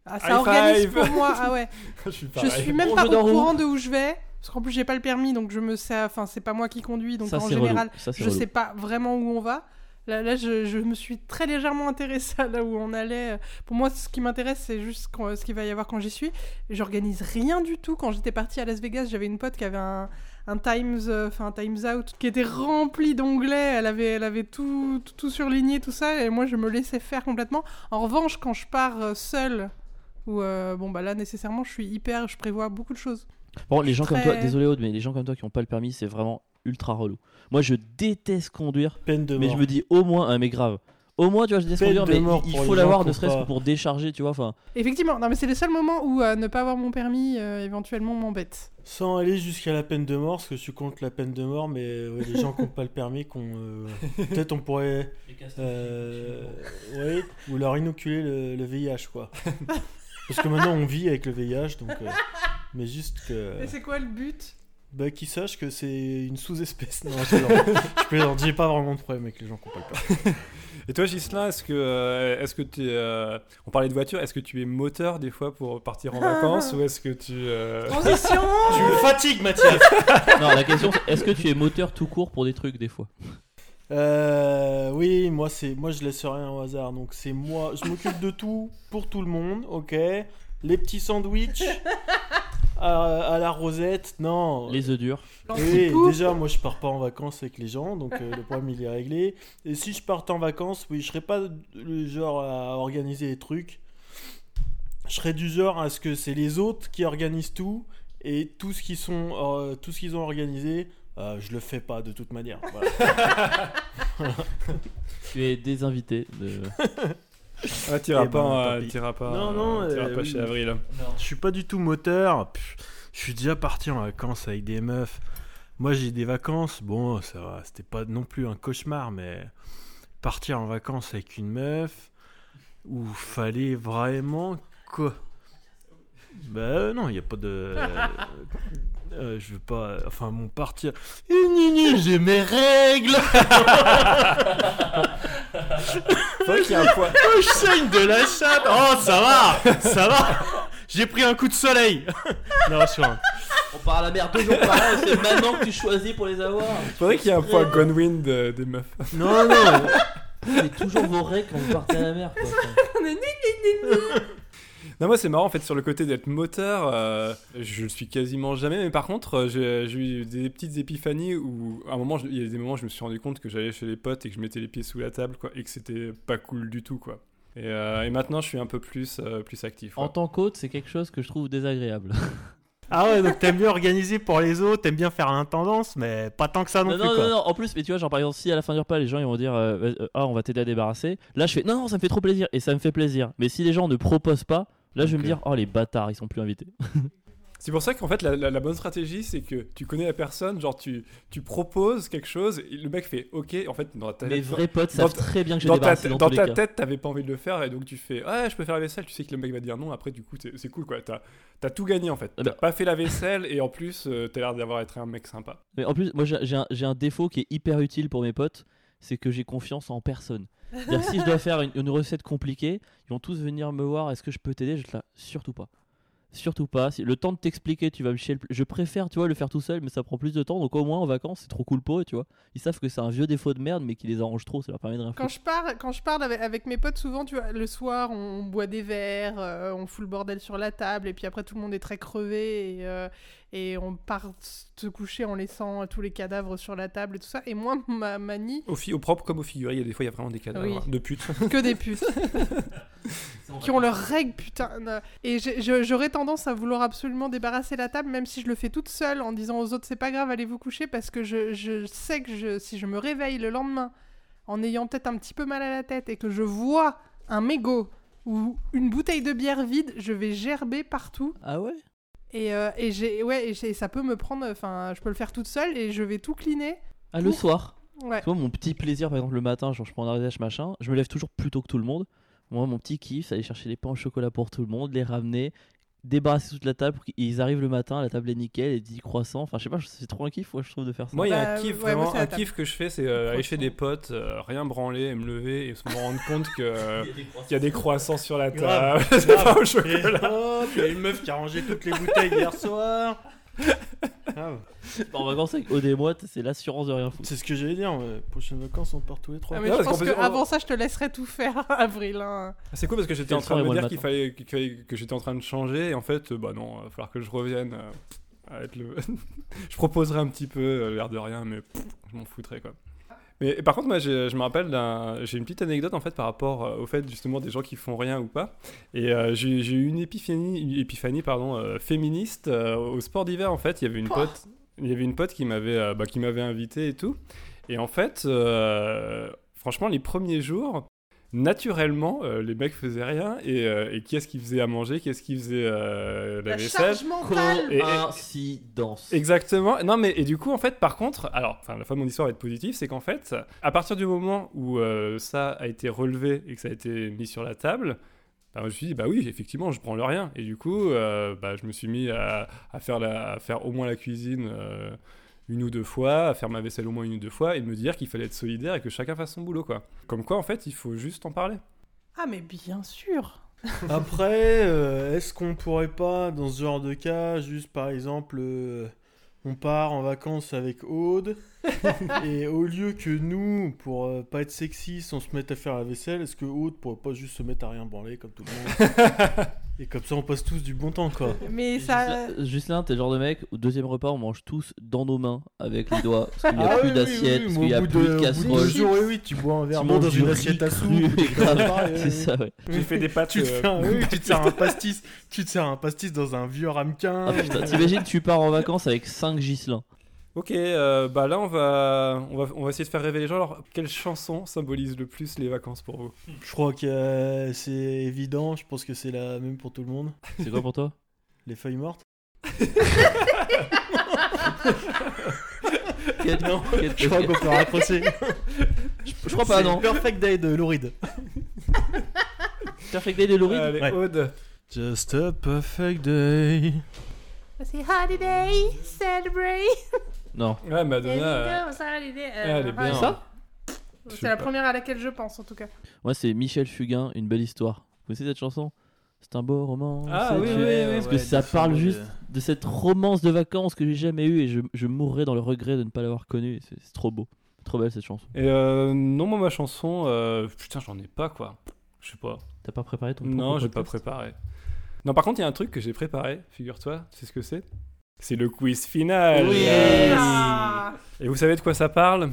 B: à-
A: High
B: ça organise
A: five
B: pour moi. Ah ouais.
A: je suis
B: je
A: pareil.
B: suis même
C: Bon
B: pas
C: jeu
B: au
C: d'enroue.
B: courant de où je vais. Parce qu'en plus, j'ai pas le permis, donc je me sais. Enfin, c'est pas moi qui conduis, donc
C: ça,
B: en
C: c'est relou.
B: général,
C: Ça, c'est
B: je
C: relou.
B: sais pas vraiment où on va. Là, là je, je me suis très légèrement intéressée à là où on allait. Pour moi, ce qui m'intéresse, c'est juste quand- ce qu'il va y avoir quand j'y suis. J'organise rien du tout. Quand j'étais partie à Las Vegas, j'avais une pote qui avait un, un Times, euh, enfin un Times Out, qui était rempli d'onglets. Elle avait, elle avait tout, tout, tout surligné, tout ça. Et moi, je me laissais faire complètement. En revanche, quand je pars euh, seule, ou euh, bon bah là nécessairement, je suis hyper, je prévois beaucoup de choses.
C: Bon, les gens comme toi,
B: Très-
C: désolé Aude, mais les gens comme toi qui n'ont pas le permis, c'est vraiment ultra relou. Moi, je déteste conduire,
D: Peine de mort.
C: mais je me dis au moins, ah, mais grave. Au moins, tu vois, je déteste
D: Peine
C: conduire,
D: de
C: mais
D: mort
C: il
D: pour
C: faut
D: les
C: l'avoir
D: gens
C: ne
D: qui ont
C: serait-ce que
D: pas-
C: pour décharger, tu vois. Enfin,
B: Effectivement, non mais c'est le seul moment où euh, ne pas avoir mon permis euh, éventuellement m'embête.
D: Sans aller jusqu'à la peine de mort, parce que je suis contre la peine de mort, mais euh, les gens qui n'ont pas le permis, qu'on, euh, peut-être on pourrait. euh, ouais, ou leur inoculer le, le VIH, quoi. Parce que maintenant on vit avec le VIH, donc. euh, mais juste que.
B: Et c'est quoi le but
D: Bah, qu'ils sachent que c'est une sous-espèce. Non, je plaisante. Je plaisante, j'ai pas vraiment de problème avec les gens qui n'ont pas le permis.
A: Et toi, Gislain, est-ce que, euh, est-ce que tu es, euh, on parlait de voiture, est-ce que tu es moteur des fois pour partir
D: Ah.
A: en vacances ou est-ce que tu, euh,
B: Transition
D: Tu me fatigues, Mathias
C: non, la question, c'est est-ce que tu es moteur tout court pour des trucs des fois
D: Euh, oui, moi c'est moi je laisse rien au hasard, donc c'est moi, je m'occupe de tout pour tout le monde, ok. Les petits sandwichs à, à la rosette, non.
C: Les œufs durs.
D: Oui,
B: L'anti-pouf.
D: déjà moi je pars pas en vacances avec les gens, donc euh, le problème il est réglé. Et si je parte en vacances, oui, je serais pas le genre à organiser les trucs. Je serais du genre à ce que c'est les autres qui organisent tout et tout ce qu'ils sont, euh, tout ce qu'ils ont organisé, euh, je le fais pas de toute manière. Voilà.
C: Tu es désinvité. De...
A: ah, t'iras
D: Eh ben,
A: pas,
D: tant
A: euh,
D: pis.
A: t'iras pas,
D: Non, non,
A: euh, t'iras
D: euh,
A: pas
D: oui.
A: chez Avril.
D: Je
E: Je suis pas du tout moteur. Pff, Je suis déjà parti en vacances avec des meufs. Moi, j'ai des vacances. Bon, ça va, c'était pas non plus un cauchemar, mais partir en vacances avec une meuf où fallait vraiment quoi Bah euh, non, il y a pas de. Euh, je veux pas. Enfin, mon partir. Eh, gni, gni, J'ai mes règles.
A: C'est vrai qu'il y a un poids.
E: Oh, je saigne de la chatte. Oh, ça va, ça va. J'ai pris un coup de soleil. non, je suis un-
C: On part à la mer deux jours par an, c'est maintenant que tu choisis pour les avoir.
A: C'est vrai qu'il y a un poids gone wind euh, des meufs.
E: Non, non.
C: C'est toujours vos règles quand vous partez à la mer.
A: Non, moi c'est marrant en fait sur le côté d'être moteur, euh, je le suis quasiment jamais, mais par contre euh, j'ai j'ai eu des petites épiphanies où à un moment, je- il y a des moments où je me suis rendu compte que j'allais chez les potes et que je mettais les pieds sous la table quoi, et que c'était pas cool du tout quoi. Et, euh, et maintenant je suis un peu plus, euh, plus actif. ouais.
C: En tant qu'hôte, c'est quelque chose que je trouve désagréable.
E: Ah ouais, donc t'aimes bien organiser pour les autres, t'aimes bien faire l'intendance, mais pas tant que ça non,
C: Non,
E: plus
C: non,
E: quoi.
C: non, non, en plus, mais tu vois, genre par exemple, si à la fin du repas, les gens ils vont dire euh, Vas- euh, Ah, on va t'aider à débarrasser, là je fais Non, non, ça me fait trop plaisir, et ça me fait plaisir. Mais si les gens ne proposent pas, là je vais me
A: Ok.
C: dire Oh, les bâtards, ils sont plus invités.
A: C'est pour ça qu'en fait, la, la- la bonne stratégie, c'est que tu connais la personne, genre tu, tu proposes quelque chose, et le mec fait OK. En fait, dans ta,
C: Mes
A: dans-
C: vrais potes
A: dans
C: savent très bien que j'ai
A: dans ta,
C: débarrassé dans,
A: dans
C: tous
A: ta
C: les cas.
A: tête, t'avais pas envie de le faire, et donc tu fais Ouais, je peux faire la vaisselle. Tu sais que le mec va dire non. Après, du coup, t'es- c'est cool quoi. T'as as tout gagné en fait.
C: Ah
A: T'as
C: bah.
A: pas fait la vaisselle, et en plus, euh, t'as l'air d'avoir été un mec sympa.
C: Mais en plus, moi j'ai j'ai un, j'ai un défaut qui est hyper utile pour mes potes, c'est que j'ai confiance en personne. C'est-à-dire que si je dois faire une, une recette compliquée, ils vont tous venir me voir, est-ce que je peux t'aider Je te la surtout pas. Surtout pas. Si, le temps de t'expliquer, tu vas me chier. le pl- Je préfère, tu vois, le faire tout seul, mais ça prend plus de temps. Donc au moins en vacances, c'est trop cool pour eux, tu vois. Ils savent que c'est un vieux défaut de merde, mais qui les arrange trop. Ça leur permet de rien
B: Quand
C: faire.
B: je pars, quand je parle avec, avec mes potes, souvent, tu vois, le soir, on boit des verres, euh, on fout le bordel sur la table, et puis après, tout le monde est très crevé, et, euh, et on part se coucher en laissant tous les cadavres sur la table et tout ça. Et moi, ma manie,
A: Au, fi- au propre comme au figuré, il y a des fois, il y a vraiment des cadavres
B: Oui.
A: hein, de putes.
B: que des putes. qui ont leurs règles, putain. Et j'ai- je- j'aurais tendance à vouloir absolument débarrasser la table, même si je le fais toute seule, en disant aux autres, c'est pas grave, allez vous coucher, parce que je, je sais que je- si je me réveille le lendemain, en ayant peut-être un petit peu mal à la tête, et que je vois un mégot ou une bouteille de bière vide, je vais gerber partout.
C: Ah ouais
B: Et, euh, et j'ai, ouais, et j'ai- ça peut me prendre, enfin, je peux le faire toute seule, et je vais tout cliner.
C: Ah, le
B: Ouh.
C: soir.
B: Ouais.
C: Tu vois, mon petit plaisir, par exemple, le matin, genre je prends un arrêtage, machin, je me lève toujours plus tôt que tout le monde. Moi, mon petit kiff, c'est aller chercher les pains au chocolat pour tout le monde, les ramener, débarrasser toute la table pour qu'ils arrivent le matin, la table est nickel, les 10 croissants. Enfin, je sais pas, c'est trop un kiff, moi, je trouve, de faire ça.
A: Moi, il y a un
B: Bah,
A: kiff,
B: ouais,
A: vraiment,
B: moi, c'est la
A: un
B: table.
A: kiff que je fais, c'est euh, aller chez des potes, euh, rien branler, et me lever, et se rendre compte que. euh, Il y a des croissants sur la table,
D: Grave.
A: c'est pas au
D: Et
A: chocolat.
C: Oh,
D: hop, il y a une meuf qui a rangé toutes les bouteilles hier soir. grave.
C: En vacances avec Aude et moi, t- c'est l'assurance de rien foutre.
D: Ah, C'est ce que j'allais dire. euh, Prochaines vacances, on part tous les trois.
B: Ah, mais
A: Ouais,
B: je
A: parce
B: pense
A: qu'en plus, on-
B: qu'avant ça, je te laisserai tout faire, Avril. hein.
A: Ah, C'est cool parce que j'étais
C: C'est
A: en
C: le
A: train de
C: soir et
A: me
C: moi le
A: dire qu'il fallait, qu'il fallait- que j'étais en train de changer et en fait, euh, bah non, il va falloir que je revienne euh, à être le. je proposerai un petit peu, euh, l'air de rien, mais pff, je m'en foutrais quoi. Mais et par contre, moi, j'ai- je me rappelle, d'un- j'ai une petite anecdote en fait par rapport euh, au fait justement des gens qui font rien ou pas. Et euh, j'ai j'ai eu une épiphanie, une épiphanie pardon, euh, féministe euh, au sport d'hiver en fait. Il y avait une
B: Oh.
A: pote, il y avait une pote qui m'avait, euh, bah, qui m'avait invité et tout. Et en fait, euh, franchement, les premiers jours, naturellement, euh, les mecs faisaient rien. Et, euh, et qui est-ce qui faisait à manger, qui est-ce qui faisait euh, la,
B: La
A: vaisselle
B: charge mentale.
A: Et- et-
C: Coïncidence.
A: Exactement. Non, mais et du coup, en fait, par contre, alors, enfin, la fin de mon histoire va être positive, c'est qu'en fait, à partir du moment où euh, ça a été relevé et que ça a été mis sur la table, bah, je me suis dit, bah oui, effectivement, je prends le rien. Et du coup, euh, bah, je me suis mis à, à faire la, à faire au moins la cuisine euh, une ou deux fois, à faire ma vaisselle au moins une ou deux fois, et de me dire qu'il fallait être solidaire et que chacun fasse son boulot, quoi. Comme quoi, en fait, il faut juste en parler.
B: Ah, mais bien sûr.
C: Ah,
D: Après, euh, est-ce qu'on pourrait pas, dans ce genre de cas, juste par exemple, euh, on part en vacances avec Aude, et au lieu que nous, pour euh, pas être sexistes, on se mette à faire la vaisselle, est-ce que Aude pourrait pas juste se mettre à rien branler comme tout le monde Et comme ça, on passe tous du bon temps, quoi.
B: Mais ça.
C: Juste Justin, t'es le genre de mec, au deuxième repas, on mange tous dans nos mains avec les doigts. Parce qu'il n'y a
D: Ah
C: plus
D: oui, oui, oui,
C: d'assiette,
D: oui,
C: parce
D: moi,
C: qu'il n'y
D: au
C: a
D: bout
C: plus de
D: au bout
C: casserole.
D: deux jours, oui, oui, tu bois un verre
C: Tu
D: d'eau
C: manges
D: dans
C: du
D: une
C: riz
D: assiette à
C: cru,
D: soupe.
C: mais
D: tu
C: grave.
D: fais pareil,
C: C'est
D: oui.
C: ça, ouais.
A: J'ai fait des pâtes.
D: Tu te,
A: euh,
D: fais un, oui, tu te sers un pastis, tu te sers un pastis dans un vieux ramequin.
C: Ah putain, t'imagines, tu pars en vacances avec 5 Gislin.
A: Ok, euh, bah là on va, on va on va essayer de faire rêver les gens. Alors, quelle chanson symbolise le plus les vacances pour vous
D: Je crois que euh, c'est évident, je pense que c'est la même pour tout le monde.
C: C'est quoi pour toi
D: Les feuilles mortes.
C: Non,
D: Je crois qu'on peut raccrocher.
C: je crois pas,
D: C'est
C: non.
D: Perfect Day de Louride.
C: Perfect Day de Louride
A: Allez,
D: Ouais.
A: Aude.
D: Just a perfect day.
B: C'est Holiday, Celebrate.
C: Non.
A: Ouais, Madonna. euh,
B: Every day was a holiday.
A: ah, elle est bien.
B: ouais.
C: C'est ça
A: Je sais
B: C'est la
A: pas.
B: première à laquelle je pense, en tout cas.
C: Moi, c'est Michel Fugain, Une belle histoire. Vous connaissez cette chanson C'est un beau roman.
A: Ah
C: c'est
A: oui,
C: une-
A: oui, oui.
C: Parce que ça parle juste de cette romance de vacances que j'ai jamais eue et je, je mourrais dans le regret de ne pas l'avoir connue. C'est c'est trop beau. Trop belle cette chanson.
A: Et euh, non, moi ma chanson, euh, putain, j'en ai pas quoi. Je sais pas.
C: T'as pas préparé ton
A: Non,
C: propre
A: j'ai pas
C: podcast
A: préparé. Non, par contre, il y a un truc que j'ai préparé, figure-toi. C'est ce que c'est C'est le quiz final.
C: Oui.
B: Ah.
A: Et vous savez de quoi ça parle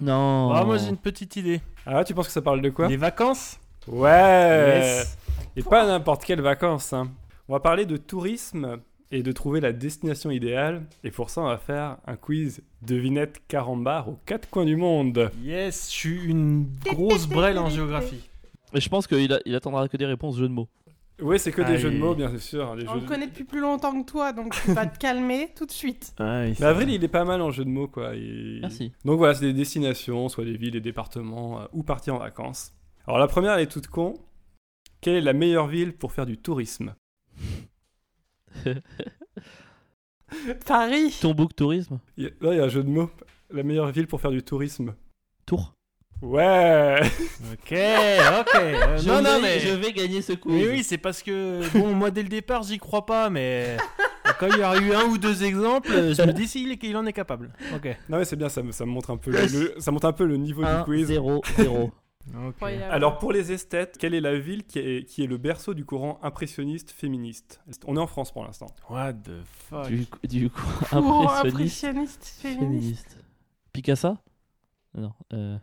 C: Non.
D: Ah, moi j'ai une petite idée.
A: Ah, tu penses que ça parle de quoi
D: Les vacances
A: Ouais
C: Euh,
D: Yes.
A: Et pas n'importe quelle vacances. hein. On va parler de tourisme et de trouver la destination idéale. Et pour ça, on va faire un quiz devinette carambar aux quatre coins du monde.
D: Yes, je suis une grosse brêle en géographie.
C: Mais je pense qu'il a- il attendra que des réponses jeux de mots.
A: Oui, c'est que des
D: Allez.
A: jeux de mots, bien sûr. hein, des
B: On
A: jeux
B: le
A: de-
B: connaît depuis plus longtemps que toi, donc tu vas te calmer tout de suite.
D: Ah
A: Mais Avril, il est pas mal en jeu de mots, quoi. Il-
C: Merci.
A: Donc voilà, c'est des destinations, soit des villes, des départements, euh, ou partir en vacances. Alors la première, elle est toute con. Quelle est la meilleure ville pour faire du tourisme
B: Paris.
C: Ton book tourisme
A: Il y a- Là, il y a un jeu de mots. La meilleure ville pour faire du tourisme.
C: Tour
A: Ouais
D: Ok, ok. euh, non, non, mais.
C: Je vais gagner ce coup.
D: Mais oui, c'est parce que. Bon, moi dès le départ, j'y crois pas, mais. Quand il y aura eu un ou deux exemples, euh, je me dis s'il est- qu'il en est capable. Ok.
A: Non mais c'est bien, ça me, ça me montre un peu le, le- ça montre un peu le niveau du quiz.
C: 0 0
B: Incroyable.
A: Alors pour les esthètes, quelle est la ville qui est, qui est le berceau du courant impressionniste féministe On est en France pour l'instant.
D: What the fuck
C: Du, coup- du coup,
B: Pour
C: impressionniste.
B: impressionniste féministe.
C: Féministe. Picasso Non. euh,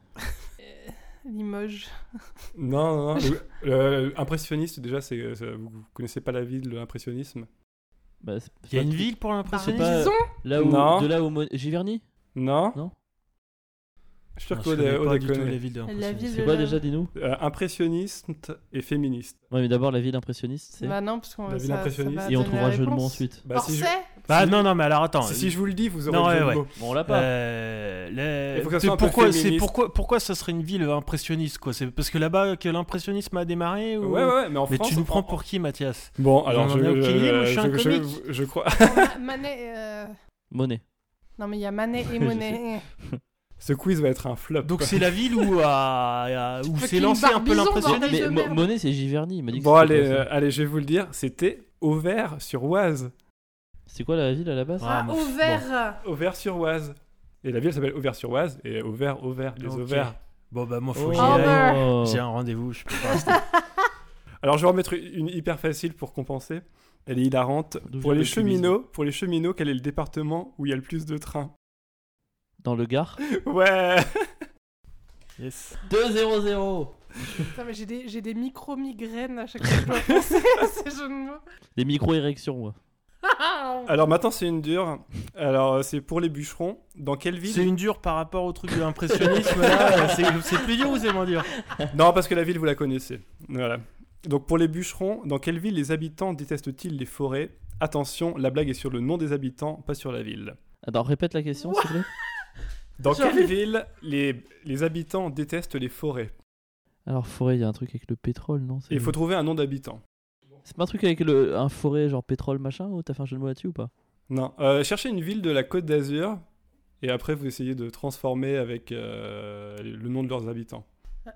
B: Limoges.
A: Non, non, non. le- le- le impressionniste déjà, c'est, c'est- vous, vous connaissez pas la ville, de l'impressionnisme
C: bah, c'est-
D: Il y a une
C: Ah, c'est
D: ville pour l'impressionnisme
C: pas-
B: Disons,
C: Là où,
A: Non.
C: De là où. Mo- Giverny
A: Non
C: Non.
A: Je suis sûr
D: Non,
A: qu'Aude
D: connais
A: Aude
D: pas du tout
A: connaît.
D: la ville de
B: la
D: l'impressionnisme.
B: ville de
C: C'est quoi
B: la-
C: déjà, dis-nous
A: Euh, impressionniste et féministe.
C: Ouais, mais d'abord la ville impressionniste, c'est.
B: Bah non, parce qu'on
A: La
B: ça-
A: ville
B: ça va
A: impressionniste.
C: Et on
B: donner
C: trouvera
B: la
C: le jeu de mots
B: réponse.
C: ensuite.
A: Bah, si, je,
B: Orsay
D: Bah non, non, mais alors attends.
A: si- si je vous le dis, vous aurez
D: Non,
A: le jeu
D: ouais,
A: de
D: ouais.
A: mots.
C: Bon, on l'a pas.
D: Euh, le-
A: Il faut que ça soit
D: de
A: un peu
D: pourquoi,
A: féministe.
D: c'est pourquoi, pourquoi ça serait une ville impressionniste quoi C'est parce que là-bas que l'impressionnisme a démarré ou...
A: Ouais, ouais, ouais, mais en
D: Mais
A: France.
D: tu nous prends
A: en-
D: pour qui, Mathias
A: Bon, alors
D: en
A: je,
D: est au
A: je,
D: Kili, moi, je suis un
A: je- je-
D: comique.
A: je crois.
B: Ma- Manet. euh,
C: Monnaie.
B: Non, mais il y a Manet et
C: Je
B: Monet.
A: Ce quiz va être un flop.
D: Donc
A: quoi.
D: c'est la ville où, à- à- où
B: Tu fais
D: s'est
B: qu'il
D: lancé un peu
B: barbizon,
D: l'impressionnisme
B: bordel.
C: Mais
B: de
C: Mo-
B: merde.
C: Monnaie, c'est Giverny. Il m'a dit que
A: Bon, euh,
C: c'était
A: allez,
C: quoi, ça.
A: euh, allez, je vais vous le dire. C'était Auvers sur Oise.
C: C'est quoi la ville à la base
D: Ah,
B: Ah,
D: moi, pff,
B: Auvers
A: Auvers-sur-Oise. Et la ville s'appelle Auvers-sur-Oise. Et Auvers, Auvers, les
D: Ok.
A: Auvers.
E: Bon, bah, moi, faut que
D: Oh.
E: j'y
B: Oh,
E: aille.
B: bah.
C: Oh.
E: J'ai un rendez-vous, je peux pas rester.
A: Alors je vais en mettre une hyper facile pour compenser. Elle est hilarante.
C: D'où
A: Pour
C: vient
A: les,
C: le cubisme
A: cheminots, pour les cheminots, quel est le département où il y a le plus de trains
C: Dans le Gard
A: Ouais
C: 2-0-0
B: Putain, mais j'ai des, j'ai des micro-migraines à chaque fois que je dois penser à ces jeux de mots.
C: Les micro-érections, moi.
B: Ah,
A: Alors maintenant c'est une dure. Alors euh, c'est pour les bûcherons. Dans quelle
E: C'est
A: ville
E: une dure par rapport au truc de l'impressionnisme là, euh, c'est- c'est plus dur ou c'est moins dur
A: Non parce que la ville vous la connaissez. Voilà. Donc pour les bûcherons, dans quelle ville les habitants détestent-ils les forêts Attention, la blague est sur le nom des habitants, pas sur la ville.
C: Attends, répète la question, s'il te plaît.
A: Dans
B: J'ai
A: quelle ville les, les habitants détestent les forêts
C: Alors, forêt, il y a un truc avec le pétrole, non C'est-
A: Et il faut trouver un nom d'habitant.
C: C'est pas un truc avec le... un forêt, genre pétrole, machin, ou t'as fait un jeu de mots là-dessus ou pas
A: Non. Euh, cherchez une ville de la Côte d'Azur et après vous essayez de transformer avec euh, le nom de leurs habitants.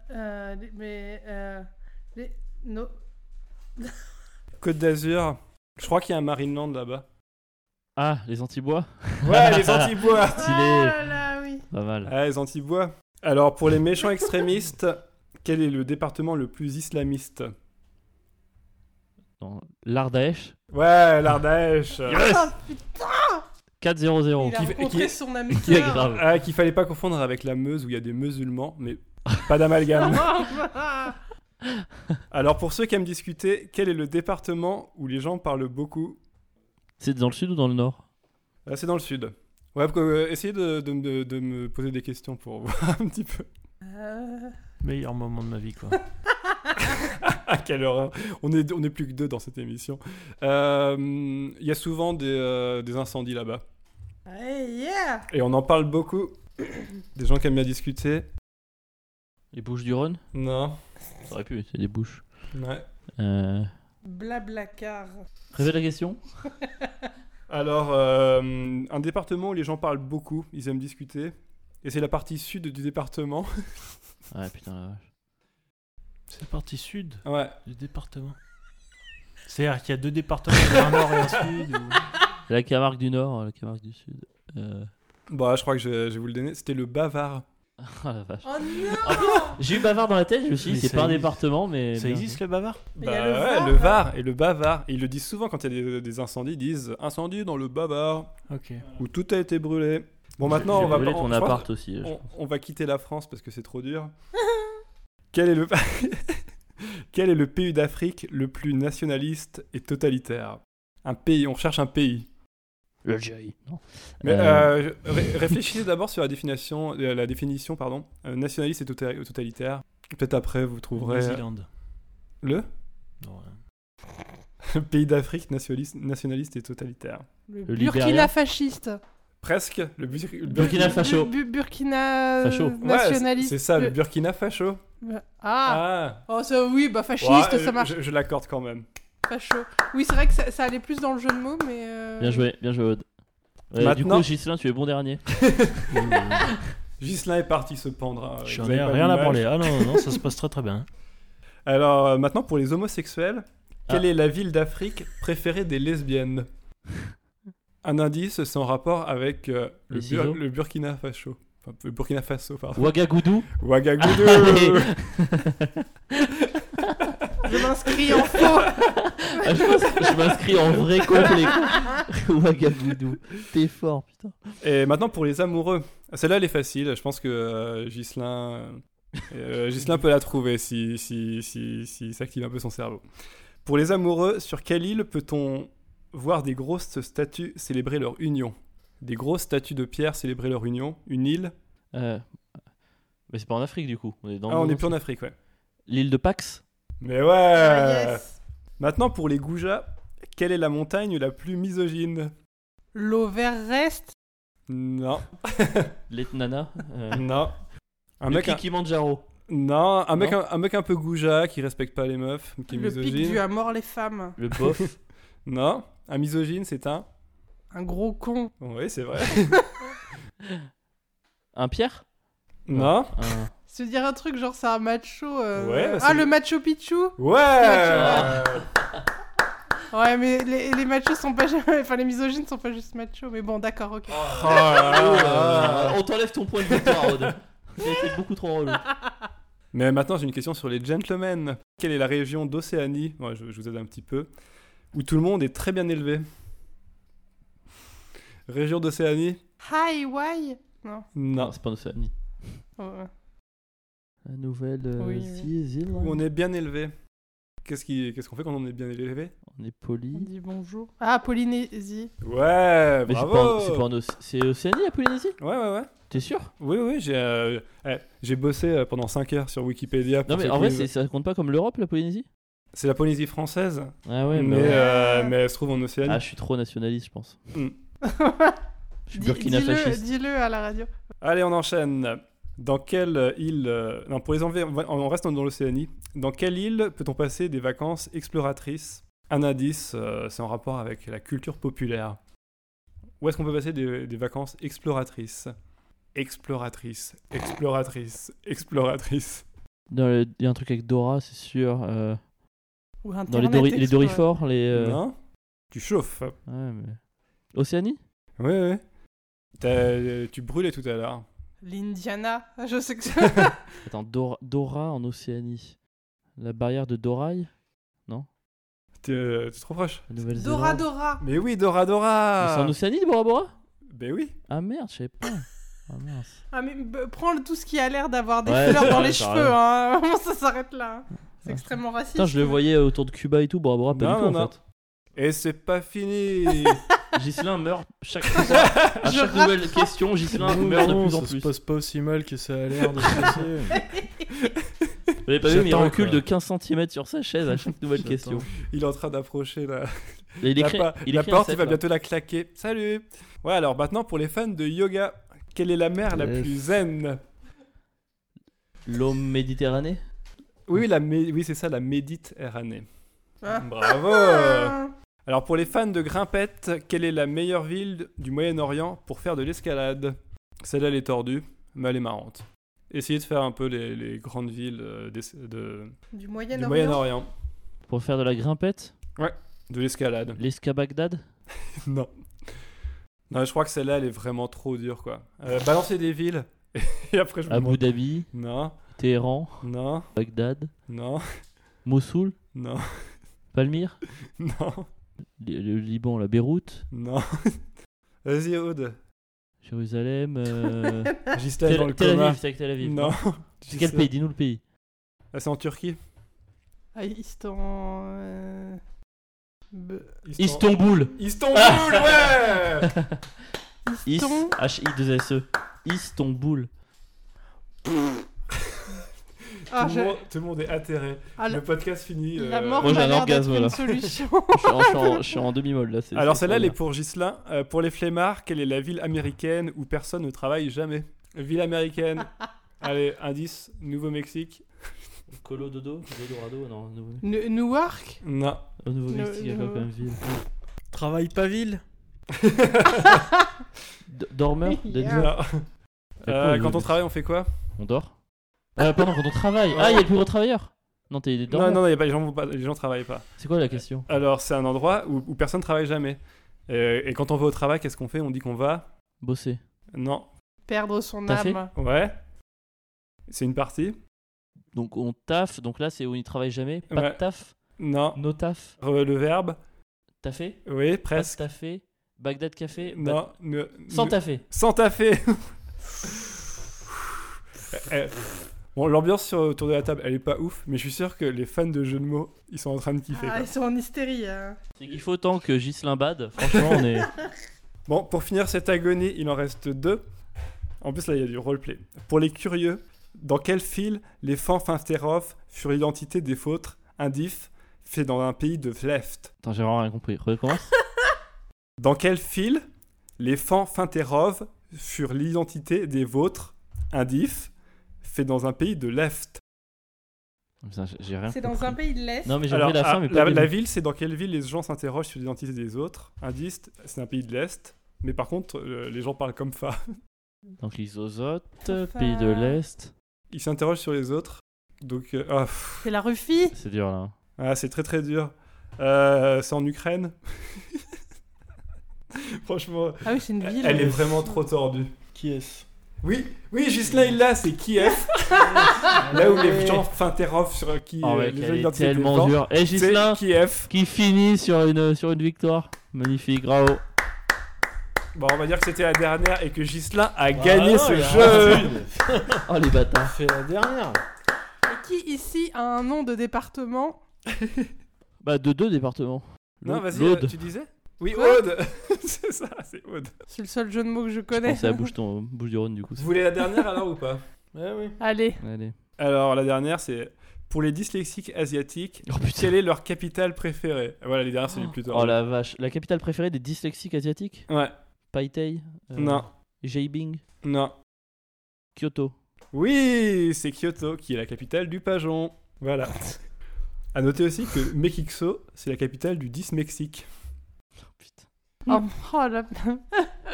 B: Euh, les- mais. Euh, les- no-
A: Côte d'Azur, je crois qu'il y a un Marineland là-bas.
C: Ah, les Antibois
A: Ouais, les Antibois
C: Stylé.
B: Ah là là, oui.
C: Pas mal.
A: Ah, les Antibois. Alors pour les méchants extrémistes, quel est le département le plus islamiste
C: Dans L'Ardèche
A: Ouais, l'Ardèche
B: Ah, putain,
C: 4-0-0.
B: il a
A: qui-
B: rencontré
A: qui-
B: son âme
C: Qui est
B: sœur.
C: grave.
A: Ah, qu'il fallait pas confondre avec la Meuse où il y a des musulmans, mais pas d'amalgame.
B: Oh, bah.
A: Alors pour ceux qui aiment discuter, quel est le département où les gens parlent beaucoup
C: C'est dans le sud ou dans le nord
A: Ah, C'est dans le sud. Ouais, parce que, euh, essayez de, de me- de me poser des questions pour voir un petit peu.
B: Euh,
E: Meilleur moment de ma vie quoi.
A: Ah, quelle horreur On est, on est plus que deux dans cette émission. Euh, Il y a souvent des, euh, des incendies là-bas.
B: hey, yeah.
A: Et on en parle beaucoup. Des gens qui aiment bien discuter.
C: Les Bouches du Rhône
A: Non.
C: Ça aurait pu, c'est des Bouches.
A: Ouais.
C: Euh...
B: Blablacar.
C: Répète la question
A: Alors, euh, un département où les gens parlent beaucoup, ils aiment discuter. Et c'est la partie sud du département.
C: Ouais, putain la vache.
E: C'est la partie sud
A: Ouais.
E: du département. C'est-à-dire qu'il y a deux départements, il y a un nord et un sud. ou-
C: La Camargue du Nord, la Camargue du Sud. Euh...
A: Bah, je crois que je, je vais vous le donner. C'était le Bavard.
C: Ah la vache.
B: Oh non
C: J'ai eu bavard dans la tête, je me suis dit,
E: Mais
C: c'est
E: ça
C: pas un
E: existe.
C: département, mais.
E: Ça
C: Eh bien.
E: existe le bavard
B: Mais il y a le
A: Bah ouais,
B: Var.
A: le Var et le Bavard. Et ils le disent souvent quand il y a des, des incendies, ils disent incendie dans le Bavard
E: Ok.
A: où tout a été brûlé. Bon, maintenant
C: J'ai
A: on va
C: brûlé
A: pas-
C: ton
A: je pense-
C: appart aussi. je-
A: on, on va quitter la France parce que c'est trop dur. Quel est le Quel est le pays d'Afrique le plus nationaliste et totalitaire Un pays, on cherche un pays.
C: L'Algérie. Non.
A: Mais
C: Euh,
A: euh, je- ré- réfléchissez d'abord sur la définition, euh, la définition pardon, euh, nationaliste et tota- totalitaire. Peut-être après vous trouverez
E: Nouvelle-Zélande.
A: le
E: Non, ouais.
A: pays d'Afrique nationaliste, nationaliste et totalitaire.
B: Le
C: Le
B: Burkina
C: Libéria.
B: fasciste.
A: Presque le, Bur- le Bur-
C: Burkina Faso.
B: Bu- bu- Burkina
C: Facho.
A: Ouais,
B: nationaliste.
A: c'est c'est ça, le Burkina Faso.
B: Ah.
A: Ah,
B: Oh, ça, oui, bah fasciste,
A: Ouais,
B: ça marche.
A: Je, je l'accorde quand même.
B: Facho. Oui, c'est vrai que ça, ça allait plus dans le jeu de mots, mais. euh,
C: Bien joué, bien joué, Aude. Ouais, du
A: Maintenant-
C: coup, Gislain, tu es bon dernier.
A: Gislain est parti se pendre. hein.
E: Je
A: Vous
E: n'en
A: avez
E: euh, ai
A: pas
E: rien à
A: d'image.
E: branler. Ah non, non, non, ça se passe très très bien.
A: Alors euh, maintenant pour les homosexuels, quelle
C: Ah.
A: est la ville d'Afrique préférée des lesbiennes Un indice, c'est en rapport avec euh, le,
C: Les
A: Bur-
C: ciseaux
A: le Burkina Faso. Enfin, le Burkina Faso, pardon.
C: Ouagagoudou.
A: Ouagadougou
C: Ah,
B: Je m'inscris en faux.
C: Ah, je m'ins- je m'inscris en vrai complet. Ouagagoudou. T'es fort, putain.
A: Et maintenant pour les amoureux. Celle-là, elle est facile. Je pense que euh, Ghislain, euh, Ghislain peut la trouver si, si, si, si ça active un peu son cerveau. Pour les amoureux, sur quelle île peut-on voir des grosses statues célébrer leur union Des grosses statues de pierre célébrer leur union Une île
C: Euh, Mais c'est pas en Afrique, du coup. On est dans
A: Ah, on
C: le-
A: est plus en Afrique, ouais.
C: L'île de Pax
A: Mais ouais Euh.
B: Ah, yes.
A: Maintenant pour les goujats, quelle est la montagne la plus misogyne
B: L'Overrest.
A: Non,
C: L'Etnana euh...
A: non. Un
C: Le
A: mec, un...
C: Kikimanjaro.
A: Non, un mec,
C: Non
A: un, un mec un peu goujat qui respecte pas les meufs, qui est
B: Le pic
A: misogyne.
B: du à mort les femmes.
C: Le bof.
A: Non, un misogyne, c'est un.
B: Un gros con.
A: Oui, c'est vrai.
C: Un Pierre
A: non.
C: Un-
B: Se dire un truc genre c'est un macho. euh,
A: Ouais, bah,
B: ah,
A: c'est-
B: le Machu Picchu.
A: Ouais.
B: Ouais, mais les, les machos sont pas. Enfin, les misogynes sont pas juste machos, mais bon, d'accord, ok.
A: Oh là là là là.
C: Euh, On t'enlève ton point de victoire, Rod. C'était beaucoup trop relou.
A: Mais maintenant, j'ai une question sur les gentlemen. Quelle est la région d'Océanie Ouais, je, je vous aide un petit peu. Où tout le monde est très bien élevé. Région d'Océanie
B: Hi, why Oh, Non.
A: Non.
C: Non, c'est pas en Océanie.
B: Ouais.
C: La nouvelle euh,
B: Oui, oui.
C: Nouvelle-Zélande.
A: Où on est bien élevé. Qu'est-ce qui- qu'est-ce qu'on fait quand on est bien élevé
C: On est poli.
B: On dit bonjour. Ah, Polynésie.
A: Ouais,
C: Mais c'est
A: bravo
C: pas en- c'est pas en Oc- c'est Océanie la Polynésie
A: Ouais, ouais, ouais.
C: T'es sûr
A: Oui, oui, j'ai euh, eh, j'ai bossé euh, pendant 5 heures sur Wikipédia. Pour
C: Non mais
A: ce
C: en vrai
A: quiz.
C: c'est- ça compte pas comme l'Europe la Polynésie
A: c'est la Polynésie française,
C: Ah ouais
A: mais,
C: mais ouais.
A: euh, mais elle se trouve en Océanie.
C: Ah je suis trop nationaliste je pense.
A: Hmm.
C: Je suis
B: Dis-
C: burkina
B: Dis-le
C: fasciste.
B: dis-le à la radio.
A: Allez, on enchaîne. Dans quelle euh, île euh, Non, pour les enlever, on, va- on reste dans l'Océanie. Dans quelle île peut-on passer des vacances exploratrices Un indice, euh, c'est en rapport avec la culture populaire. Où est-ce qu'on peut passer des, des vacances exploratrices Exploratrices, exploratrices, exploratrices.
C: Dans le- Il y a un truc avec Dora c'est sûr. euh,
B: Ou un
C: Dans les,
B: Internet
C: Dori- les
B: Explorer.
C: Dorifors les... euh,
A: Non Tu chauffes.
C: ouais, mais- Océanie
A: Ouais, ouais. T'as- euh, tu brûlais tout à l'heure.
B: L'Indiana. Ah, Je sais que
C: Attends Dora, Dora en Océanie. La barrière de Dorail
A: T'es euh, t'es trop proche.
C: la Nouvelle-Zélande.
B: Dora Dora.
A: Mais oui, Dora
C: Mais C'est
A: Dora
C: en Océanie Bora Bora
A: Ben oui.
C: Ah merde je savais pas. Ah mince.
B: Ah, mais b- prends le- tout ce qui a l'air d'avoir des
C: Ouais,
B: fleurs dans les
C: t'as
B: cheveux. Hein. Vraiment, ça s'arrête là. hein. C'est
C: Ouais.
B: extrêmement raciste.
C: Putain je le voyais autour de Cuba et tout Bora Bora pas
A: Non,
C: du tout
A: non,
C: en
A: non.
C: fait.
A: Et c'est pas fini
C: Ghislain meurt chaque à
B: Je
C: chaque nouvelle question, Ghislain
D: Non,
C: meurt
D: non,
C: de plus
D: ça
C: en
D: se
C: plus.
D: passe pas aussi mal que ça a l'air de se passer.
C: Vous l'avez pas vu, mais il
D: J'attends,
C: recule
D: quoi.
C: de 15 cm sur sa chaise à chaque nouvelle question.
A: Il est en train d'approcher la,
C: Et il
A: la
C: écrit,
A: pa-
C: il
A: la
C: écrit un
A: porte, il
C: set, hein.
A: va
C: là.
A: bientôt la claquer. Salut Ouais, alors maintenant pour les fans de yoga, quelle est la mer la
C: Yes.
A: plus zen
C: hein. L'homme méditerranée
A: Oui, la Mé- oui c'est ça, la Méditerranée.
B: Ah.
A: Bravo
C: Euh,
A: Alors pour les fans de grimpette, quelle est la meilleure ville du Moyen-Orient pour faire de l'escalade Celle-là, elle est tordue, mais elle est marrante. Essayez de faire un peu les, les grandes villes euh, des- de-
B: Du
A: du
B: Moyen-Orient.
A: Moyen-Orient.
C: Pour faire de la grimpette
A: De l'escalade.
C: L'esca Bagdad
A: Non. Non, je crois que celle-là, elle est vraiment trop dure, quoi. Euh, balancez des villes. Et après, je vous
C: Abu Dhabi
A: Non,
C: Téhéran
A: non,
C: Bagdad
A: non,
C: Mossoul
A: non,
C: Palmyre
A: non,
C: Le, le Liban, la Beyrouth
A: non. Vas-y, Aude.
C: Jérusalem euh,
A: Gisèle dans le
C: Tel, Tel
A: coma.
C: Aviv, c'est avec Tel Aviv.
A: Non.
C: C'est quel pays Dis-nous le pays.
A: Ah, c'est en Turquie. Euh.
B: Ah, Istan. euh, B-
C: Istanbul
A: Istanbul,
C: Ah.
A: ouais
C: Is,
B: Istan.
C: H-I-2-S-E. E. Istanbul.
B: Ah,
A: tout,
B: je-
A: le monde, tout le monde est atterré.
B: ah, la-
A: le podcast finit. euh,
B: La mort
C: Moi, j'ai
B: m'a
C: un
B: l'air
C: orgasme,
B: d'être
C: là.
B: une solution.
C: je, suis en, je suis en- je suis en demi-molle là. c'est-
A: Alors,
C: c'est
A: celle-là, elle
C: trop
A: est pour Gislin. Euh, pour les flemmards, quelle est la ville américaine où personne ne travaille jamais Ville américaine. Allez, indice Nouveau-Mexique.
C: bien. Colo Dodo Dorado Non, Nouveau-
B: N- Newark
A: Non.
C: au
B: Le-
C: Nouveau-Mexique, il y a quoi
B: le-
C: comme ville
E: Travaille pas ville
C: D- Dormeur
B: Ah.
C: Denver
A: Non.
C: Fait
A: Euh,
C: quoi,
A: quand on
C: vous-
A: travaille, on fait quoi
C: On dort Ah, pardon, quand on travaille. Ah, il y a le plus gros travailleur. Non, t'es
A: Non,
C: dormeur.
A: non, non, y a pas, les, gens vont pas- les gens travaillent pas.
C: C'est quoi la question
A: Alors, c'est un endroit où, où personne travaille jamais. Euh, et quand on va au travail, qu'est-ce qu'on fait On dit qu'on va.
C: Bosser.
A: Non.
B: Perdre son
C: T'as fait
B: âme.
A: Ouais. C'est une partie
C: Donc on taffe, donc là c'est où il travaille jamais. Pas
A: Ouais.
C: de taf,
A: Non.
C: no taf,
A: Re- le verbe
C: taffé,
A: Oui,
C: pas
A: presque.
C: de taffé, Bagdad café, Bag-
A: Non. ne-
C: sans
A: ne-
C: taffé.
A: Sans taffer. Eh, Bon, l'ambiance sur- autour de la table, elle est pas ouf, mais je suis sûr que les fans de jeux de mots, ils sont en train de kiffer.
B: Ah,
A: quoi.
B: ils sont en hystérie. hein.
C: C'est qu'il faut tant que Ghislain bade, franchement on est...
A: Bon, pour finir cette agonie, il en reste deux. En plus, là, il y a du roleplay. Pour les curieux, dans quel fil les fanfinsterov furent l'identité des fautres, indif, fait dans un pays de Fleft
C: Attends j'ai vraiment rien compris, recommence. Ah.
A: Dans quel fil les fanfinsterov furent l'identité des vôtres, indif, fait dans un pays de Left
C: Putain, j'ai- j'ai rien
B: C'est dans
C: compris.
B: un pays de l'Est.
C: Non mais j'ai
A: Alors,
C: compris la
A: ah,
C: fin mais pas
A: la,
C: le
A: la
C: début.
A: ville, c'est dans quelle ville les gens s'interrogent sur l'identité des autres, indice, c'est un pays de l'Est. Mais par contre, euh, les gens parlent comme ça.
C: Donc les Ozotes,
B: Enfin.
C: pays de l'Est,
A: Ils s'interrogent sur les autres. Donc, euh, ah, pff.
B: C'est la Ruffie.
C: c'est dur là.
A: Ah, c'est très très dur. Euh, c'est en Ukraine. Franchement,
B: Ah oui, c'est une ville.
A: elle est vraiment trop tordue.
D: Qui est-ce
A: Oui, oui, Gislain, il l'a, c'est Kiev. là où les gens feinterrofent sur qui
C: Oh,
A: euh,
C: mec,
A: les
C: elle est
A: identités des gens,
C: tellement dure. Et Gislain
A: C'est Kiev.
C: qui finit sur une, sur une victoire. Magnifique, bravo.
A: Bon, on va dire que c'était la dernière et que Gislain a
D: Ah
A: gagné
D: non,
A: ce
D: il a
A: jeu.
D: raison, il
C: Oh les
D: a
C: bâtards.
D: fait la dernière.
B: Et qui ici a un nom de département
C: Bah, de deux départements.
A: Non, vas-y, euh,
C: L'Aude.
A: tu disais Oui,
B: Quoi
A: Aude. c'est ça, c'est Aude.
B: C'est le seul jeu de mots que je
C: Je
B: connais.
C: pensais à Boucheton- Bouche-du-Rhône du coup.
A: Vous voulez la dernière alors ou pas
D: Ouais, oui.
B: Allez,
C: Allez.
A: Eh Alors, la dernière, c'est pour les dyslexiques asiatiques,
C: Oh putain.
A: quelle est leur capitale préférée Voilà, les dernières, c'est les plus tard.
C: Oh la vache. La capitale préférée des dyslexiques asiatiques
A: Ouais,
C: Paitei euh,
A: non,
C: Jaibing
A: non.
C: Kyoto.
A: Oui, c'est Kyoto qui est la capitale du Pajon. Voilà. À noter aussi que Mekikso, c'est la capitale du dysmexique.
C: Oh, putain.
A: Hmm.
B: oh, oh, la...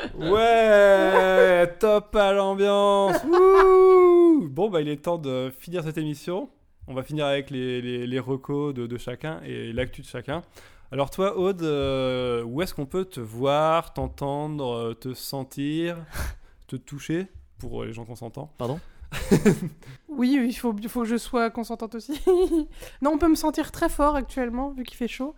A: Ouais, top à l'ambiance. Wouh bon, bah il est temps de finir cette émission. On va finir avec les, les, les recos de, de chacun et l'actu de chacun. Alors toi, Aude, euh, où est-ce qu'on peut te voir, t'entendre, euh, te sentir, te toucher pour euh, les gens qu'on s'entend
C: Pardon
B: Oui, oui, il faut, il faut que je sois consentante aussi. non, on peut me sentir très fort actuellement, vu qu'il fait chaud.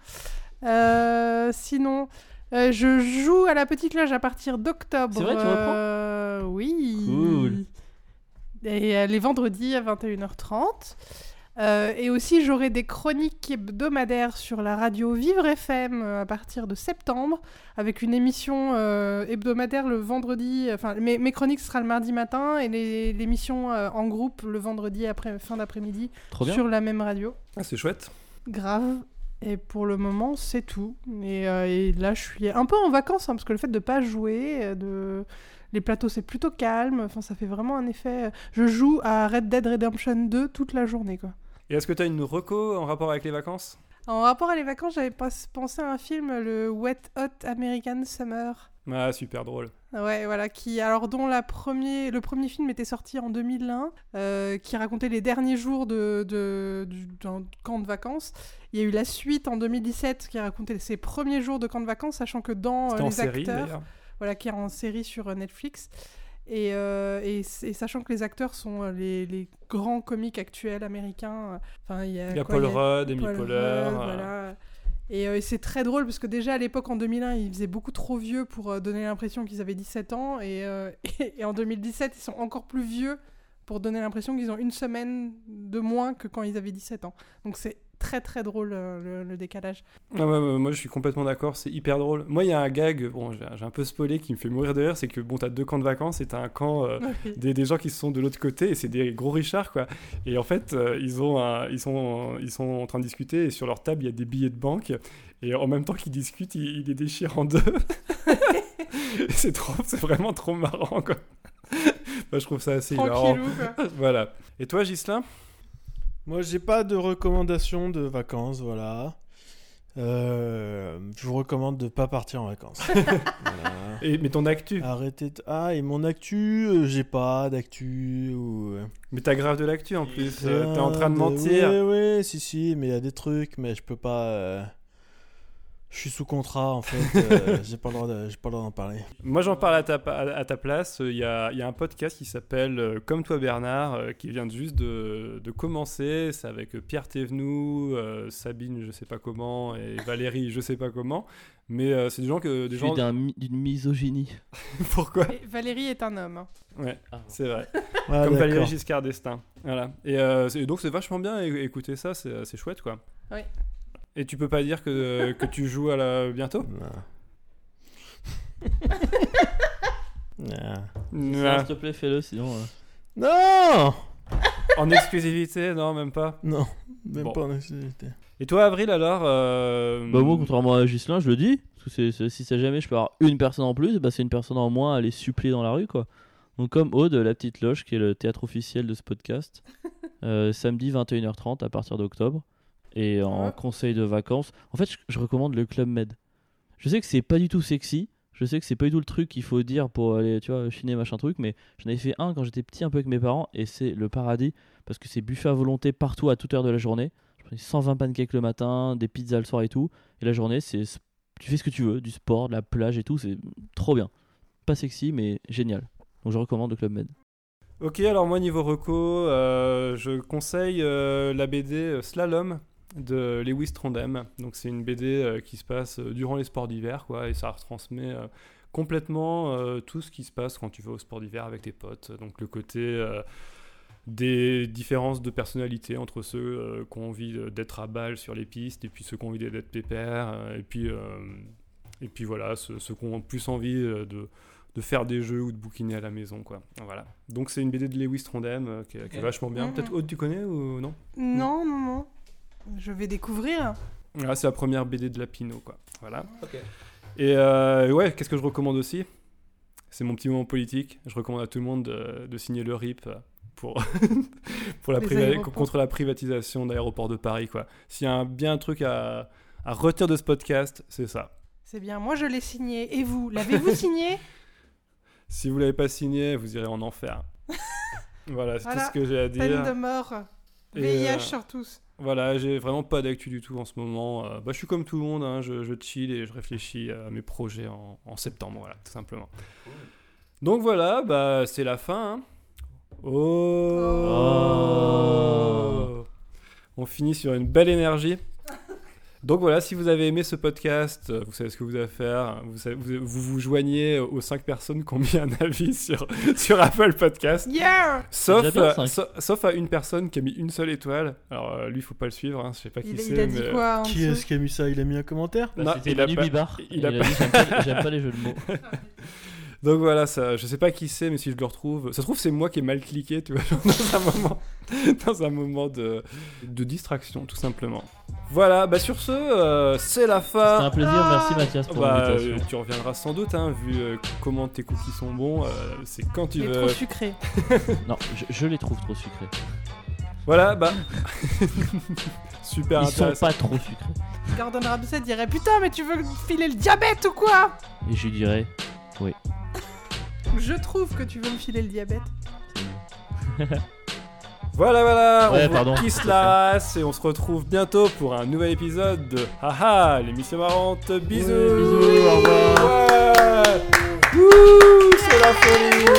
B: Euh, sinon, euh, je joue à la petite loge à partir d'octobre.
C: C'est vrai, tu
B: Euh, Oui.
C: Cool.
B: Et euh, les vendredis à 21h30. Euh, et aussi, j'aurai des chroniques hebdomadaires sur la radio Vivre FM euh, à partir de septembre, avec une émission euh, hebdomadaire le vendredi. Enfin, mes, mes chroniques ce sera le mardi matin et les- l'émission euh, en groupe le vendredi après, fin d'après-midi
C: Trop bien.
B: sur la même radio.
A: Ah, c'est chouette.
B: Grave. Et pour le moment, c'est tout. Et, euh, et là, je suis un peu en vacances, hein, parce que le fait de pas jouer, euh, de... les plateaux, c'est plutôt calme. Enfin, ça fait vraiment un effet. euh, Je joue à Red Dead Redemption 2 toute la journée, quoi.
A: Et est-ce que tu as une reco en rapport avec les vacances
B: En rapport à les vacances, j'avais pas pensé à un film, le Wet Hot American Summer.
A: Ah, super drôle.
B: Ouais, voilà, qui alors dont la premier, le premier film était sorti en 2001, euh, qui racontait les derniers jours de, de- du- d'un camp de vacances. Il y a eu la suite en 2017 qui racontait ses premiers jours de camp de vacances, sachant que dans euh,
A: C'était
B: les
A: en série
B: acteurs,
A: d'ailleurs.
B: voilà, qui est en série sur euh, Netflix. Et, euh, et, s- et sachant que les acteurs sont euh, les, les grands comiques actuels américains. euh, Enfin, il y a,
A: Il y a
B: quoi,
A: Paul Rudd, Amy
B: Paul
A: Poehler.
B: Rudd,
A: euh,
B: voilà. Et, euh, et c'est très drôle parce que déjà à l'époque en 2001 ils faisaient beaucoup trop vieux pour euh, donner l'impression qu'ils avaient 17 ans et, euh, et en 2017 ils sont encore plus vieux pour donner l'impression qu'ils ont une semaine de moins que quand ils avaient 17 ans. Donc c'est très très drôle euh, le, le décalage.
A: Ah ouais, ouais, moi je suis complètement d'accord, c'est hyper drôle. Moi il y a un gag, bon j'ai j'ai un peu spoilé qui me fait mourir de rire, c'est que bon t'as deux camps de vacances et t'as un camp euh, des, des gens qui sont de l'autre côté et c'est des gros richards quoi. Et en fait euh, ils ont un- ils sont ils sont en train de discuter et sur leur table il y a des billets de banque et en même temps qu'ils discutent ils, ils les déchirent en deux. Et c'est trop c'est vraiment trop marrant quoi. Moi, je trouve ça assez hilarant.
B: Tranquillou quoi.
A: Voilà. Et toi Gislin
D: Moi, j'ai pas de recommandations de vacances, voilà. Euh, je vous recommande de pas partir en vacances. Voilà.
A: et, mais ton actu
D: Arrêtez. de- Ah, et mon actu, euh, j'ai pas d'actu. Ou...
A: Mais t'as grave de l'actu en plus,
D: Rien
A: euh, t'es en train de
D: de-
A: mentir.
D: Oui, oui, si, si, mais il y a des trucs, mais je peux pas. euh, Je suis sous contrat, en fait. euh, j'ai pas le droit de- j'ai pas le droit d'en parler.
A: Moi, j'en parle à ta, à, à ta place. Il y a, il y a un podcast qui s'appelle euh, Comme toi, Bernard, euh, qui vient de juste de, de commencer. C'est avec euh, Pierre Thévenoud, euh, Sabine, je sais pas comment, et Valérie, je sais pas comment. Mais euh, c'est des gens que. Des
C: Je suis
A: gens...
C: d'un mi- d'une misogynie.
A: Pourquoi
B: Et Valérie est un homme. hein.
A: Ouais,
C: Ah.
A: c'est vrai.
D: Ah,
A: Comme Valérie
D: d'accord.
A: Giscard d'Estaing. Voilà. Et, euh, c'est- donc, c'est vachement bien. é- Écouter ça, c'est c'est chouette, quoi.
B: Ouais.
A: Et tu peux pas dire que, que tu joues à la... bientôt
D: Non. Ah. Non.
C: S'il te plaît, fais-le sinon. euh.
D: Non,
A: En exclusivité Non, même pas.
D: non Même
A: Bon.
D: pas en exclusivité.
A: Et toi, Avril, alors euh,
C: Bah moi, contrairement à Gislin, je le dis. Parce que c'est- c'est- si ça jamais je peux avoir une personne en plus, bah c'est une personne en moins à les supplier dans la rue, quoi. Donc comme Aude, la petite loge, qui est le théâtre officiel de ce podcast, euh, samedi 21h30 à partir d'octobre, et en
B: Ouais.
C: conseil de vacances. En fait, je, je recommande le Club Med. Je sais que c'est pas du tout sexy. Je sais que c'est pas du tout le truc qu'il faut dire pour aller, tu vois, chiner machin truc, mais j'en avais fait un quand j'étais petit un peu avec mes parents et c'est le paradis parce que c'est buffet à volonté partout à toute heure de la journée. Je J'en ai 120 pancakes le matin, des pizzas le soir et tout. Et la journée, c'est tu fais ce que tu veux, du sport, de la plage et tout, c'est trop bien. Pas sexy, mais génial. Donc je recommande le Club Med.
A: Ok, alors moi niveau reco, euh, je conseille euh, la BD Slalom de Lewis Trondheim. Donc c'est une BD euh, qui se passe euh, durant les sports d'hiver, quoi, et ça retransmet euh, complètement euh, tout ce qui se passe quand tu vas au sport d'hiver avec tes potes. Donc le côté euh, des différences de personnalité entre ceux euh, qui ont envie de- d'être à balle sur les pistes et puis ceux qui ont envie d'être pépères, euh, et puis euh, et puis voilà, ceux, ceux qui ont plus envie euh, de de faire des jeux ou de bouquiner à la maison quoi voilà donc c'est une BD de Lewis Trondheim euh, qui, est- qui est
C: Ok.
A: vachement bien
B: Mhm.
A: peut-être Aude tu connais ou non
B: Non, non, non. Je vais découvrir.
A: Ah, c'est la première BD de Lapino, quoi. Voilà. Et euh, ouais, qu'est-ce que je recommande aussi C'est mon petit moment politique. Je recommande à tout le monde de, de signer le RIP pour, pour la
B: Les
A: priva-
B: aéroports.
A: contre la privatisation d'aéroports de Paris, quoi. S'il y a un, bien un truc à, à retirer de ce podcast, c'est ça.
B: C'est bien, moi je l'ai signé. Et vous, l'avez-vous signé
A: Si vous l'avez pas signé, vous irez en enfer. voilà, c'est
B: Voilà.
A: tout ce que j'ai à
B: Peine
A: dire.
B: de mort.
A: Et,
B: VIH
A: euh,
B: sur tous.
A: Voilà, j'ai vraiment pas d'actu du tout en ce moment. Euh, bah, je suis comme tout le monde, hein, je, je chill et je réfléchis à mes projets en, en septembre, voilà, tout simplement. Donc voilà, bah, c'est la fin. hein. Oh. On finit sur une belle énergie. Donc voilà, si vous avez aimé ce podcast, euh, vous savez ce que vous avez à faire. hein. Vous savez- vous, vous, vous joignez aux 5 personnes qui ont mis un avis sur, sur Apple Podcast.
B: Yeah
A: Sauf,
C: déjà bien,
A: euh,
C: cinq.
A: sa- sauf à une personne qui a mis une seule étoile. Alors euh, lui, faut pas le suivre, hein, je sais pas qui
B: Il,
A: c'est.
B: il a dit
A: mais- euh,
B: quoi en
D: Qui est-ce
B: dessous
D: qui a mis ça Il a mis un commentaire
A: Non,
C: Bah, C'était
A: Bah, il a
C: Manu
A: pas-
C: Bibar.
A: il a
C: Il a dit, J'aime pas- j'aime pas les jeux de mots.
A: Donc voilà, ça, je sais pas qui c'est, mais si je le retrouve, ça se trouve c'est moi qui ai mal cliqué, tu vois, genre dans un moment, dans un moment de, de distraction, tout simplement. Voilà, bah sur ce, euh, c'est la
C: C'était un
A: fin.
C: plaisir, merci Mathias pour
A: Bah,
C: l'invitation.
A: euh, tu reviendras sans doute, hein, vu euh, comment tes cookies sont bons, euh, c'est quand tu
B: Il est
A: veux.
B: trop sucré.
A: euh,
C: Non, je, je les trouve trop sucrés.
A: Voilà, bah super
C: Ils sont
A: intéressant.
C: pas trop sucrés.
B: Gordon Ramsay dirait Putain, mais tu veux filer le diabète ou quoi
C: Et je dirais,
B: Je trouve que tu veux me filer le diabète.
A: Voilà, voilà,
C: Ouais,
A: on
C: pardon.
A: vous kiss la race et on se retrouve bientôt pour un nouvel épisode de Haha, l'émission marrante. Bisous.
D: bisous, au revoir.
A: Ouais. Wouh, c'est la folie.